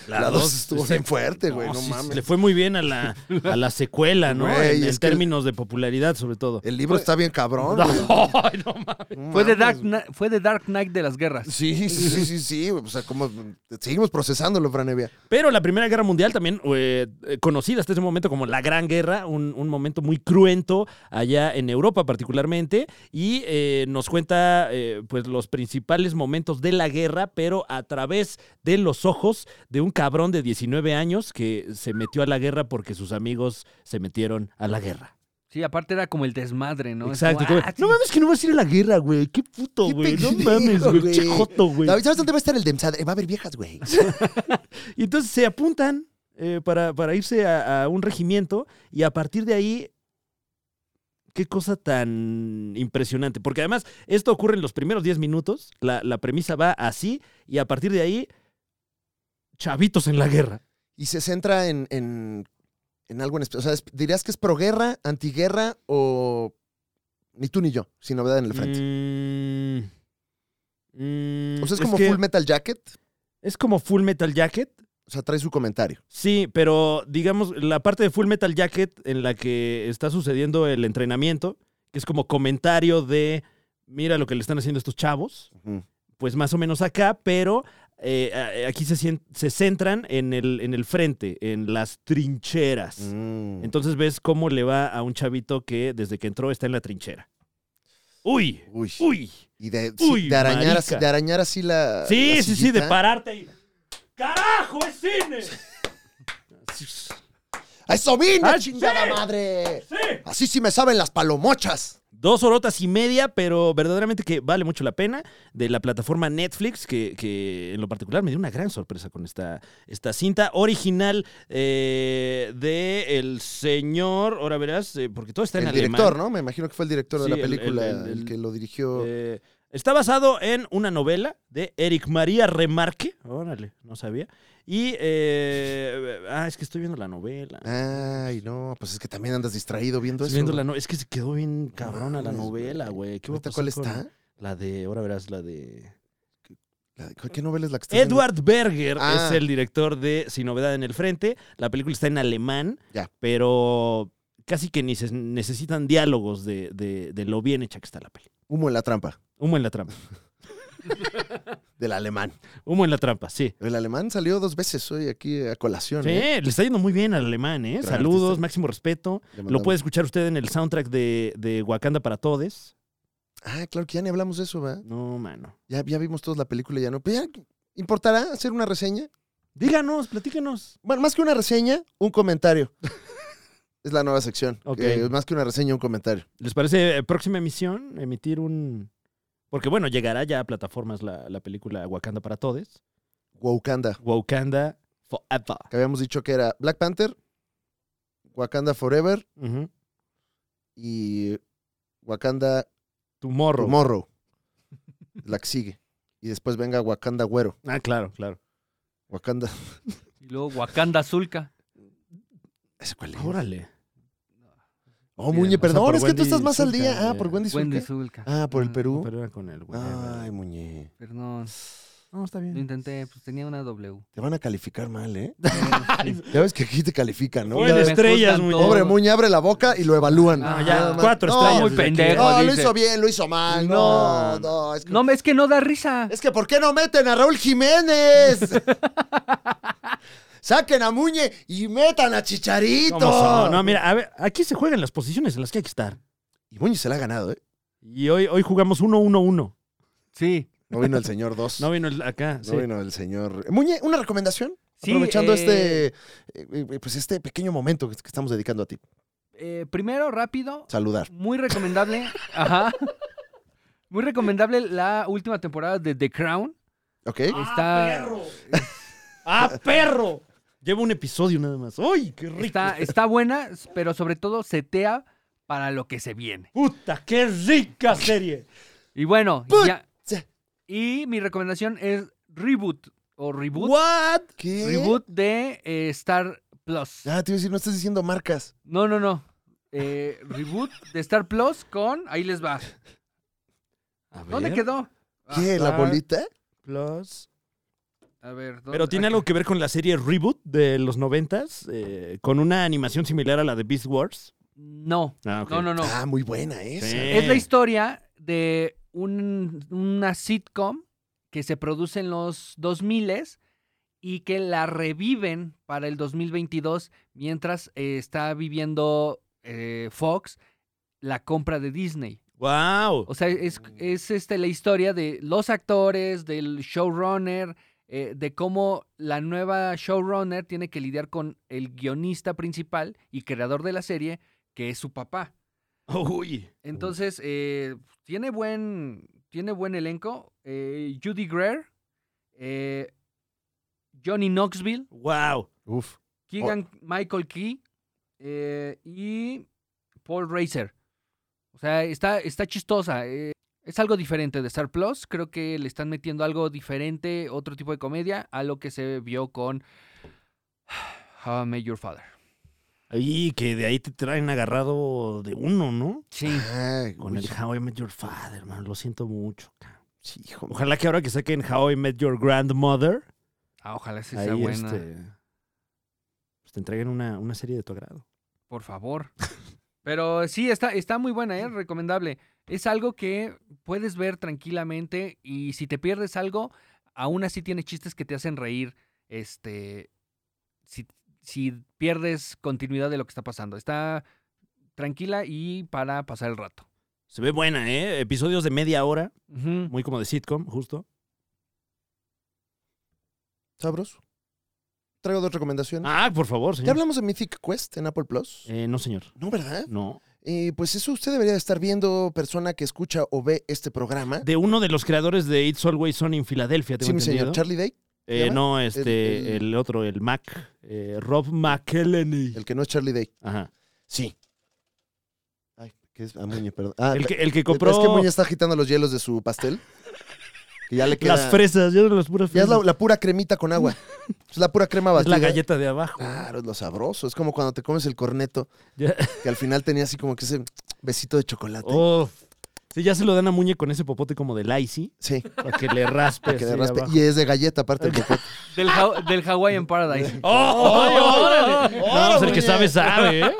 S2: La,
S1: dos
S2: 2 estuvo
S1: se-
S2: bien fuerte, güey,
S1: no,
S2: no,
S1: sí,
S2: mames.
S1: Le fue muy bien a la, a la secuela, ¿no?
S2: Güey,
S1: en en
S2: es que-
S1: términos de popularidad, sobre todo.
S2: El libro está bien cabrón.
S1: No,
S2: güey.
S1: ay, no mames.
S2: No
S3: Fue de, Dark,
S2: mames.
S3: Kni- fue de Dark Knight de las guerras.
S2: Sí, sí, sí, sí, sí. güey, O sea, como seguimos procesándolo, Franevia.
S1: Pero la Primera Guerra Mundial también eh, eh, conocida hasta ese momento como la Gran Guerra, un, un momento muy cruento allá en Europa particularmente, y eh, nos cuenta eh, pues los principales momentos de la guerra, pero a través de los ojos de un cabrón de 19 años que se metió a la guerra porque sus amigos se metieron a la guerra.
S3: Sí, aparte era como el desmadre, ¿no? Es
S1: Exacto.
S3: como,
S1: como,
S3: ah,
S1: no mames que no vas a ir a la guerra, güey. Qué puto,
S2: Qué
S1: güey. No
S2: pendejo,
S1: mames, güey.
S2: güey.
S1: Che joto, güey.
S2: David, ¿sabes dónde va a estar el Demsadre? Va a haber viejas, güey.
S1: Y entonces se apuntan eh, para, para irse a, a un regimiento y a partir de ahí, qué cosa tan impresionante. Porque además esto ocurre en los primeros 10 minutos, la, la premisa va así y a partir de ahí, chavitos en la guerra.
S2: Y se centra en, en, en algo en espe- O sea, es- ¿dirías que es proguerra, antiguerra o ni tú ni yo, sin novedad en el frente?
S1: Mm, mm,
S2: o sea, es como
S1: que
S2: Full Metal Jacket.
S1: es como Full Metal Jacket.
S2: O sea, trae su comentario.
S1: Sí, pero digamos, la parte de Full Metal Jacket en la que está sucediendo el entrenamiento, que es como comentario de, mira lo que le están haciendo estos chavos,
S2: Ujú.
S1: pues más o menos acá, pero eh, a- aquí se, cien- se centran en el, en el frente, en las trincheras.
S2: Mm.
S1: Entonces ves cómo le va a un chavito que desde que entró está en la trinchera. Uy,
S2: Uy.
S1: uy.
S2: Y de,
S1: Uy,
S2: sí, de arañar
S1: marica.
S2: así, de arañar así la. la
S1: Sí, sí, sí, de
S2: sillita.
S1: pararte y... ¡Carajo, es cine! Sí.
S2: ¡A eso vine,
S1: ¡Ah,
S2: chingada
S1: sí!
S2: madre! Así sí me saben las palomochas.
S1: Dos horotas y media, pero verdaderamente que vale mucho la pena, de la plataforma Netflix, que, que en lo particular me dio una gran sorpresa con esta, esta cinta original eh, de el señor, ahora verás, eh, porque todo está
S2: El
S1: en alemán.
S2: director, ¿no? Me imagino que fue el director
S1: Sí,
S2: de
S1: el-
S2: la película,
S1: el-
S2: el,
S1: el-
S2: que lo dirigió.
S1: Eh, Está basado en una novela de Eric María Remarque. Órale, no sabía. Y. eh, ah, es que estoy viendo la novela.
S2: Ah, Ay, no, pues es que también andas distraído viendo
S1: Estoy
S2: eso.
S1: viendo la no- es que se quedó bien cabrona la
S2: mames,
S1: novela, güey. ¿Qué va a
S2: ¿Ahorita
S1: pasar
S2: cuál
S1: con-
S2: está?
S1: La de. Ahora verás, la de.
S2: La- ¿Qué qué novela es la que estás viendo?
S1: Edward Berger
S2: Ah.
S1: es el director de Sin Novedad en el Frente. La película está en alemán,
S2: Ya.
S1: pero casi que ni se necesitan diálogos de, de- de lo bien hecha que está la peli.
S2: Humo en la trampa,
S1: Humo en la trampa.
S2: del alemán.
S1: Humo en la trampa, sí.
S2: El alemán salió dos veces hoy aquí a colación.
S1: Sí,
S2: ¿eh?
S1: le está yendo muy bien al alemán, ¿eh?
S2: Gran
S1: Saludos,
S2: artista.
S1: máximo respeto.
S2: Le
S1: Lo
S2: mandamos-
S1: puede escuchar usted en el soundtrack de, de Wakanda para Todes.
S2: Ah, claro que ya ni hablamos de eso, ¿va?
S1: No, mano.
S2: Ya, ya vimos todos la película, ya no. Pero ya, ¿importará hacer una reseña?
S1: Díganos, platíquenos.
S2: Bueno, más que una reseña, un comentario. es la nueva sección.
S1: Ok.
S2: Eh, más que una reseña, un comentario.
S1: ¿Les parece eh, próxima emisión emitir un...? Porque bueno, llegará ya a plataformas la, la película Wakanda para Todes.
S2: Wakanda.
S1: Wakanda Forever.
S2: Que habíamos dicho que era Black Panther, Wakanda Forever
S1: Ujú.
S2: y Wakanda
S1: Tomorrow.
S2: Tomorrow. La que sigue. Y después venga Wakanda Güero.
S1: Ah, claro, claro.
S2: Wakanda.
S3: Y luego Wakanda Zulka.
S2: ¿Ese cuál es?
S1: Órale.
S2: Oh,
S3: Bien,
S2: Muñe,
S1: o sea, por
S2: perdón, es que tú
S1: Wendy
S2: estás más al
S1: Zulka,
S2: día. Ah,
S1: ya.
S2: por Wendy
S3: Wendy
S2: Zulka.
S3: Zulka.
S2: Ah, por el Perú.
S1: Pero era con el whatever.
S2: Ay, Muñe.
S3: Perdón,
S1: Ah. No, está
S3: lo
S1: bien.
S3: intenté, pues tenía una W.
S2: Te van a calificar mal, ¿eh? ya ves que aquí te califican, ¿no?
S1: Fue
S2: Ya
S1: de
S2: ves-
S3: Me
S1: estrellas,
S3: juzgan
S1: muy-
S3: todo.
S2: Pobre Muñe, abre la boca y lo evalúan.
S3: Ah,
S1: No,
S3: ya,
S2: Nada más.
S1: cuatro
S2: No,
S1: estrellas.
S3: muy
S1: desde aquí.
S3: pendejo.
S2: No, lo
S3: dice.
S2: hizo bien, lo hizo mal. No, no, es que
S3: No, es que no da risa.
S2: Es que ¿por qué no meten a Raúl Jiménez? Saquen a Muñe y metan a Chicharito.
S1: ¿Cómo son? No, mira, a ver, aquí se juegan las posiciones en las que hay que estar.
S2: Y Muñe se la ha ganado, ¿eh?
S1: Y hoy, hoy jugamos 1-1-1.
S3: Sí.
S2: No vino el señor 2.
S1: No
S2: No,
S1: vino el- acá. sí.
S2: vino el señor. Muñe, una recomendación.
S3: Sí,
S2: Aprovechando
S3: eh,
S2: este, eh, eh, pues este pequeño momento que que estamos dedicando a ti.
S3: Eh, primero, rápido,
S2: Saludar.
S3: muy recomendable. Ajá. Muy recomendable la última temporada de The Crown.
S2: ¿Ok?
S3: Ah, Está,
S1: ¡Ah, perro! Llevo un episodio nada más. ¡Ay, qué rico!
S3: está, está buena, pero sobre todo setea para lo que se viene.
S1: ¡Puta, qué rica serie!
S3: Y bueno, y
S2: Put-
S3: ya. Y mi recomendación es Reboot o Reboot.
S2: ¿What? ¿Qué?
S3: Reboot de eh, Star Plus.
S2: Ah, te iba a decir, no estás diciendo marcas.
S3: No, no, no. Eh, reboot de Star Plus con. Ahí les va.
S1: A ver.
S3: ¿Dónde quedó? Ah,
S2: ¿Qué? ¿La
S1: ah.
S2: bolita?
S1: Plus.
S3: A ver. ¿dónde?
S1: Pero tiene
S3: Aquí.
S1: algo que ver con la serie Reboot de los noventas, eh, con una animación similar a la de Beast Wars.
S3: No.
S1: Ah, ok.
S3: No, no, no.
S2: Ah, muy buena esa.
S1: Sí.
S3: Es la historia de un- una sitcom que se produce en los 2000 y que la reviven para el 2022 mientras eh, está viviendo eh, Fox la compra de Disney.
S1: ¡Wow!
S3: O sea, es, es, este, la historia de los actores, del showrunner, eh, de cómo la nueva showrunner tiene que lidiar con el guionista principal y creador de la serie, que es su papá.
S1: Uy.
S3: Entonces, eh, tiene, buen, tiene buen elenco. eh, Judy Greer, eh, Johnny Knoxville,
S1: ¡Wow!
S2: Uf.
S3: Keegan Michael Key eh, y Paul Racer. O sea, está, está chistosa. eh, es algo diferente de Star Plus. Creo que le están metiendo algo diferente, otro tipo de comedia, a lo que se vio con How I Met Your Father.
S1: Y que de ahí te traen agarrado de uno, ¿no?
S3: Sí.
S2: Ay,
S1: Con
S2: uy,
S1: el How I Met Your Father, man. Lo siento mucho. cabrón.
S2: sí, hijo.
S1: Ojalá que ahora que saquen How I Met Your Grandmother,
S3: Ah, ojalá sí sea
S1: ahí
S3: buena.
S1: este, pues te entreguen una, una serie de tu agrado.
S3: Por favor. Pero sí, está, está muy buena, es recomendable. Es algo que puedes ver tranquilamente y si te pierdes algo, aún así tiene chistes que te hacen reír. Este, si, si pierdes continuidad de lo que está pasando. Está tranquila y para pasar el rato.
S1: Se ve buena, ¿eh? Episodios de media hora,
S3: Ujú.
S1: muy como de sitcom, justo.
S2: Sabroso. Traigo dos recomendaciones.
S1: Ah, por favor,
S2: ¿Ya
S1: señor.
S2: hablamos de Mythic Quest en Apple Plus?
S1: Eh, no, señor.
S2: No, ¿verdad?
S1: No.
S2: Eh, pues eso usted debería estar viendo, persona que escucha o ve este programa.
S1: De uno de los creadores de It's Always On en Filadelfia, tengo
S2: sí, mi señor.
S1: entendido.
S2: Charlie Day,
S1: Eh,
S2: ¿se llama?
S1: no, este, el,
S2: El- el-
S1: otro, el Mac, eh, Rob McElhenney.
S2: el que no es Charlie Day.
S1: Ajá.
S2: Sí. Ay, ¿Qué es? Ah, Muñe, perdón. Ah,
S1: El que, el que
S2: Es que
S1: compró
S2: Muñe está agitando los hielos de su pastel. Que ya le queda.
S1: las fresas, yo de las puras
S2: Ya es
S1: fresas.
S2: la, la pura cremita con agua. Es la pura crema
S1: Es la
S2: batida. ¿eh?
S1: galleta de abajo.
S2: Claro, es lo sabroso. Es como cuando te comes el corneto,
S1: Ya- Oh,
S2: que al final tenía así como que ese besito de chocolate.
S1: Uf. Sí, ya se lo dan a Muñe con ese popote como de Lazy,
S2: Sí,
S1: para que le raspe.
S2: que
S1: así
S2: de raspe.
S1: abajo.
S2: Y es de galleta, aparte el popote.
S3: Del, Haw- del Hawaiian Paradise.
S1: ¡Oh, ¡Ay, órale! No, pues el
S2: Muñe.
S1: que sabe, sabe, ¿eh?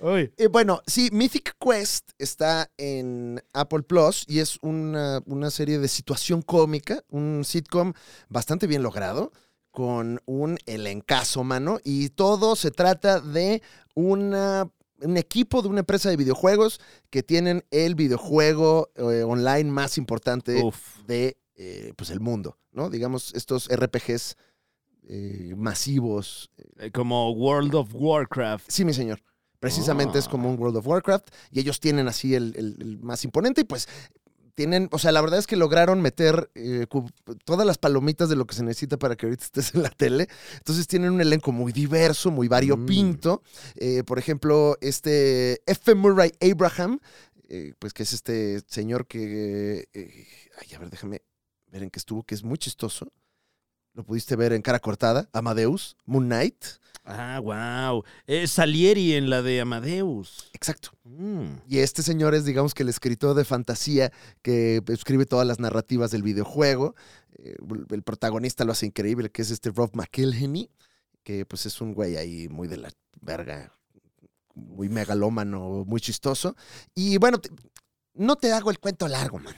S1: Uy.
S2: Eh, bueno, sí, Mythic Quest está en Apple Plus y es una, una serie de situación cómica, un sitcom bastante bien logrado, con un elencazo, mano, y todo se trata de una- un equipo de una empresa de videojuegos que tienen el videojuego eh, online más importante
S1: Uf.
S2: de eh, pues el mundo, ¿no? Digamos, estos RPGs eh, masivos,
S1: Eh, Como World of Warcraft.
S2: Sí, mi señor. Precisamente es como un World of Warcraft y ellos tienen así el, el- el más imponente y pues tienen, o sea, la verdad es que lograron meter eh, cu- todas las palomitas de lo que se necesita para que ahorita estés en la tele. Entonces tienen un elenco muy diverso, muy variopinto. Eh, por ejemplo, este F. Murray Abraham, eh, pues que es este señor que, eh, ay, a ver, déjame ver en qué estuvo, que es muy chistoso. Lo pudiste ver en cara cortada, Amadeus, Moon Knight.
S1: Ah, wow. Eh, Salieri en la de Amadeus.
S2: Exacto.
S1: Mm.
S2: Y este señor es, digamos, que el escritor de fantasía que escribe todas las narrativas del videojuego. Eh, El protagonista lo hace increíble, que es este Rob McElhenney, que pues es un güey ahí muy de la verga, muy megalómano, muy chistoso. Y bueno, te- no te hago el cuento largo, mano.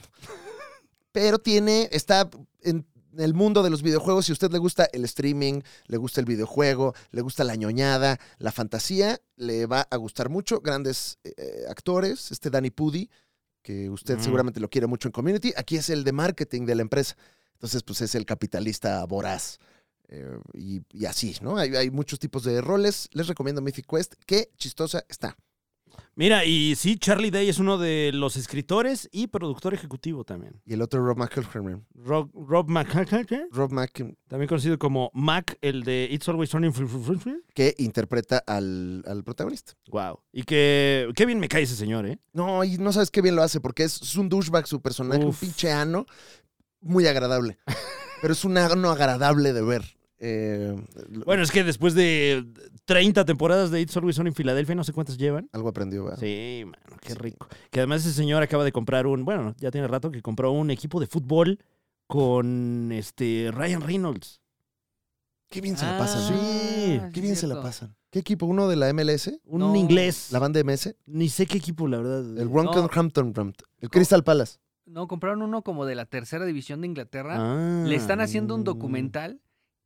S2: Pero tiene, está en el mundo de los videojuegos. Si a usted le gusta el streaming, le gusta el videojuego, le gusta la ñoñada, la fantasía, le va a gustar mucho. Grandes eh, eh, actores, este Danny Pudi, que usted
S1: Mm.
S2: seguramente lo quiere mucho en Community. Aquí es el de marketing de la empresa. Entonces, pues es el capitalista voraz. eh, y, y así, ¿no? Hay, hay muchos tipos de roles. Les recomiendo Mythic Quest. Qué chistosa está.
S1: Mira, y sí, Charlie Day es uno de los escritores y productor ejecutivo también.
S2: Y el otro, Rob McElhenney.
S1: Rob, Rob Mac-
S2: Rob McElhenney.
S1: también conocido como Mac, el de It's Always Sunny. in-
S2: que interpreta al, al protagonista.
S1: Wow. Y que qué bien me cae ese señor, ¿eh?
S2: No, y no sabes qué bien lo hace, porque es, es un douchebag su personaje, un
S1: Uf.
S2: pinche ano, muy agradable. Pero es un ano agradable de ver. Eh, lo-
S1: Bueno, es que después de 30 temporadas de It's Always Sunny en Filadelfia, no sé cuántas llevan.
S2: algo aprendió, ¿verdad?
S1: Sí, mano, qué
S2: Sí.
S1: rico. Que además ese señor acaba de comprar un, bueno, ya tiene rato que compró un equipo de fútbol con este Ryan Reynolds.
S2: Qué bien se la pasan.
S1: Ah,
S2: ¿no?
S1: Sí,
S2: Qué bien se la pasan. ¿Qué equipo? ¿Uno de la MLS?
S1: Un
S3: No.
S1: inglés.
S2: ¿La banda MS?
S1: Ni sé qué equipo, la verdad.
S2: El Wolverhampton Hampton.
S1: Oh.
S2: El Crystal Palace.
S3: No, compraron uno como de la tercera división de Inglaterra.
S1: Ah.
S2: Mm.
S3: Le están haciendo un documental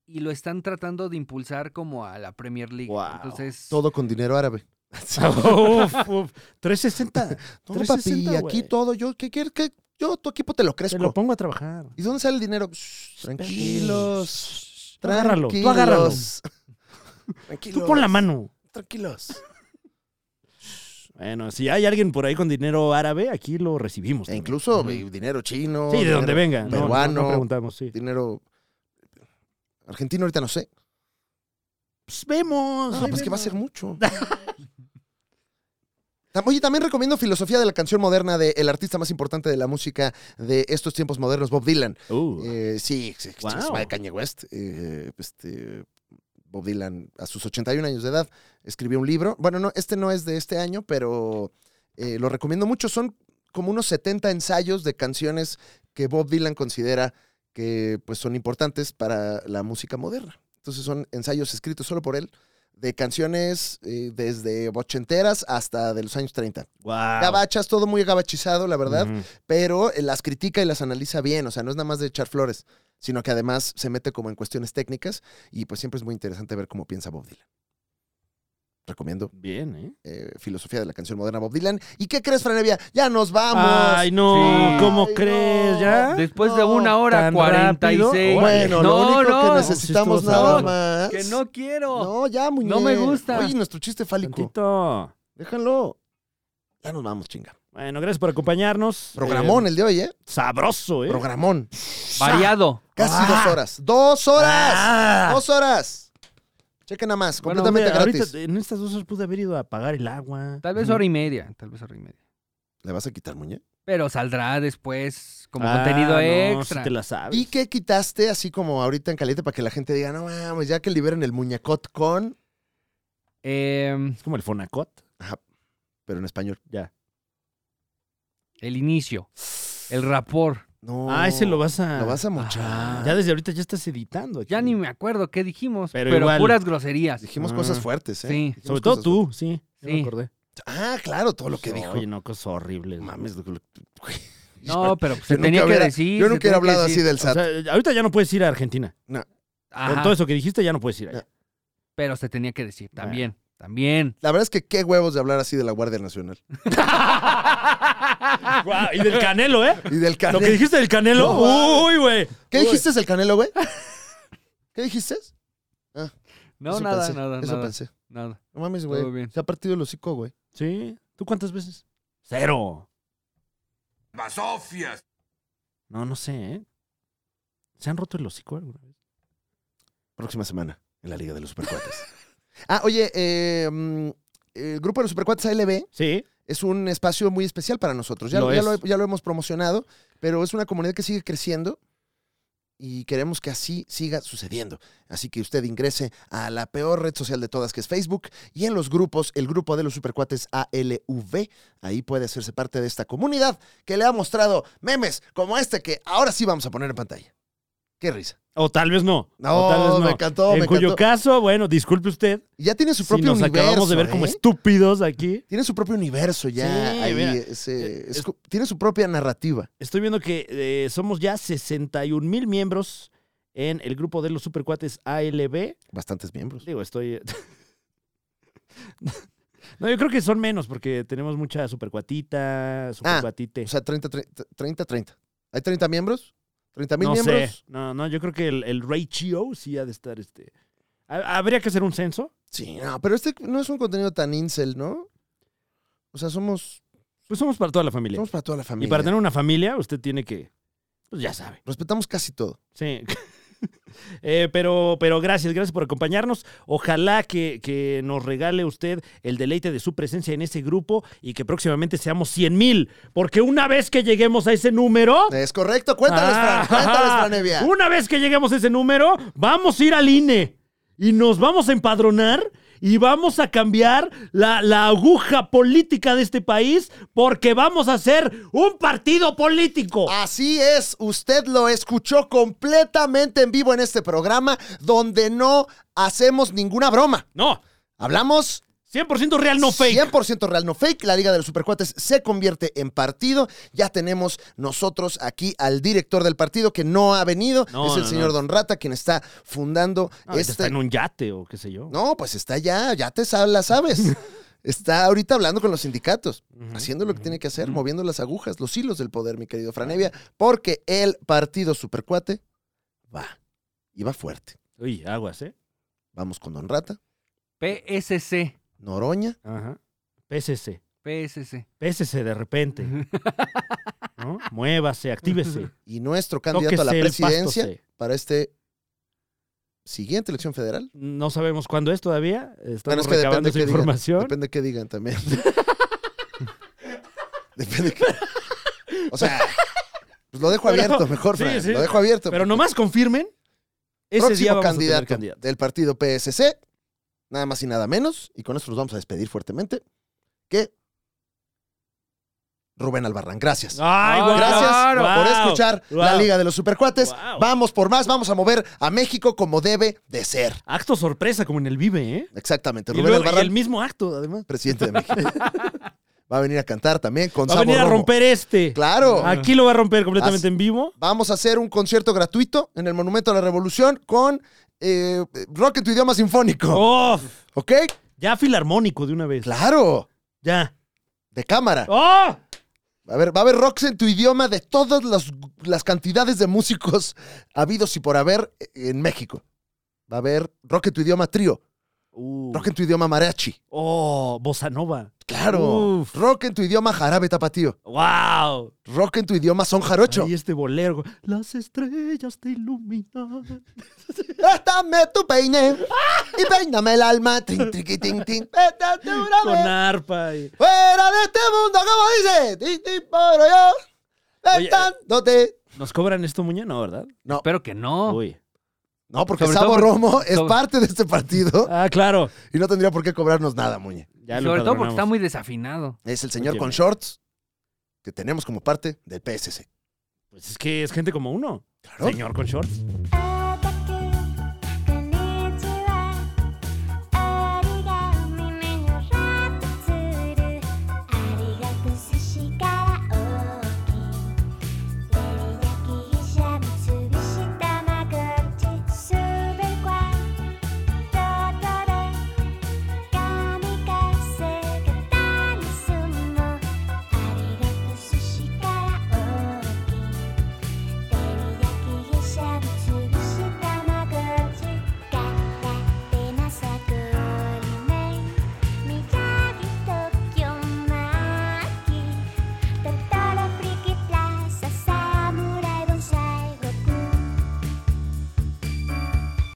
S3: y lo están tratando de impulsar como a la Premier League.
S1: Guau.
S3: Entonces,
S2: Todo con dinero árabe.
S1: Uf, uf. 360.
S2: No,
S1: 360,
S2: papi, aquí
S1: güey.
S2: todo. Yo, ¿qué quieres? que Yo, tu equipo te lo
S1: Te
S2: crezco.
S1: lo pongo a trabajar.
S2: ¿Y dónde sale el dinero? Shh, tranquilos.
S1: Tú agárralo, tú agárralo. Tú pon la mano.
S2: Tranquilos.
S1: Bueno, si hay alguien por ahí con dinero árabe, aquí lo recibimos.
S2: E
S1: también.
S2: incluso
S1: Ujú.
S2: eh, dinero chino.
S1: Sí, de
S2: dinero
S1: donde venga. No, no,
S2: Peruano.
S1: no preguntamos, sí.
S2: Dinero argentino, ahorita no sé.
S1: Pues vemos.
S2: Ah,
S1: ahí
S2: pues que va a
S1: vemos.
S2: ser mucho. Tam- Oye, también recomiendo Filosofía de la canción moderna de el artista más importante de la música de estos tiempos modernos, Bob Dylan.
S1: Uh,
S2: Eh, sí, sí, sí,
S1: Wow.
S2: se va de Kanye West. Eh, este, Bob Dylan, a sus 81 años de edad, escribió un libro. Bueno, no, este no es de este año, pero eh, lo recomiendo mucho. Son como unos 70 ensayos de canciones que Bob Dylan considera que pues, son importantes para la música moderna. Entonces son ensayos escritos solo por él, de canciones eh, desde ochenteras hasta de los años 30.
S1: guau. Mm,
S2: Gabachas, todo muy gabachizado, la verdad
S1: Ujú.
S2: pero eh, las critica y las analiza bien, o sea, no es nada más de echar flores, sino que además se mete como en cuestiones técnicas y pues siempre es muy interesante ver cómo piensa Bob Dylan. Recomiendo
S1: Bien, ¿eh?
S2: eh, Filosofía de la canción moderna Bob Dylan. ¿Y qué crees, Franevia? ¡Ya nos vamos!
S1: Ay, no,
S3: Sí.
S1: ¿cómo
S2: Ay,
S1: crees?
S2: no.
S1: ¿Ya?
S3: después de
S2: No,
S3: una hora
S1: tan rápido.
S3: 46.
S2: bueno, lo
S3: no,
S2: único
S3: no,
S2: que necesitamos
S1: Pues Sí estuvo
S2: nada
S3: sabroso.
S2: más...
S3: que no quiero.
S2: No, ya, muñeco.
S3: me gusta.
S2: Oye, nuestro chiste fálico.
S1: Tantito.
S2: Déjalo. Ya nos vamos, chinga.
S1: Bueno, gracias por acompañarnos.
S2: Programón
S1: Eh,
S2: el de hoy, ¿eh?
S1: sabroso, ¿eh?
S2: Programón.
S3: Variado.
S2: Casi
S1: Ah.
S2: dos horas. ¡Dos horas!
S1: Ah.
S2: ¡Dos horas! Chequen nada más,
S3: Bueno,
S2: completamente
S1: Hombre,
S2: gratis.
S1: ahorita, en estas dos horas pude haber ido a pagar el agua.
S3: Tal vez hora y media. Tal vez hora y media.
S2: ¿Le vas a quitar, Muñe?
S3: Pero saldrá después como
S1: Ah,
S3: contenido
S1: no,
S3: extra.
S1: sí te la sabes.
S2: ¿Y qué quitaste así como ahorita en caliente para que la gente diga, no mames, ya que liberen el muñecot con,
S3: Em,
S1: Es como el Fonacot.
S2: pero en español?
S1: Ya.
S3: el inicio, el rapor.
S2: No.
S1: Ah, ese lo vas a. Ah.
S2: Lo vas a
S3: Ajá.
S2: mochar.
S1: Ya desde ahorita ya estás editando. aquí.
S3: Ya ni me acuerdo qué dijimos,
S1: Pero
S3: pero,
S1: igual.
S3: puras groserías.
S2: Dijimos
S1: Ah.
S2: cosas fuertes, ¿eh?
S3: Sí.
S2: Dijimos
S1: Sobre todo
S2: cosas
S1: tú, sí. ya me
S3: Sí.
S1: acordé.
S2: fuertes. Ah, claro, todo lo que dijo.
S1: Oye, no, cosas horribles.
S2: Mames, lo que- lo-
S3: No, pero pues
S2: Yo
S3: se
S2: nunca
S3: tenía que
S2: hubiera-
S3: decir.
S2: Yo
S3: se
S2: nunca
S3: tenía
S2: hubiera
S3: que
S2: hablado
S3: decir.
S2: así del
S1: O
S2: SAT.
S1: sea, ahorita ya no puedes ir a Argentina. Con
S3: Ajá,
S1: todo eso que dijiste, ya no puedes ir allá.
S3: Pero se tenía que decir también, también.
S2: La verdad es que qué huevos de hablar así de la Guardia Nacional.
S1: Guau, y del Canelo, ¿eh?
S2: Y del
S1: Lo
S2: Ah, Canelo.
S1: que dijiste del Canelo.
S2: No,
S1: Uy, güey.
S2: ¿Qué dijiste del Canelo, güey? ¿Qué dijiste?
S3: No,
S2: Eso
S3: nada,
S2: pensé,
S3: nada,
S2: Eso
S3: nada,
S2: pensé.
S3: nada.
S2: No mames,
S3: Todo
S2: güey.
S3: bien.
S2: Se ha partido el hocico, güey.
S1: Sí. ¿Tú cuántas veces? Cero.
S5: Masofias.
S1: No, no sé, ¿eh? ¿Se han roto el hocico alguna vez?
S2: Próxima semana en la Liga de los Supercuates. ah, oye, eh, mm, el grupo de los Supercuates ALB
S1: Sí.
S2: es un espacio muy especial para nosotros. Ya
S1: Lo
S2: ya
S1: es.
S2: lo, ya lo hemos promocionado, pero es una comunidad que sigue creciendo y queremos que así siga sucediendo. Así que usted ingrese a la peor red social de todas, que es Facebook, y en los grupos, el grupo de los supercuates ALV. Ahí puede hacerse parte de esta comunidad que le ha mostrado memes como este que ahora sí vamos a poner en pantalla. Qué risa.
S1: O tal vez no.
S2: No,
S1: O tal vez
S2: me encantó,
S1: En
S2: me
S1: cuyo
S2: encantó.
S1: caso, bueno, disculpe usted.
S2: Ya tiene su
S1: Si
S2: propio
S1: nos
S2: universo.
S1: acabamos de ver
S2: ¿eh?
S1: como estúpidos aquí.
S2: Tiene su propio universo ya.
S1: Sí,
S2: ahí,
S1: mira, eh,
S2: ese-
S1: es-
S2: es co- tiene su propia narrativa.
S1: Estoy viendo que eh, somos ya 61 mil miembros en el grupo de los supercuates ALB.
S2: Bastantes miembros.
S1: Digo, estoy. eh, No, yo creo que son menos porque tenemos mucha supercuatita, supercuatite.
S2: Ah, O sea, 30, 30, 30, 30. ¿Hay 30 miembros? ¿30 mil
S1: no
S2: miembros?
S1: sé. No, no, yo creo que el, el ratio sí ha de estar este. ha- Habría que hacer un censo.
S2: Sí, no, pero este no es un contenido tan incel, ¿no? O sea, somos,
S1: Pues somos para toda la familia.
S2: somos para toda la familia.
S1: Y para tener una familia, usted tiene que. Pues ya sabe.
S2: Respetamos casi todo.
S1: Sí. Eh, pero, pero gracias, gracias por acompañarnos. Ojalá que, que nos regale usted el deleite de su presencia en ese grupo y que próximamente seamos 100 mil, porque una vez que lleguemos a ese número...
S2: Es correcto. Cuéntales,
S1: Ah,
S2: Fran. Cuéntales, Franevia.
S1: Una vez que lleguemos a ese número, vamos a ir al INE y nos vamos a empadronar y vamos a cambiar la, la aguja política de este país porque vamos a ser un partido político.
S2: Ah. Así es, usted lo escuchó completamente en vivo en este programa donde no hacemos ninguna broma.
S1: No,
S2: Hablamos
S1: 100% real, no fake.
S2: 100% real, no fake. La Liga de los Supercuates se convierte en partido. Ya tenemos nosotros aquí al director del partido que no ha venido.
S1: No,
S2: es el
S1: no,
S2: señor
S1: no.
S2: Don Rata quien está fundando
S1: Ah, ahorita
S2: este.
S1: Está en un yate o qué sé yo.
S2: No, pues está ya, ya te sa- la sabes. Está ahorita hablando con los sindicatos,
S1: Ujú,
S2: haciendo lo que
S1: ujú,
S2: tiene que hacer,
S1: ujú.
S2: moviendo las agujas, los hilos del poder, mi querido Franevia, porque el partido Supercuate va. Y va fuerte.
S1: Uy, aguas, ¿eh?
S2: Vamos con Don Rata,
S3: PSC,
S2: Noroña,
S1: Ajá. PSC.
S3: PSC.
S1: PSC de repente. ¿No? Muévase, actívese.
S2: y nuestro candidato a la
S1: tóquese el
S2: presidencia.
S1: pasto, se.
S2: para este siguiente elección federal.
S1: No sabemos cuándo es todavía.
S2: Bueno,
S1: Estamos
S2: es que
S1: recabando
S2: depende
S1: esa
S2: qué digan.
S1: información.
S2: Depende qué digan también. depende qué. O sea, pues lo dejo
S1: Pero-
S2: abierto, mejor,
S1: sí,
S2: Fran,
S1: sí.
S2: Lo dejo abierto.
S1: Pero nomás confirmen. Ese
S2: Próximo
S1: día vamos a tener
S2: candidato,
S1: candidato.
S2: del partido PSC, nada más y nada menos, y con esto nos vamos a despedir fuertemente, que Rubén Albarrán. Gracias.
S1: Ay,
S3: Ah,
S1: guau.
S2: Gracias
S1: Guau.
S2: por escuchar la
S1: Guau.
S2: Liga de los Supercuates.
S1: Guau.
S2: Vamos por más, vamos a mover a México como debe de ser.
S1: Acto sorpresa como en el Vive, ¿eh?
S2: Exactamente.
S1: Y,
S2: Rubén
S1: luego- y
S2: Albarrán.
S1: el mismo acto, además.
S2: presidente de México. Va a venir a cantar también con
S1: Va a
S2: Sabo
S1: venir a
S2: Romo.
S1: romper este.
S2: Claro.
S1: Aquí lo va a romper completamente en vivo.
S2: Vamos a hacer un concierto gratuito en el Monumento a la Revolución con eh, rock en tu idioma
S1: Oh.
S2: sinfónico.
S1: ¡Uf!
S2: ¿Ok?
S1: ya filarmónico de una vez.
S2: Claro.
S1: Ya.
S2: De cámara.
S1: ¡Oh!
S2: A ver, va a haber rocks en tu idioma de todas las, las cantidades de músicos habidos y por haber en México. Va a haber rock en tu idioma trío,
S1: Uh.
S2: rock en tu idioma mariachi.
S1: Oh, bossa nova.
S2: Claro.
S1: Uf.
S2: Rock en tu idioma jarabe tapatío.
S1: ¡Wow!
S2: Rock en tu idioma son jarocho.
S1: Y este bolero. Las estrellas te iluminan.
S2: Préstame tu peine y peíname el alma. Trin, triqui, tin, tin. Préstame una
S1: Con
S2: vez.
S1: arpa. y-
S2: Fuera de este mundo, como dice. Tin, tin, por allá.
S1: Oye, eh.
S2: Besándote.
S1: Nos cobran esto, Muñoz, ¿no, verdad?
S3: Espero que no.
S1: Uy.
S2: No, porque
S3: Sobre
S2: Sabo
S3: todo por-
S2: Romo es
S3: sobre-
S2: parte de este partido
S1: Ah, claro.
S2: y no tendría por qué cobrarnos nada, Muñe.
S1: Ya lo
S3: Sobre todo porque
S1: empadronamos.
S3: está muy desafinado.
S2: Es el señor
S1: Óyeme.
S2: con shorts que tenemos como parte del PSC.
S1: Pues es que es gente como uno.
S2: Claro.
S1: Señor con shorts.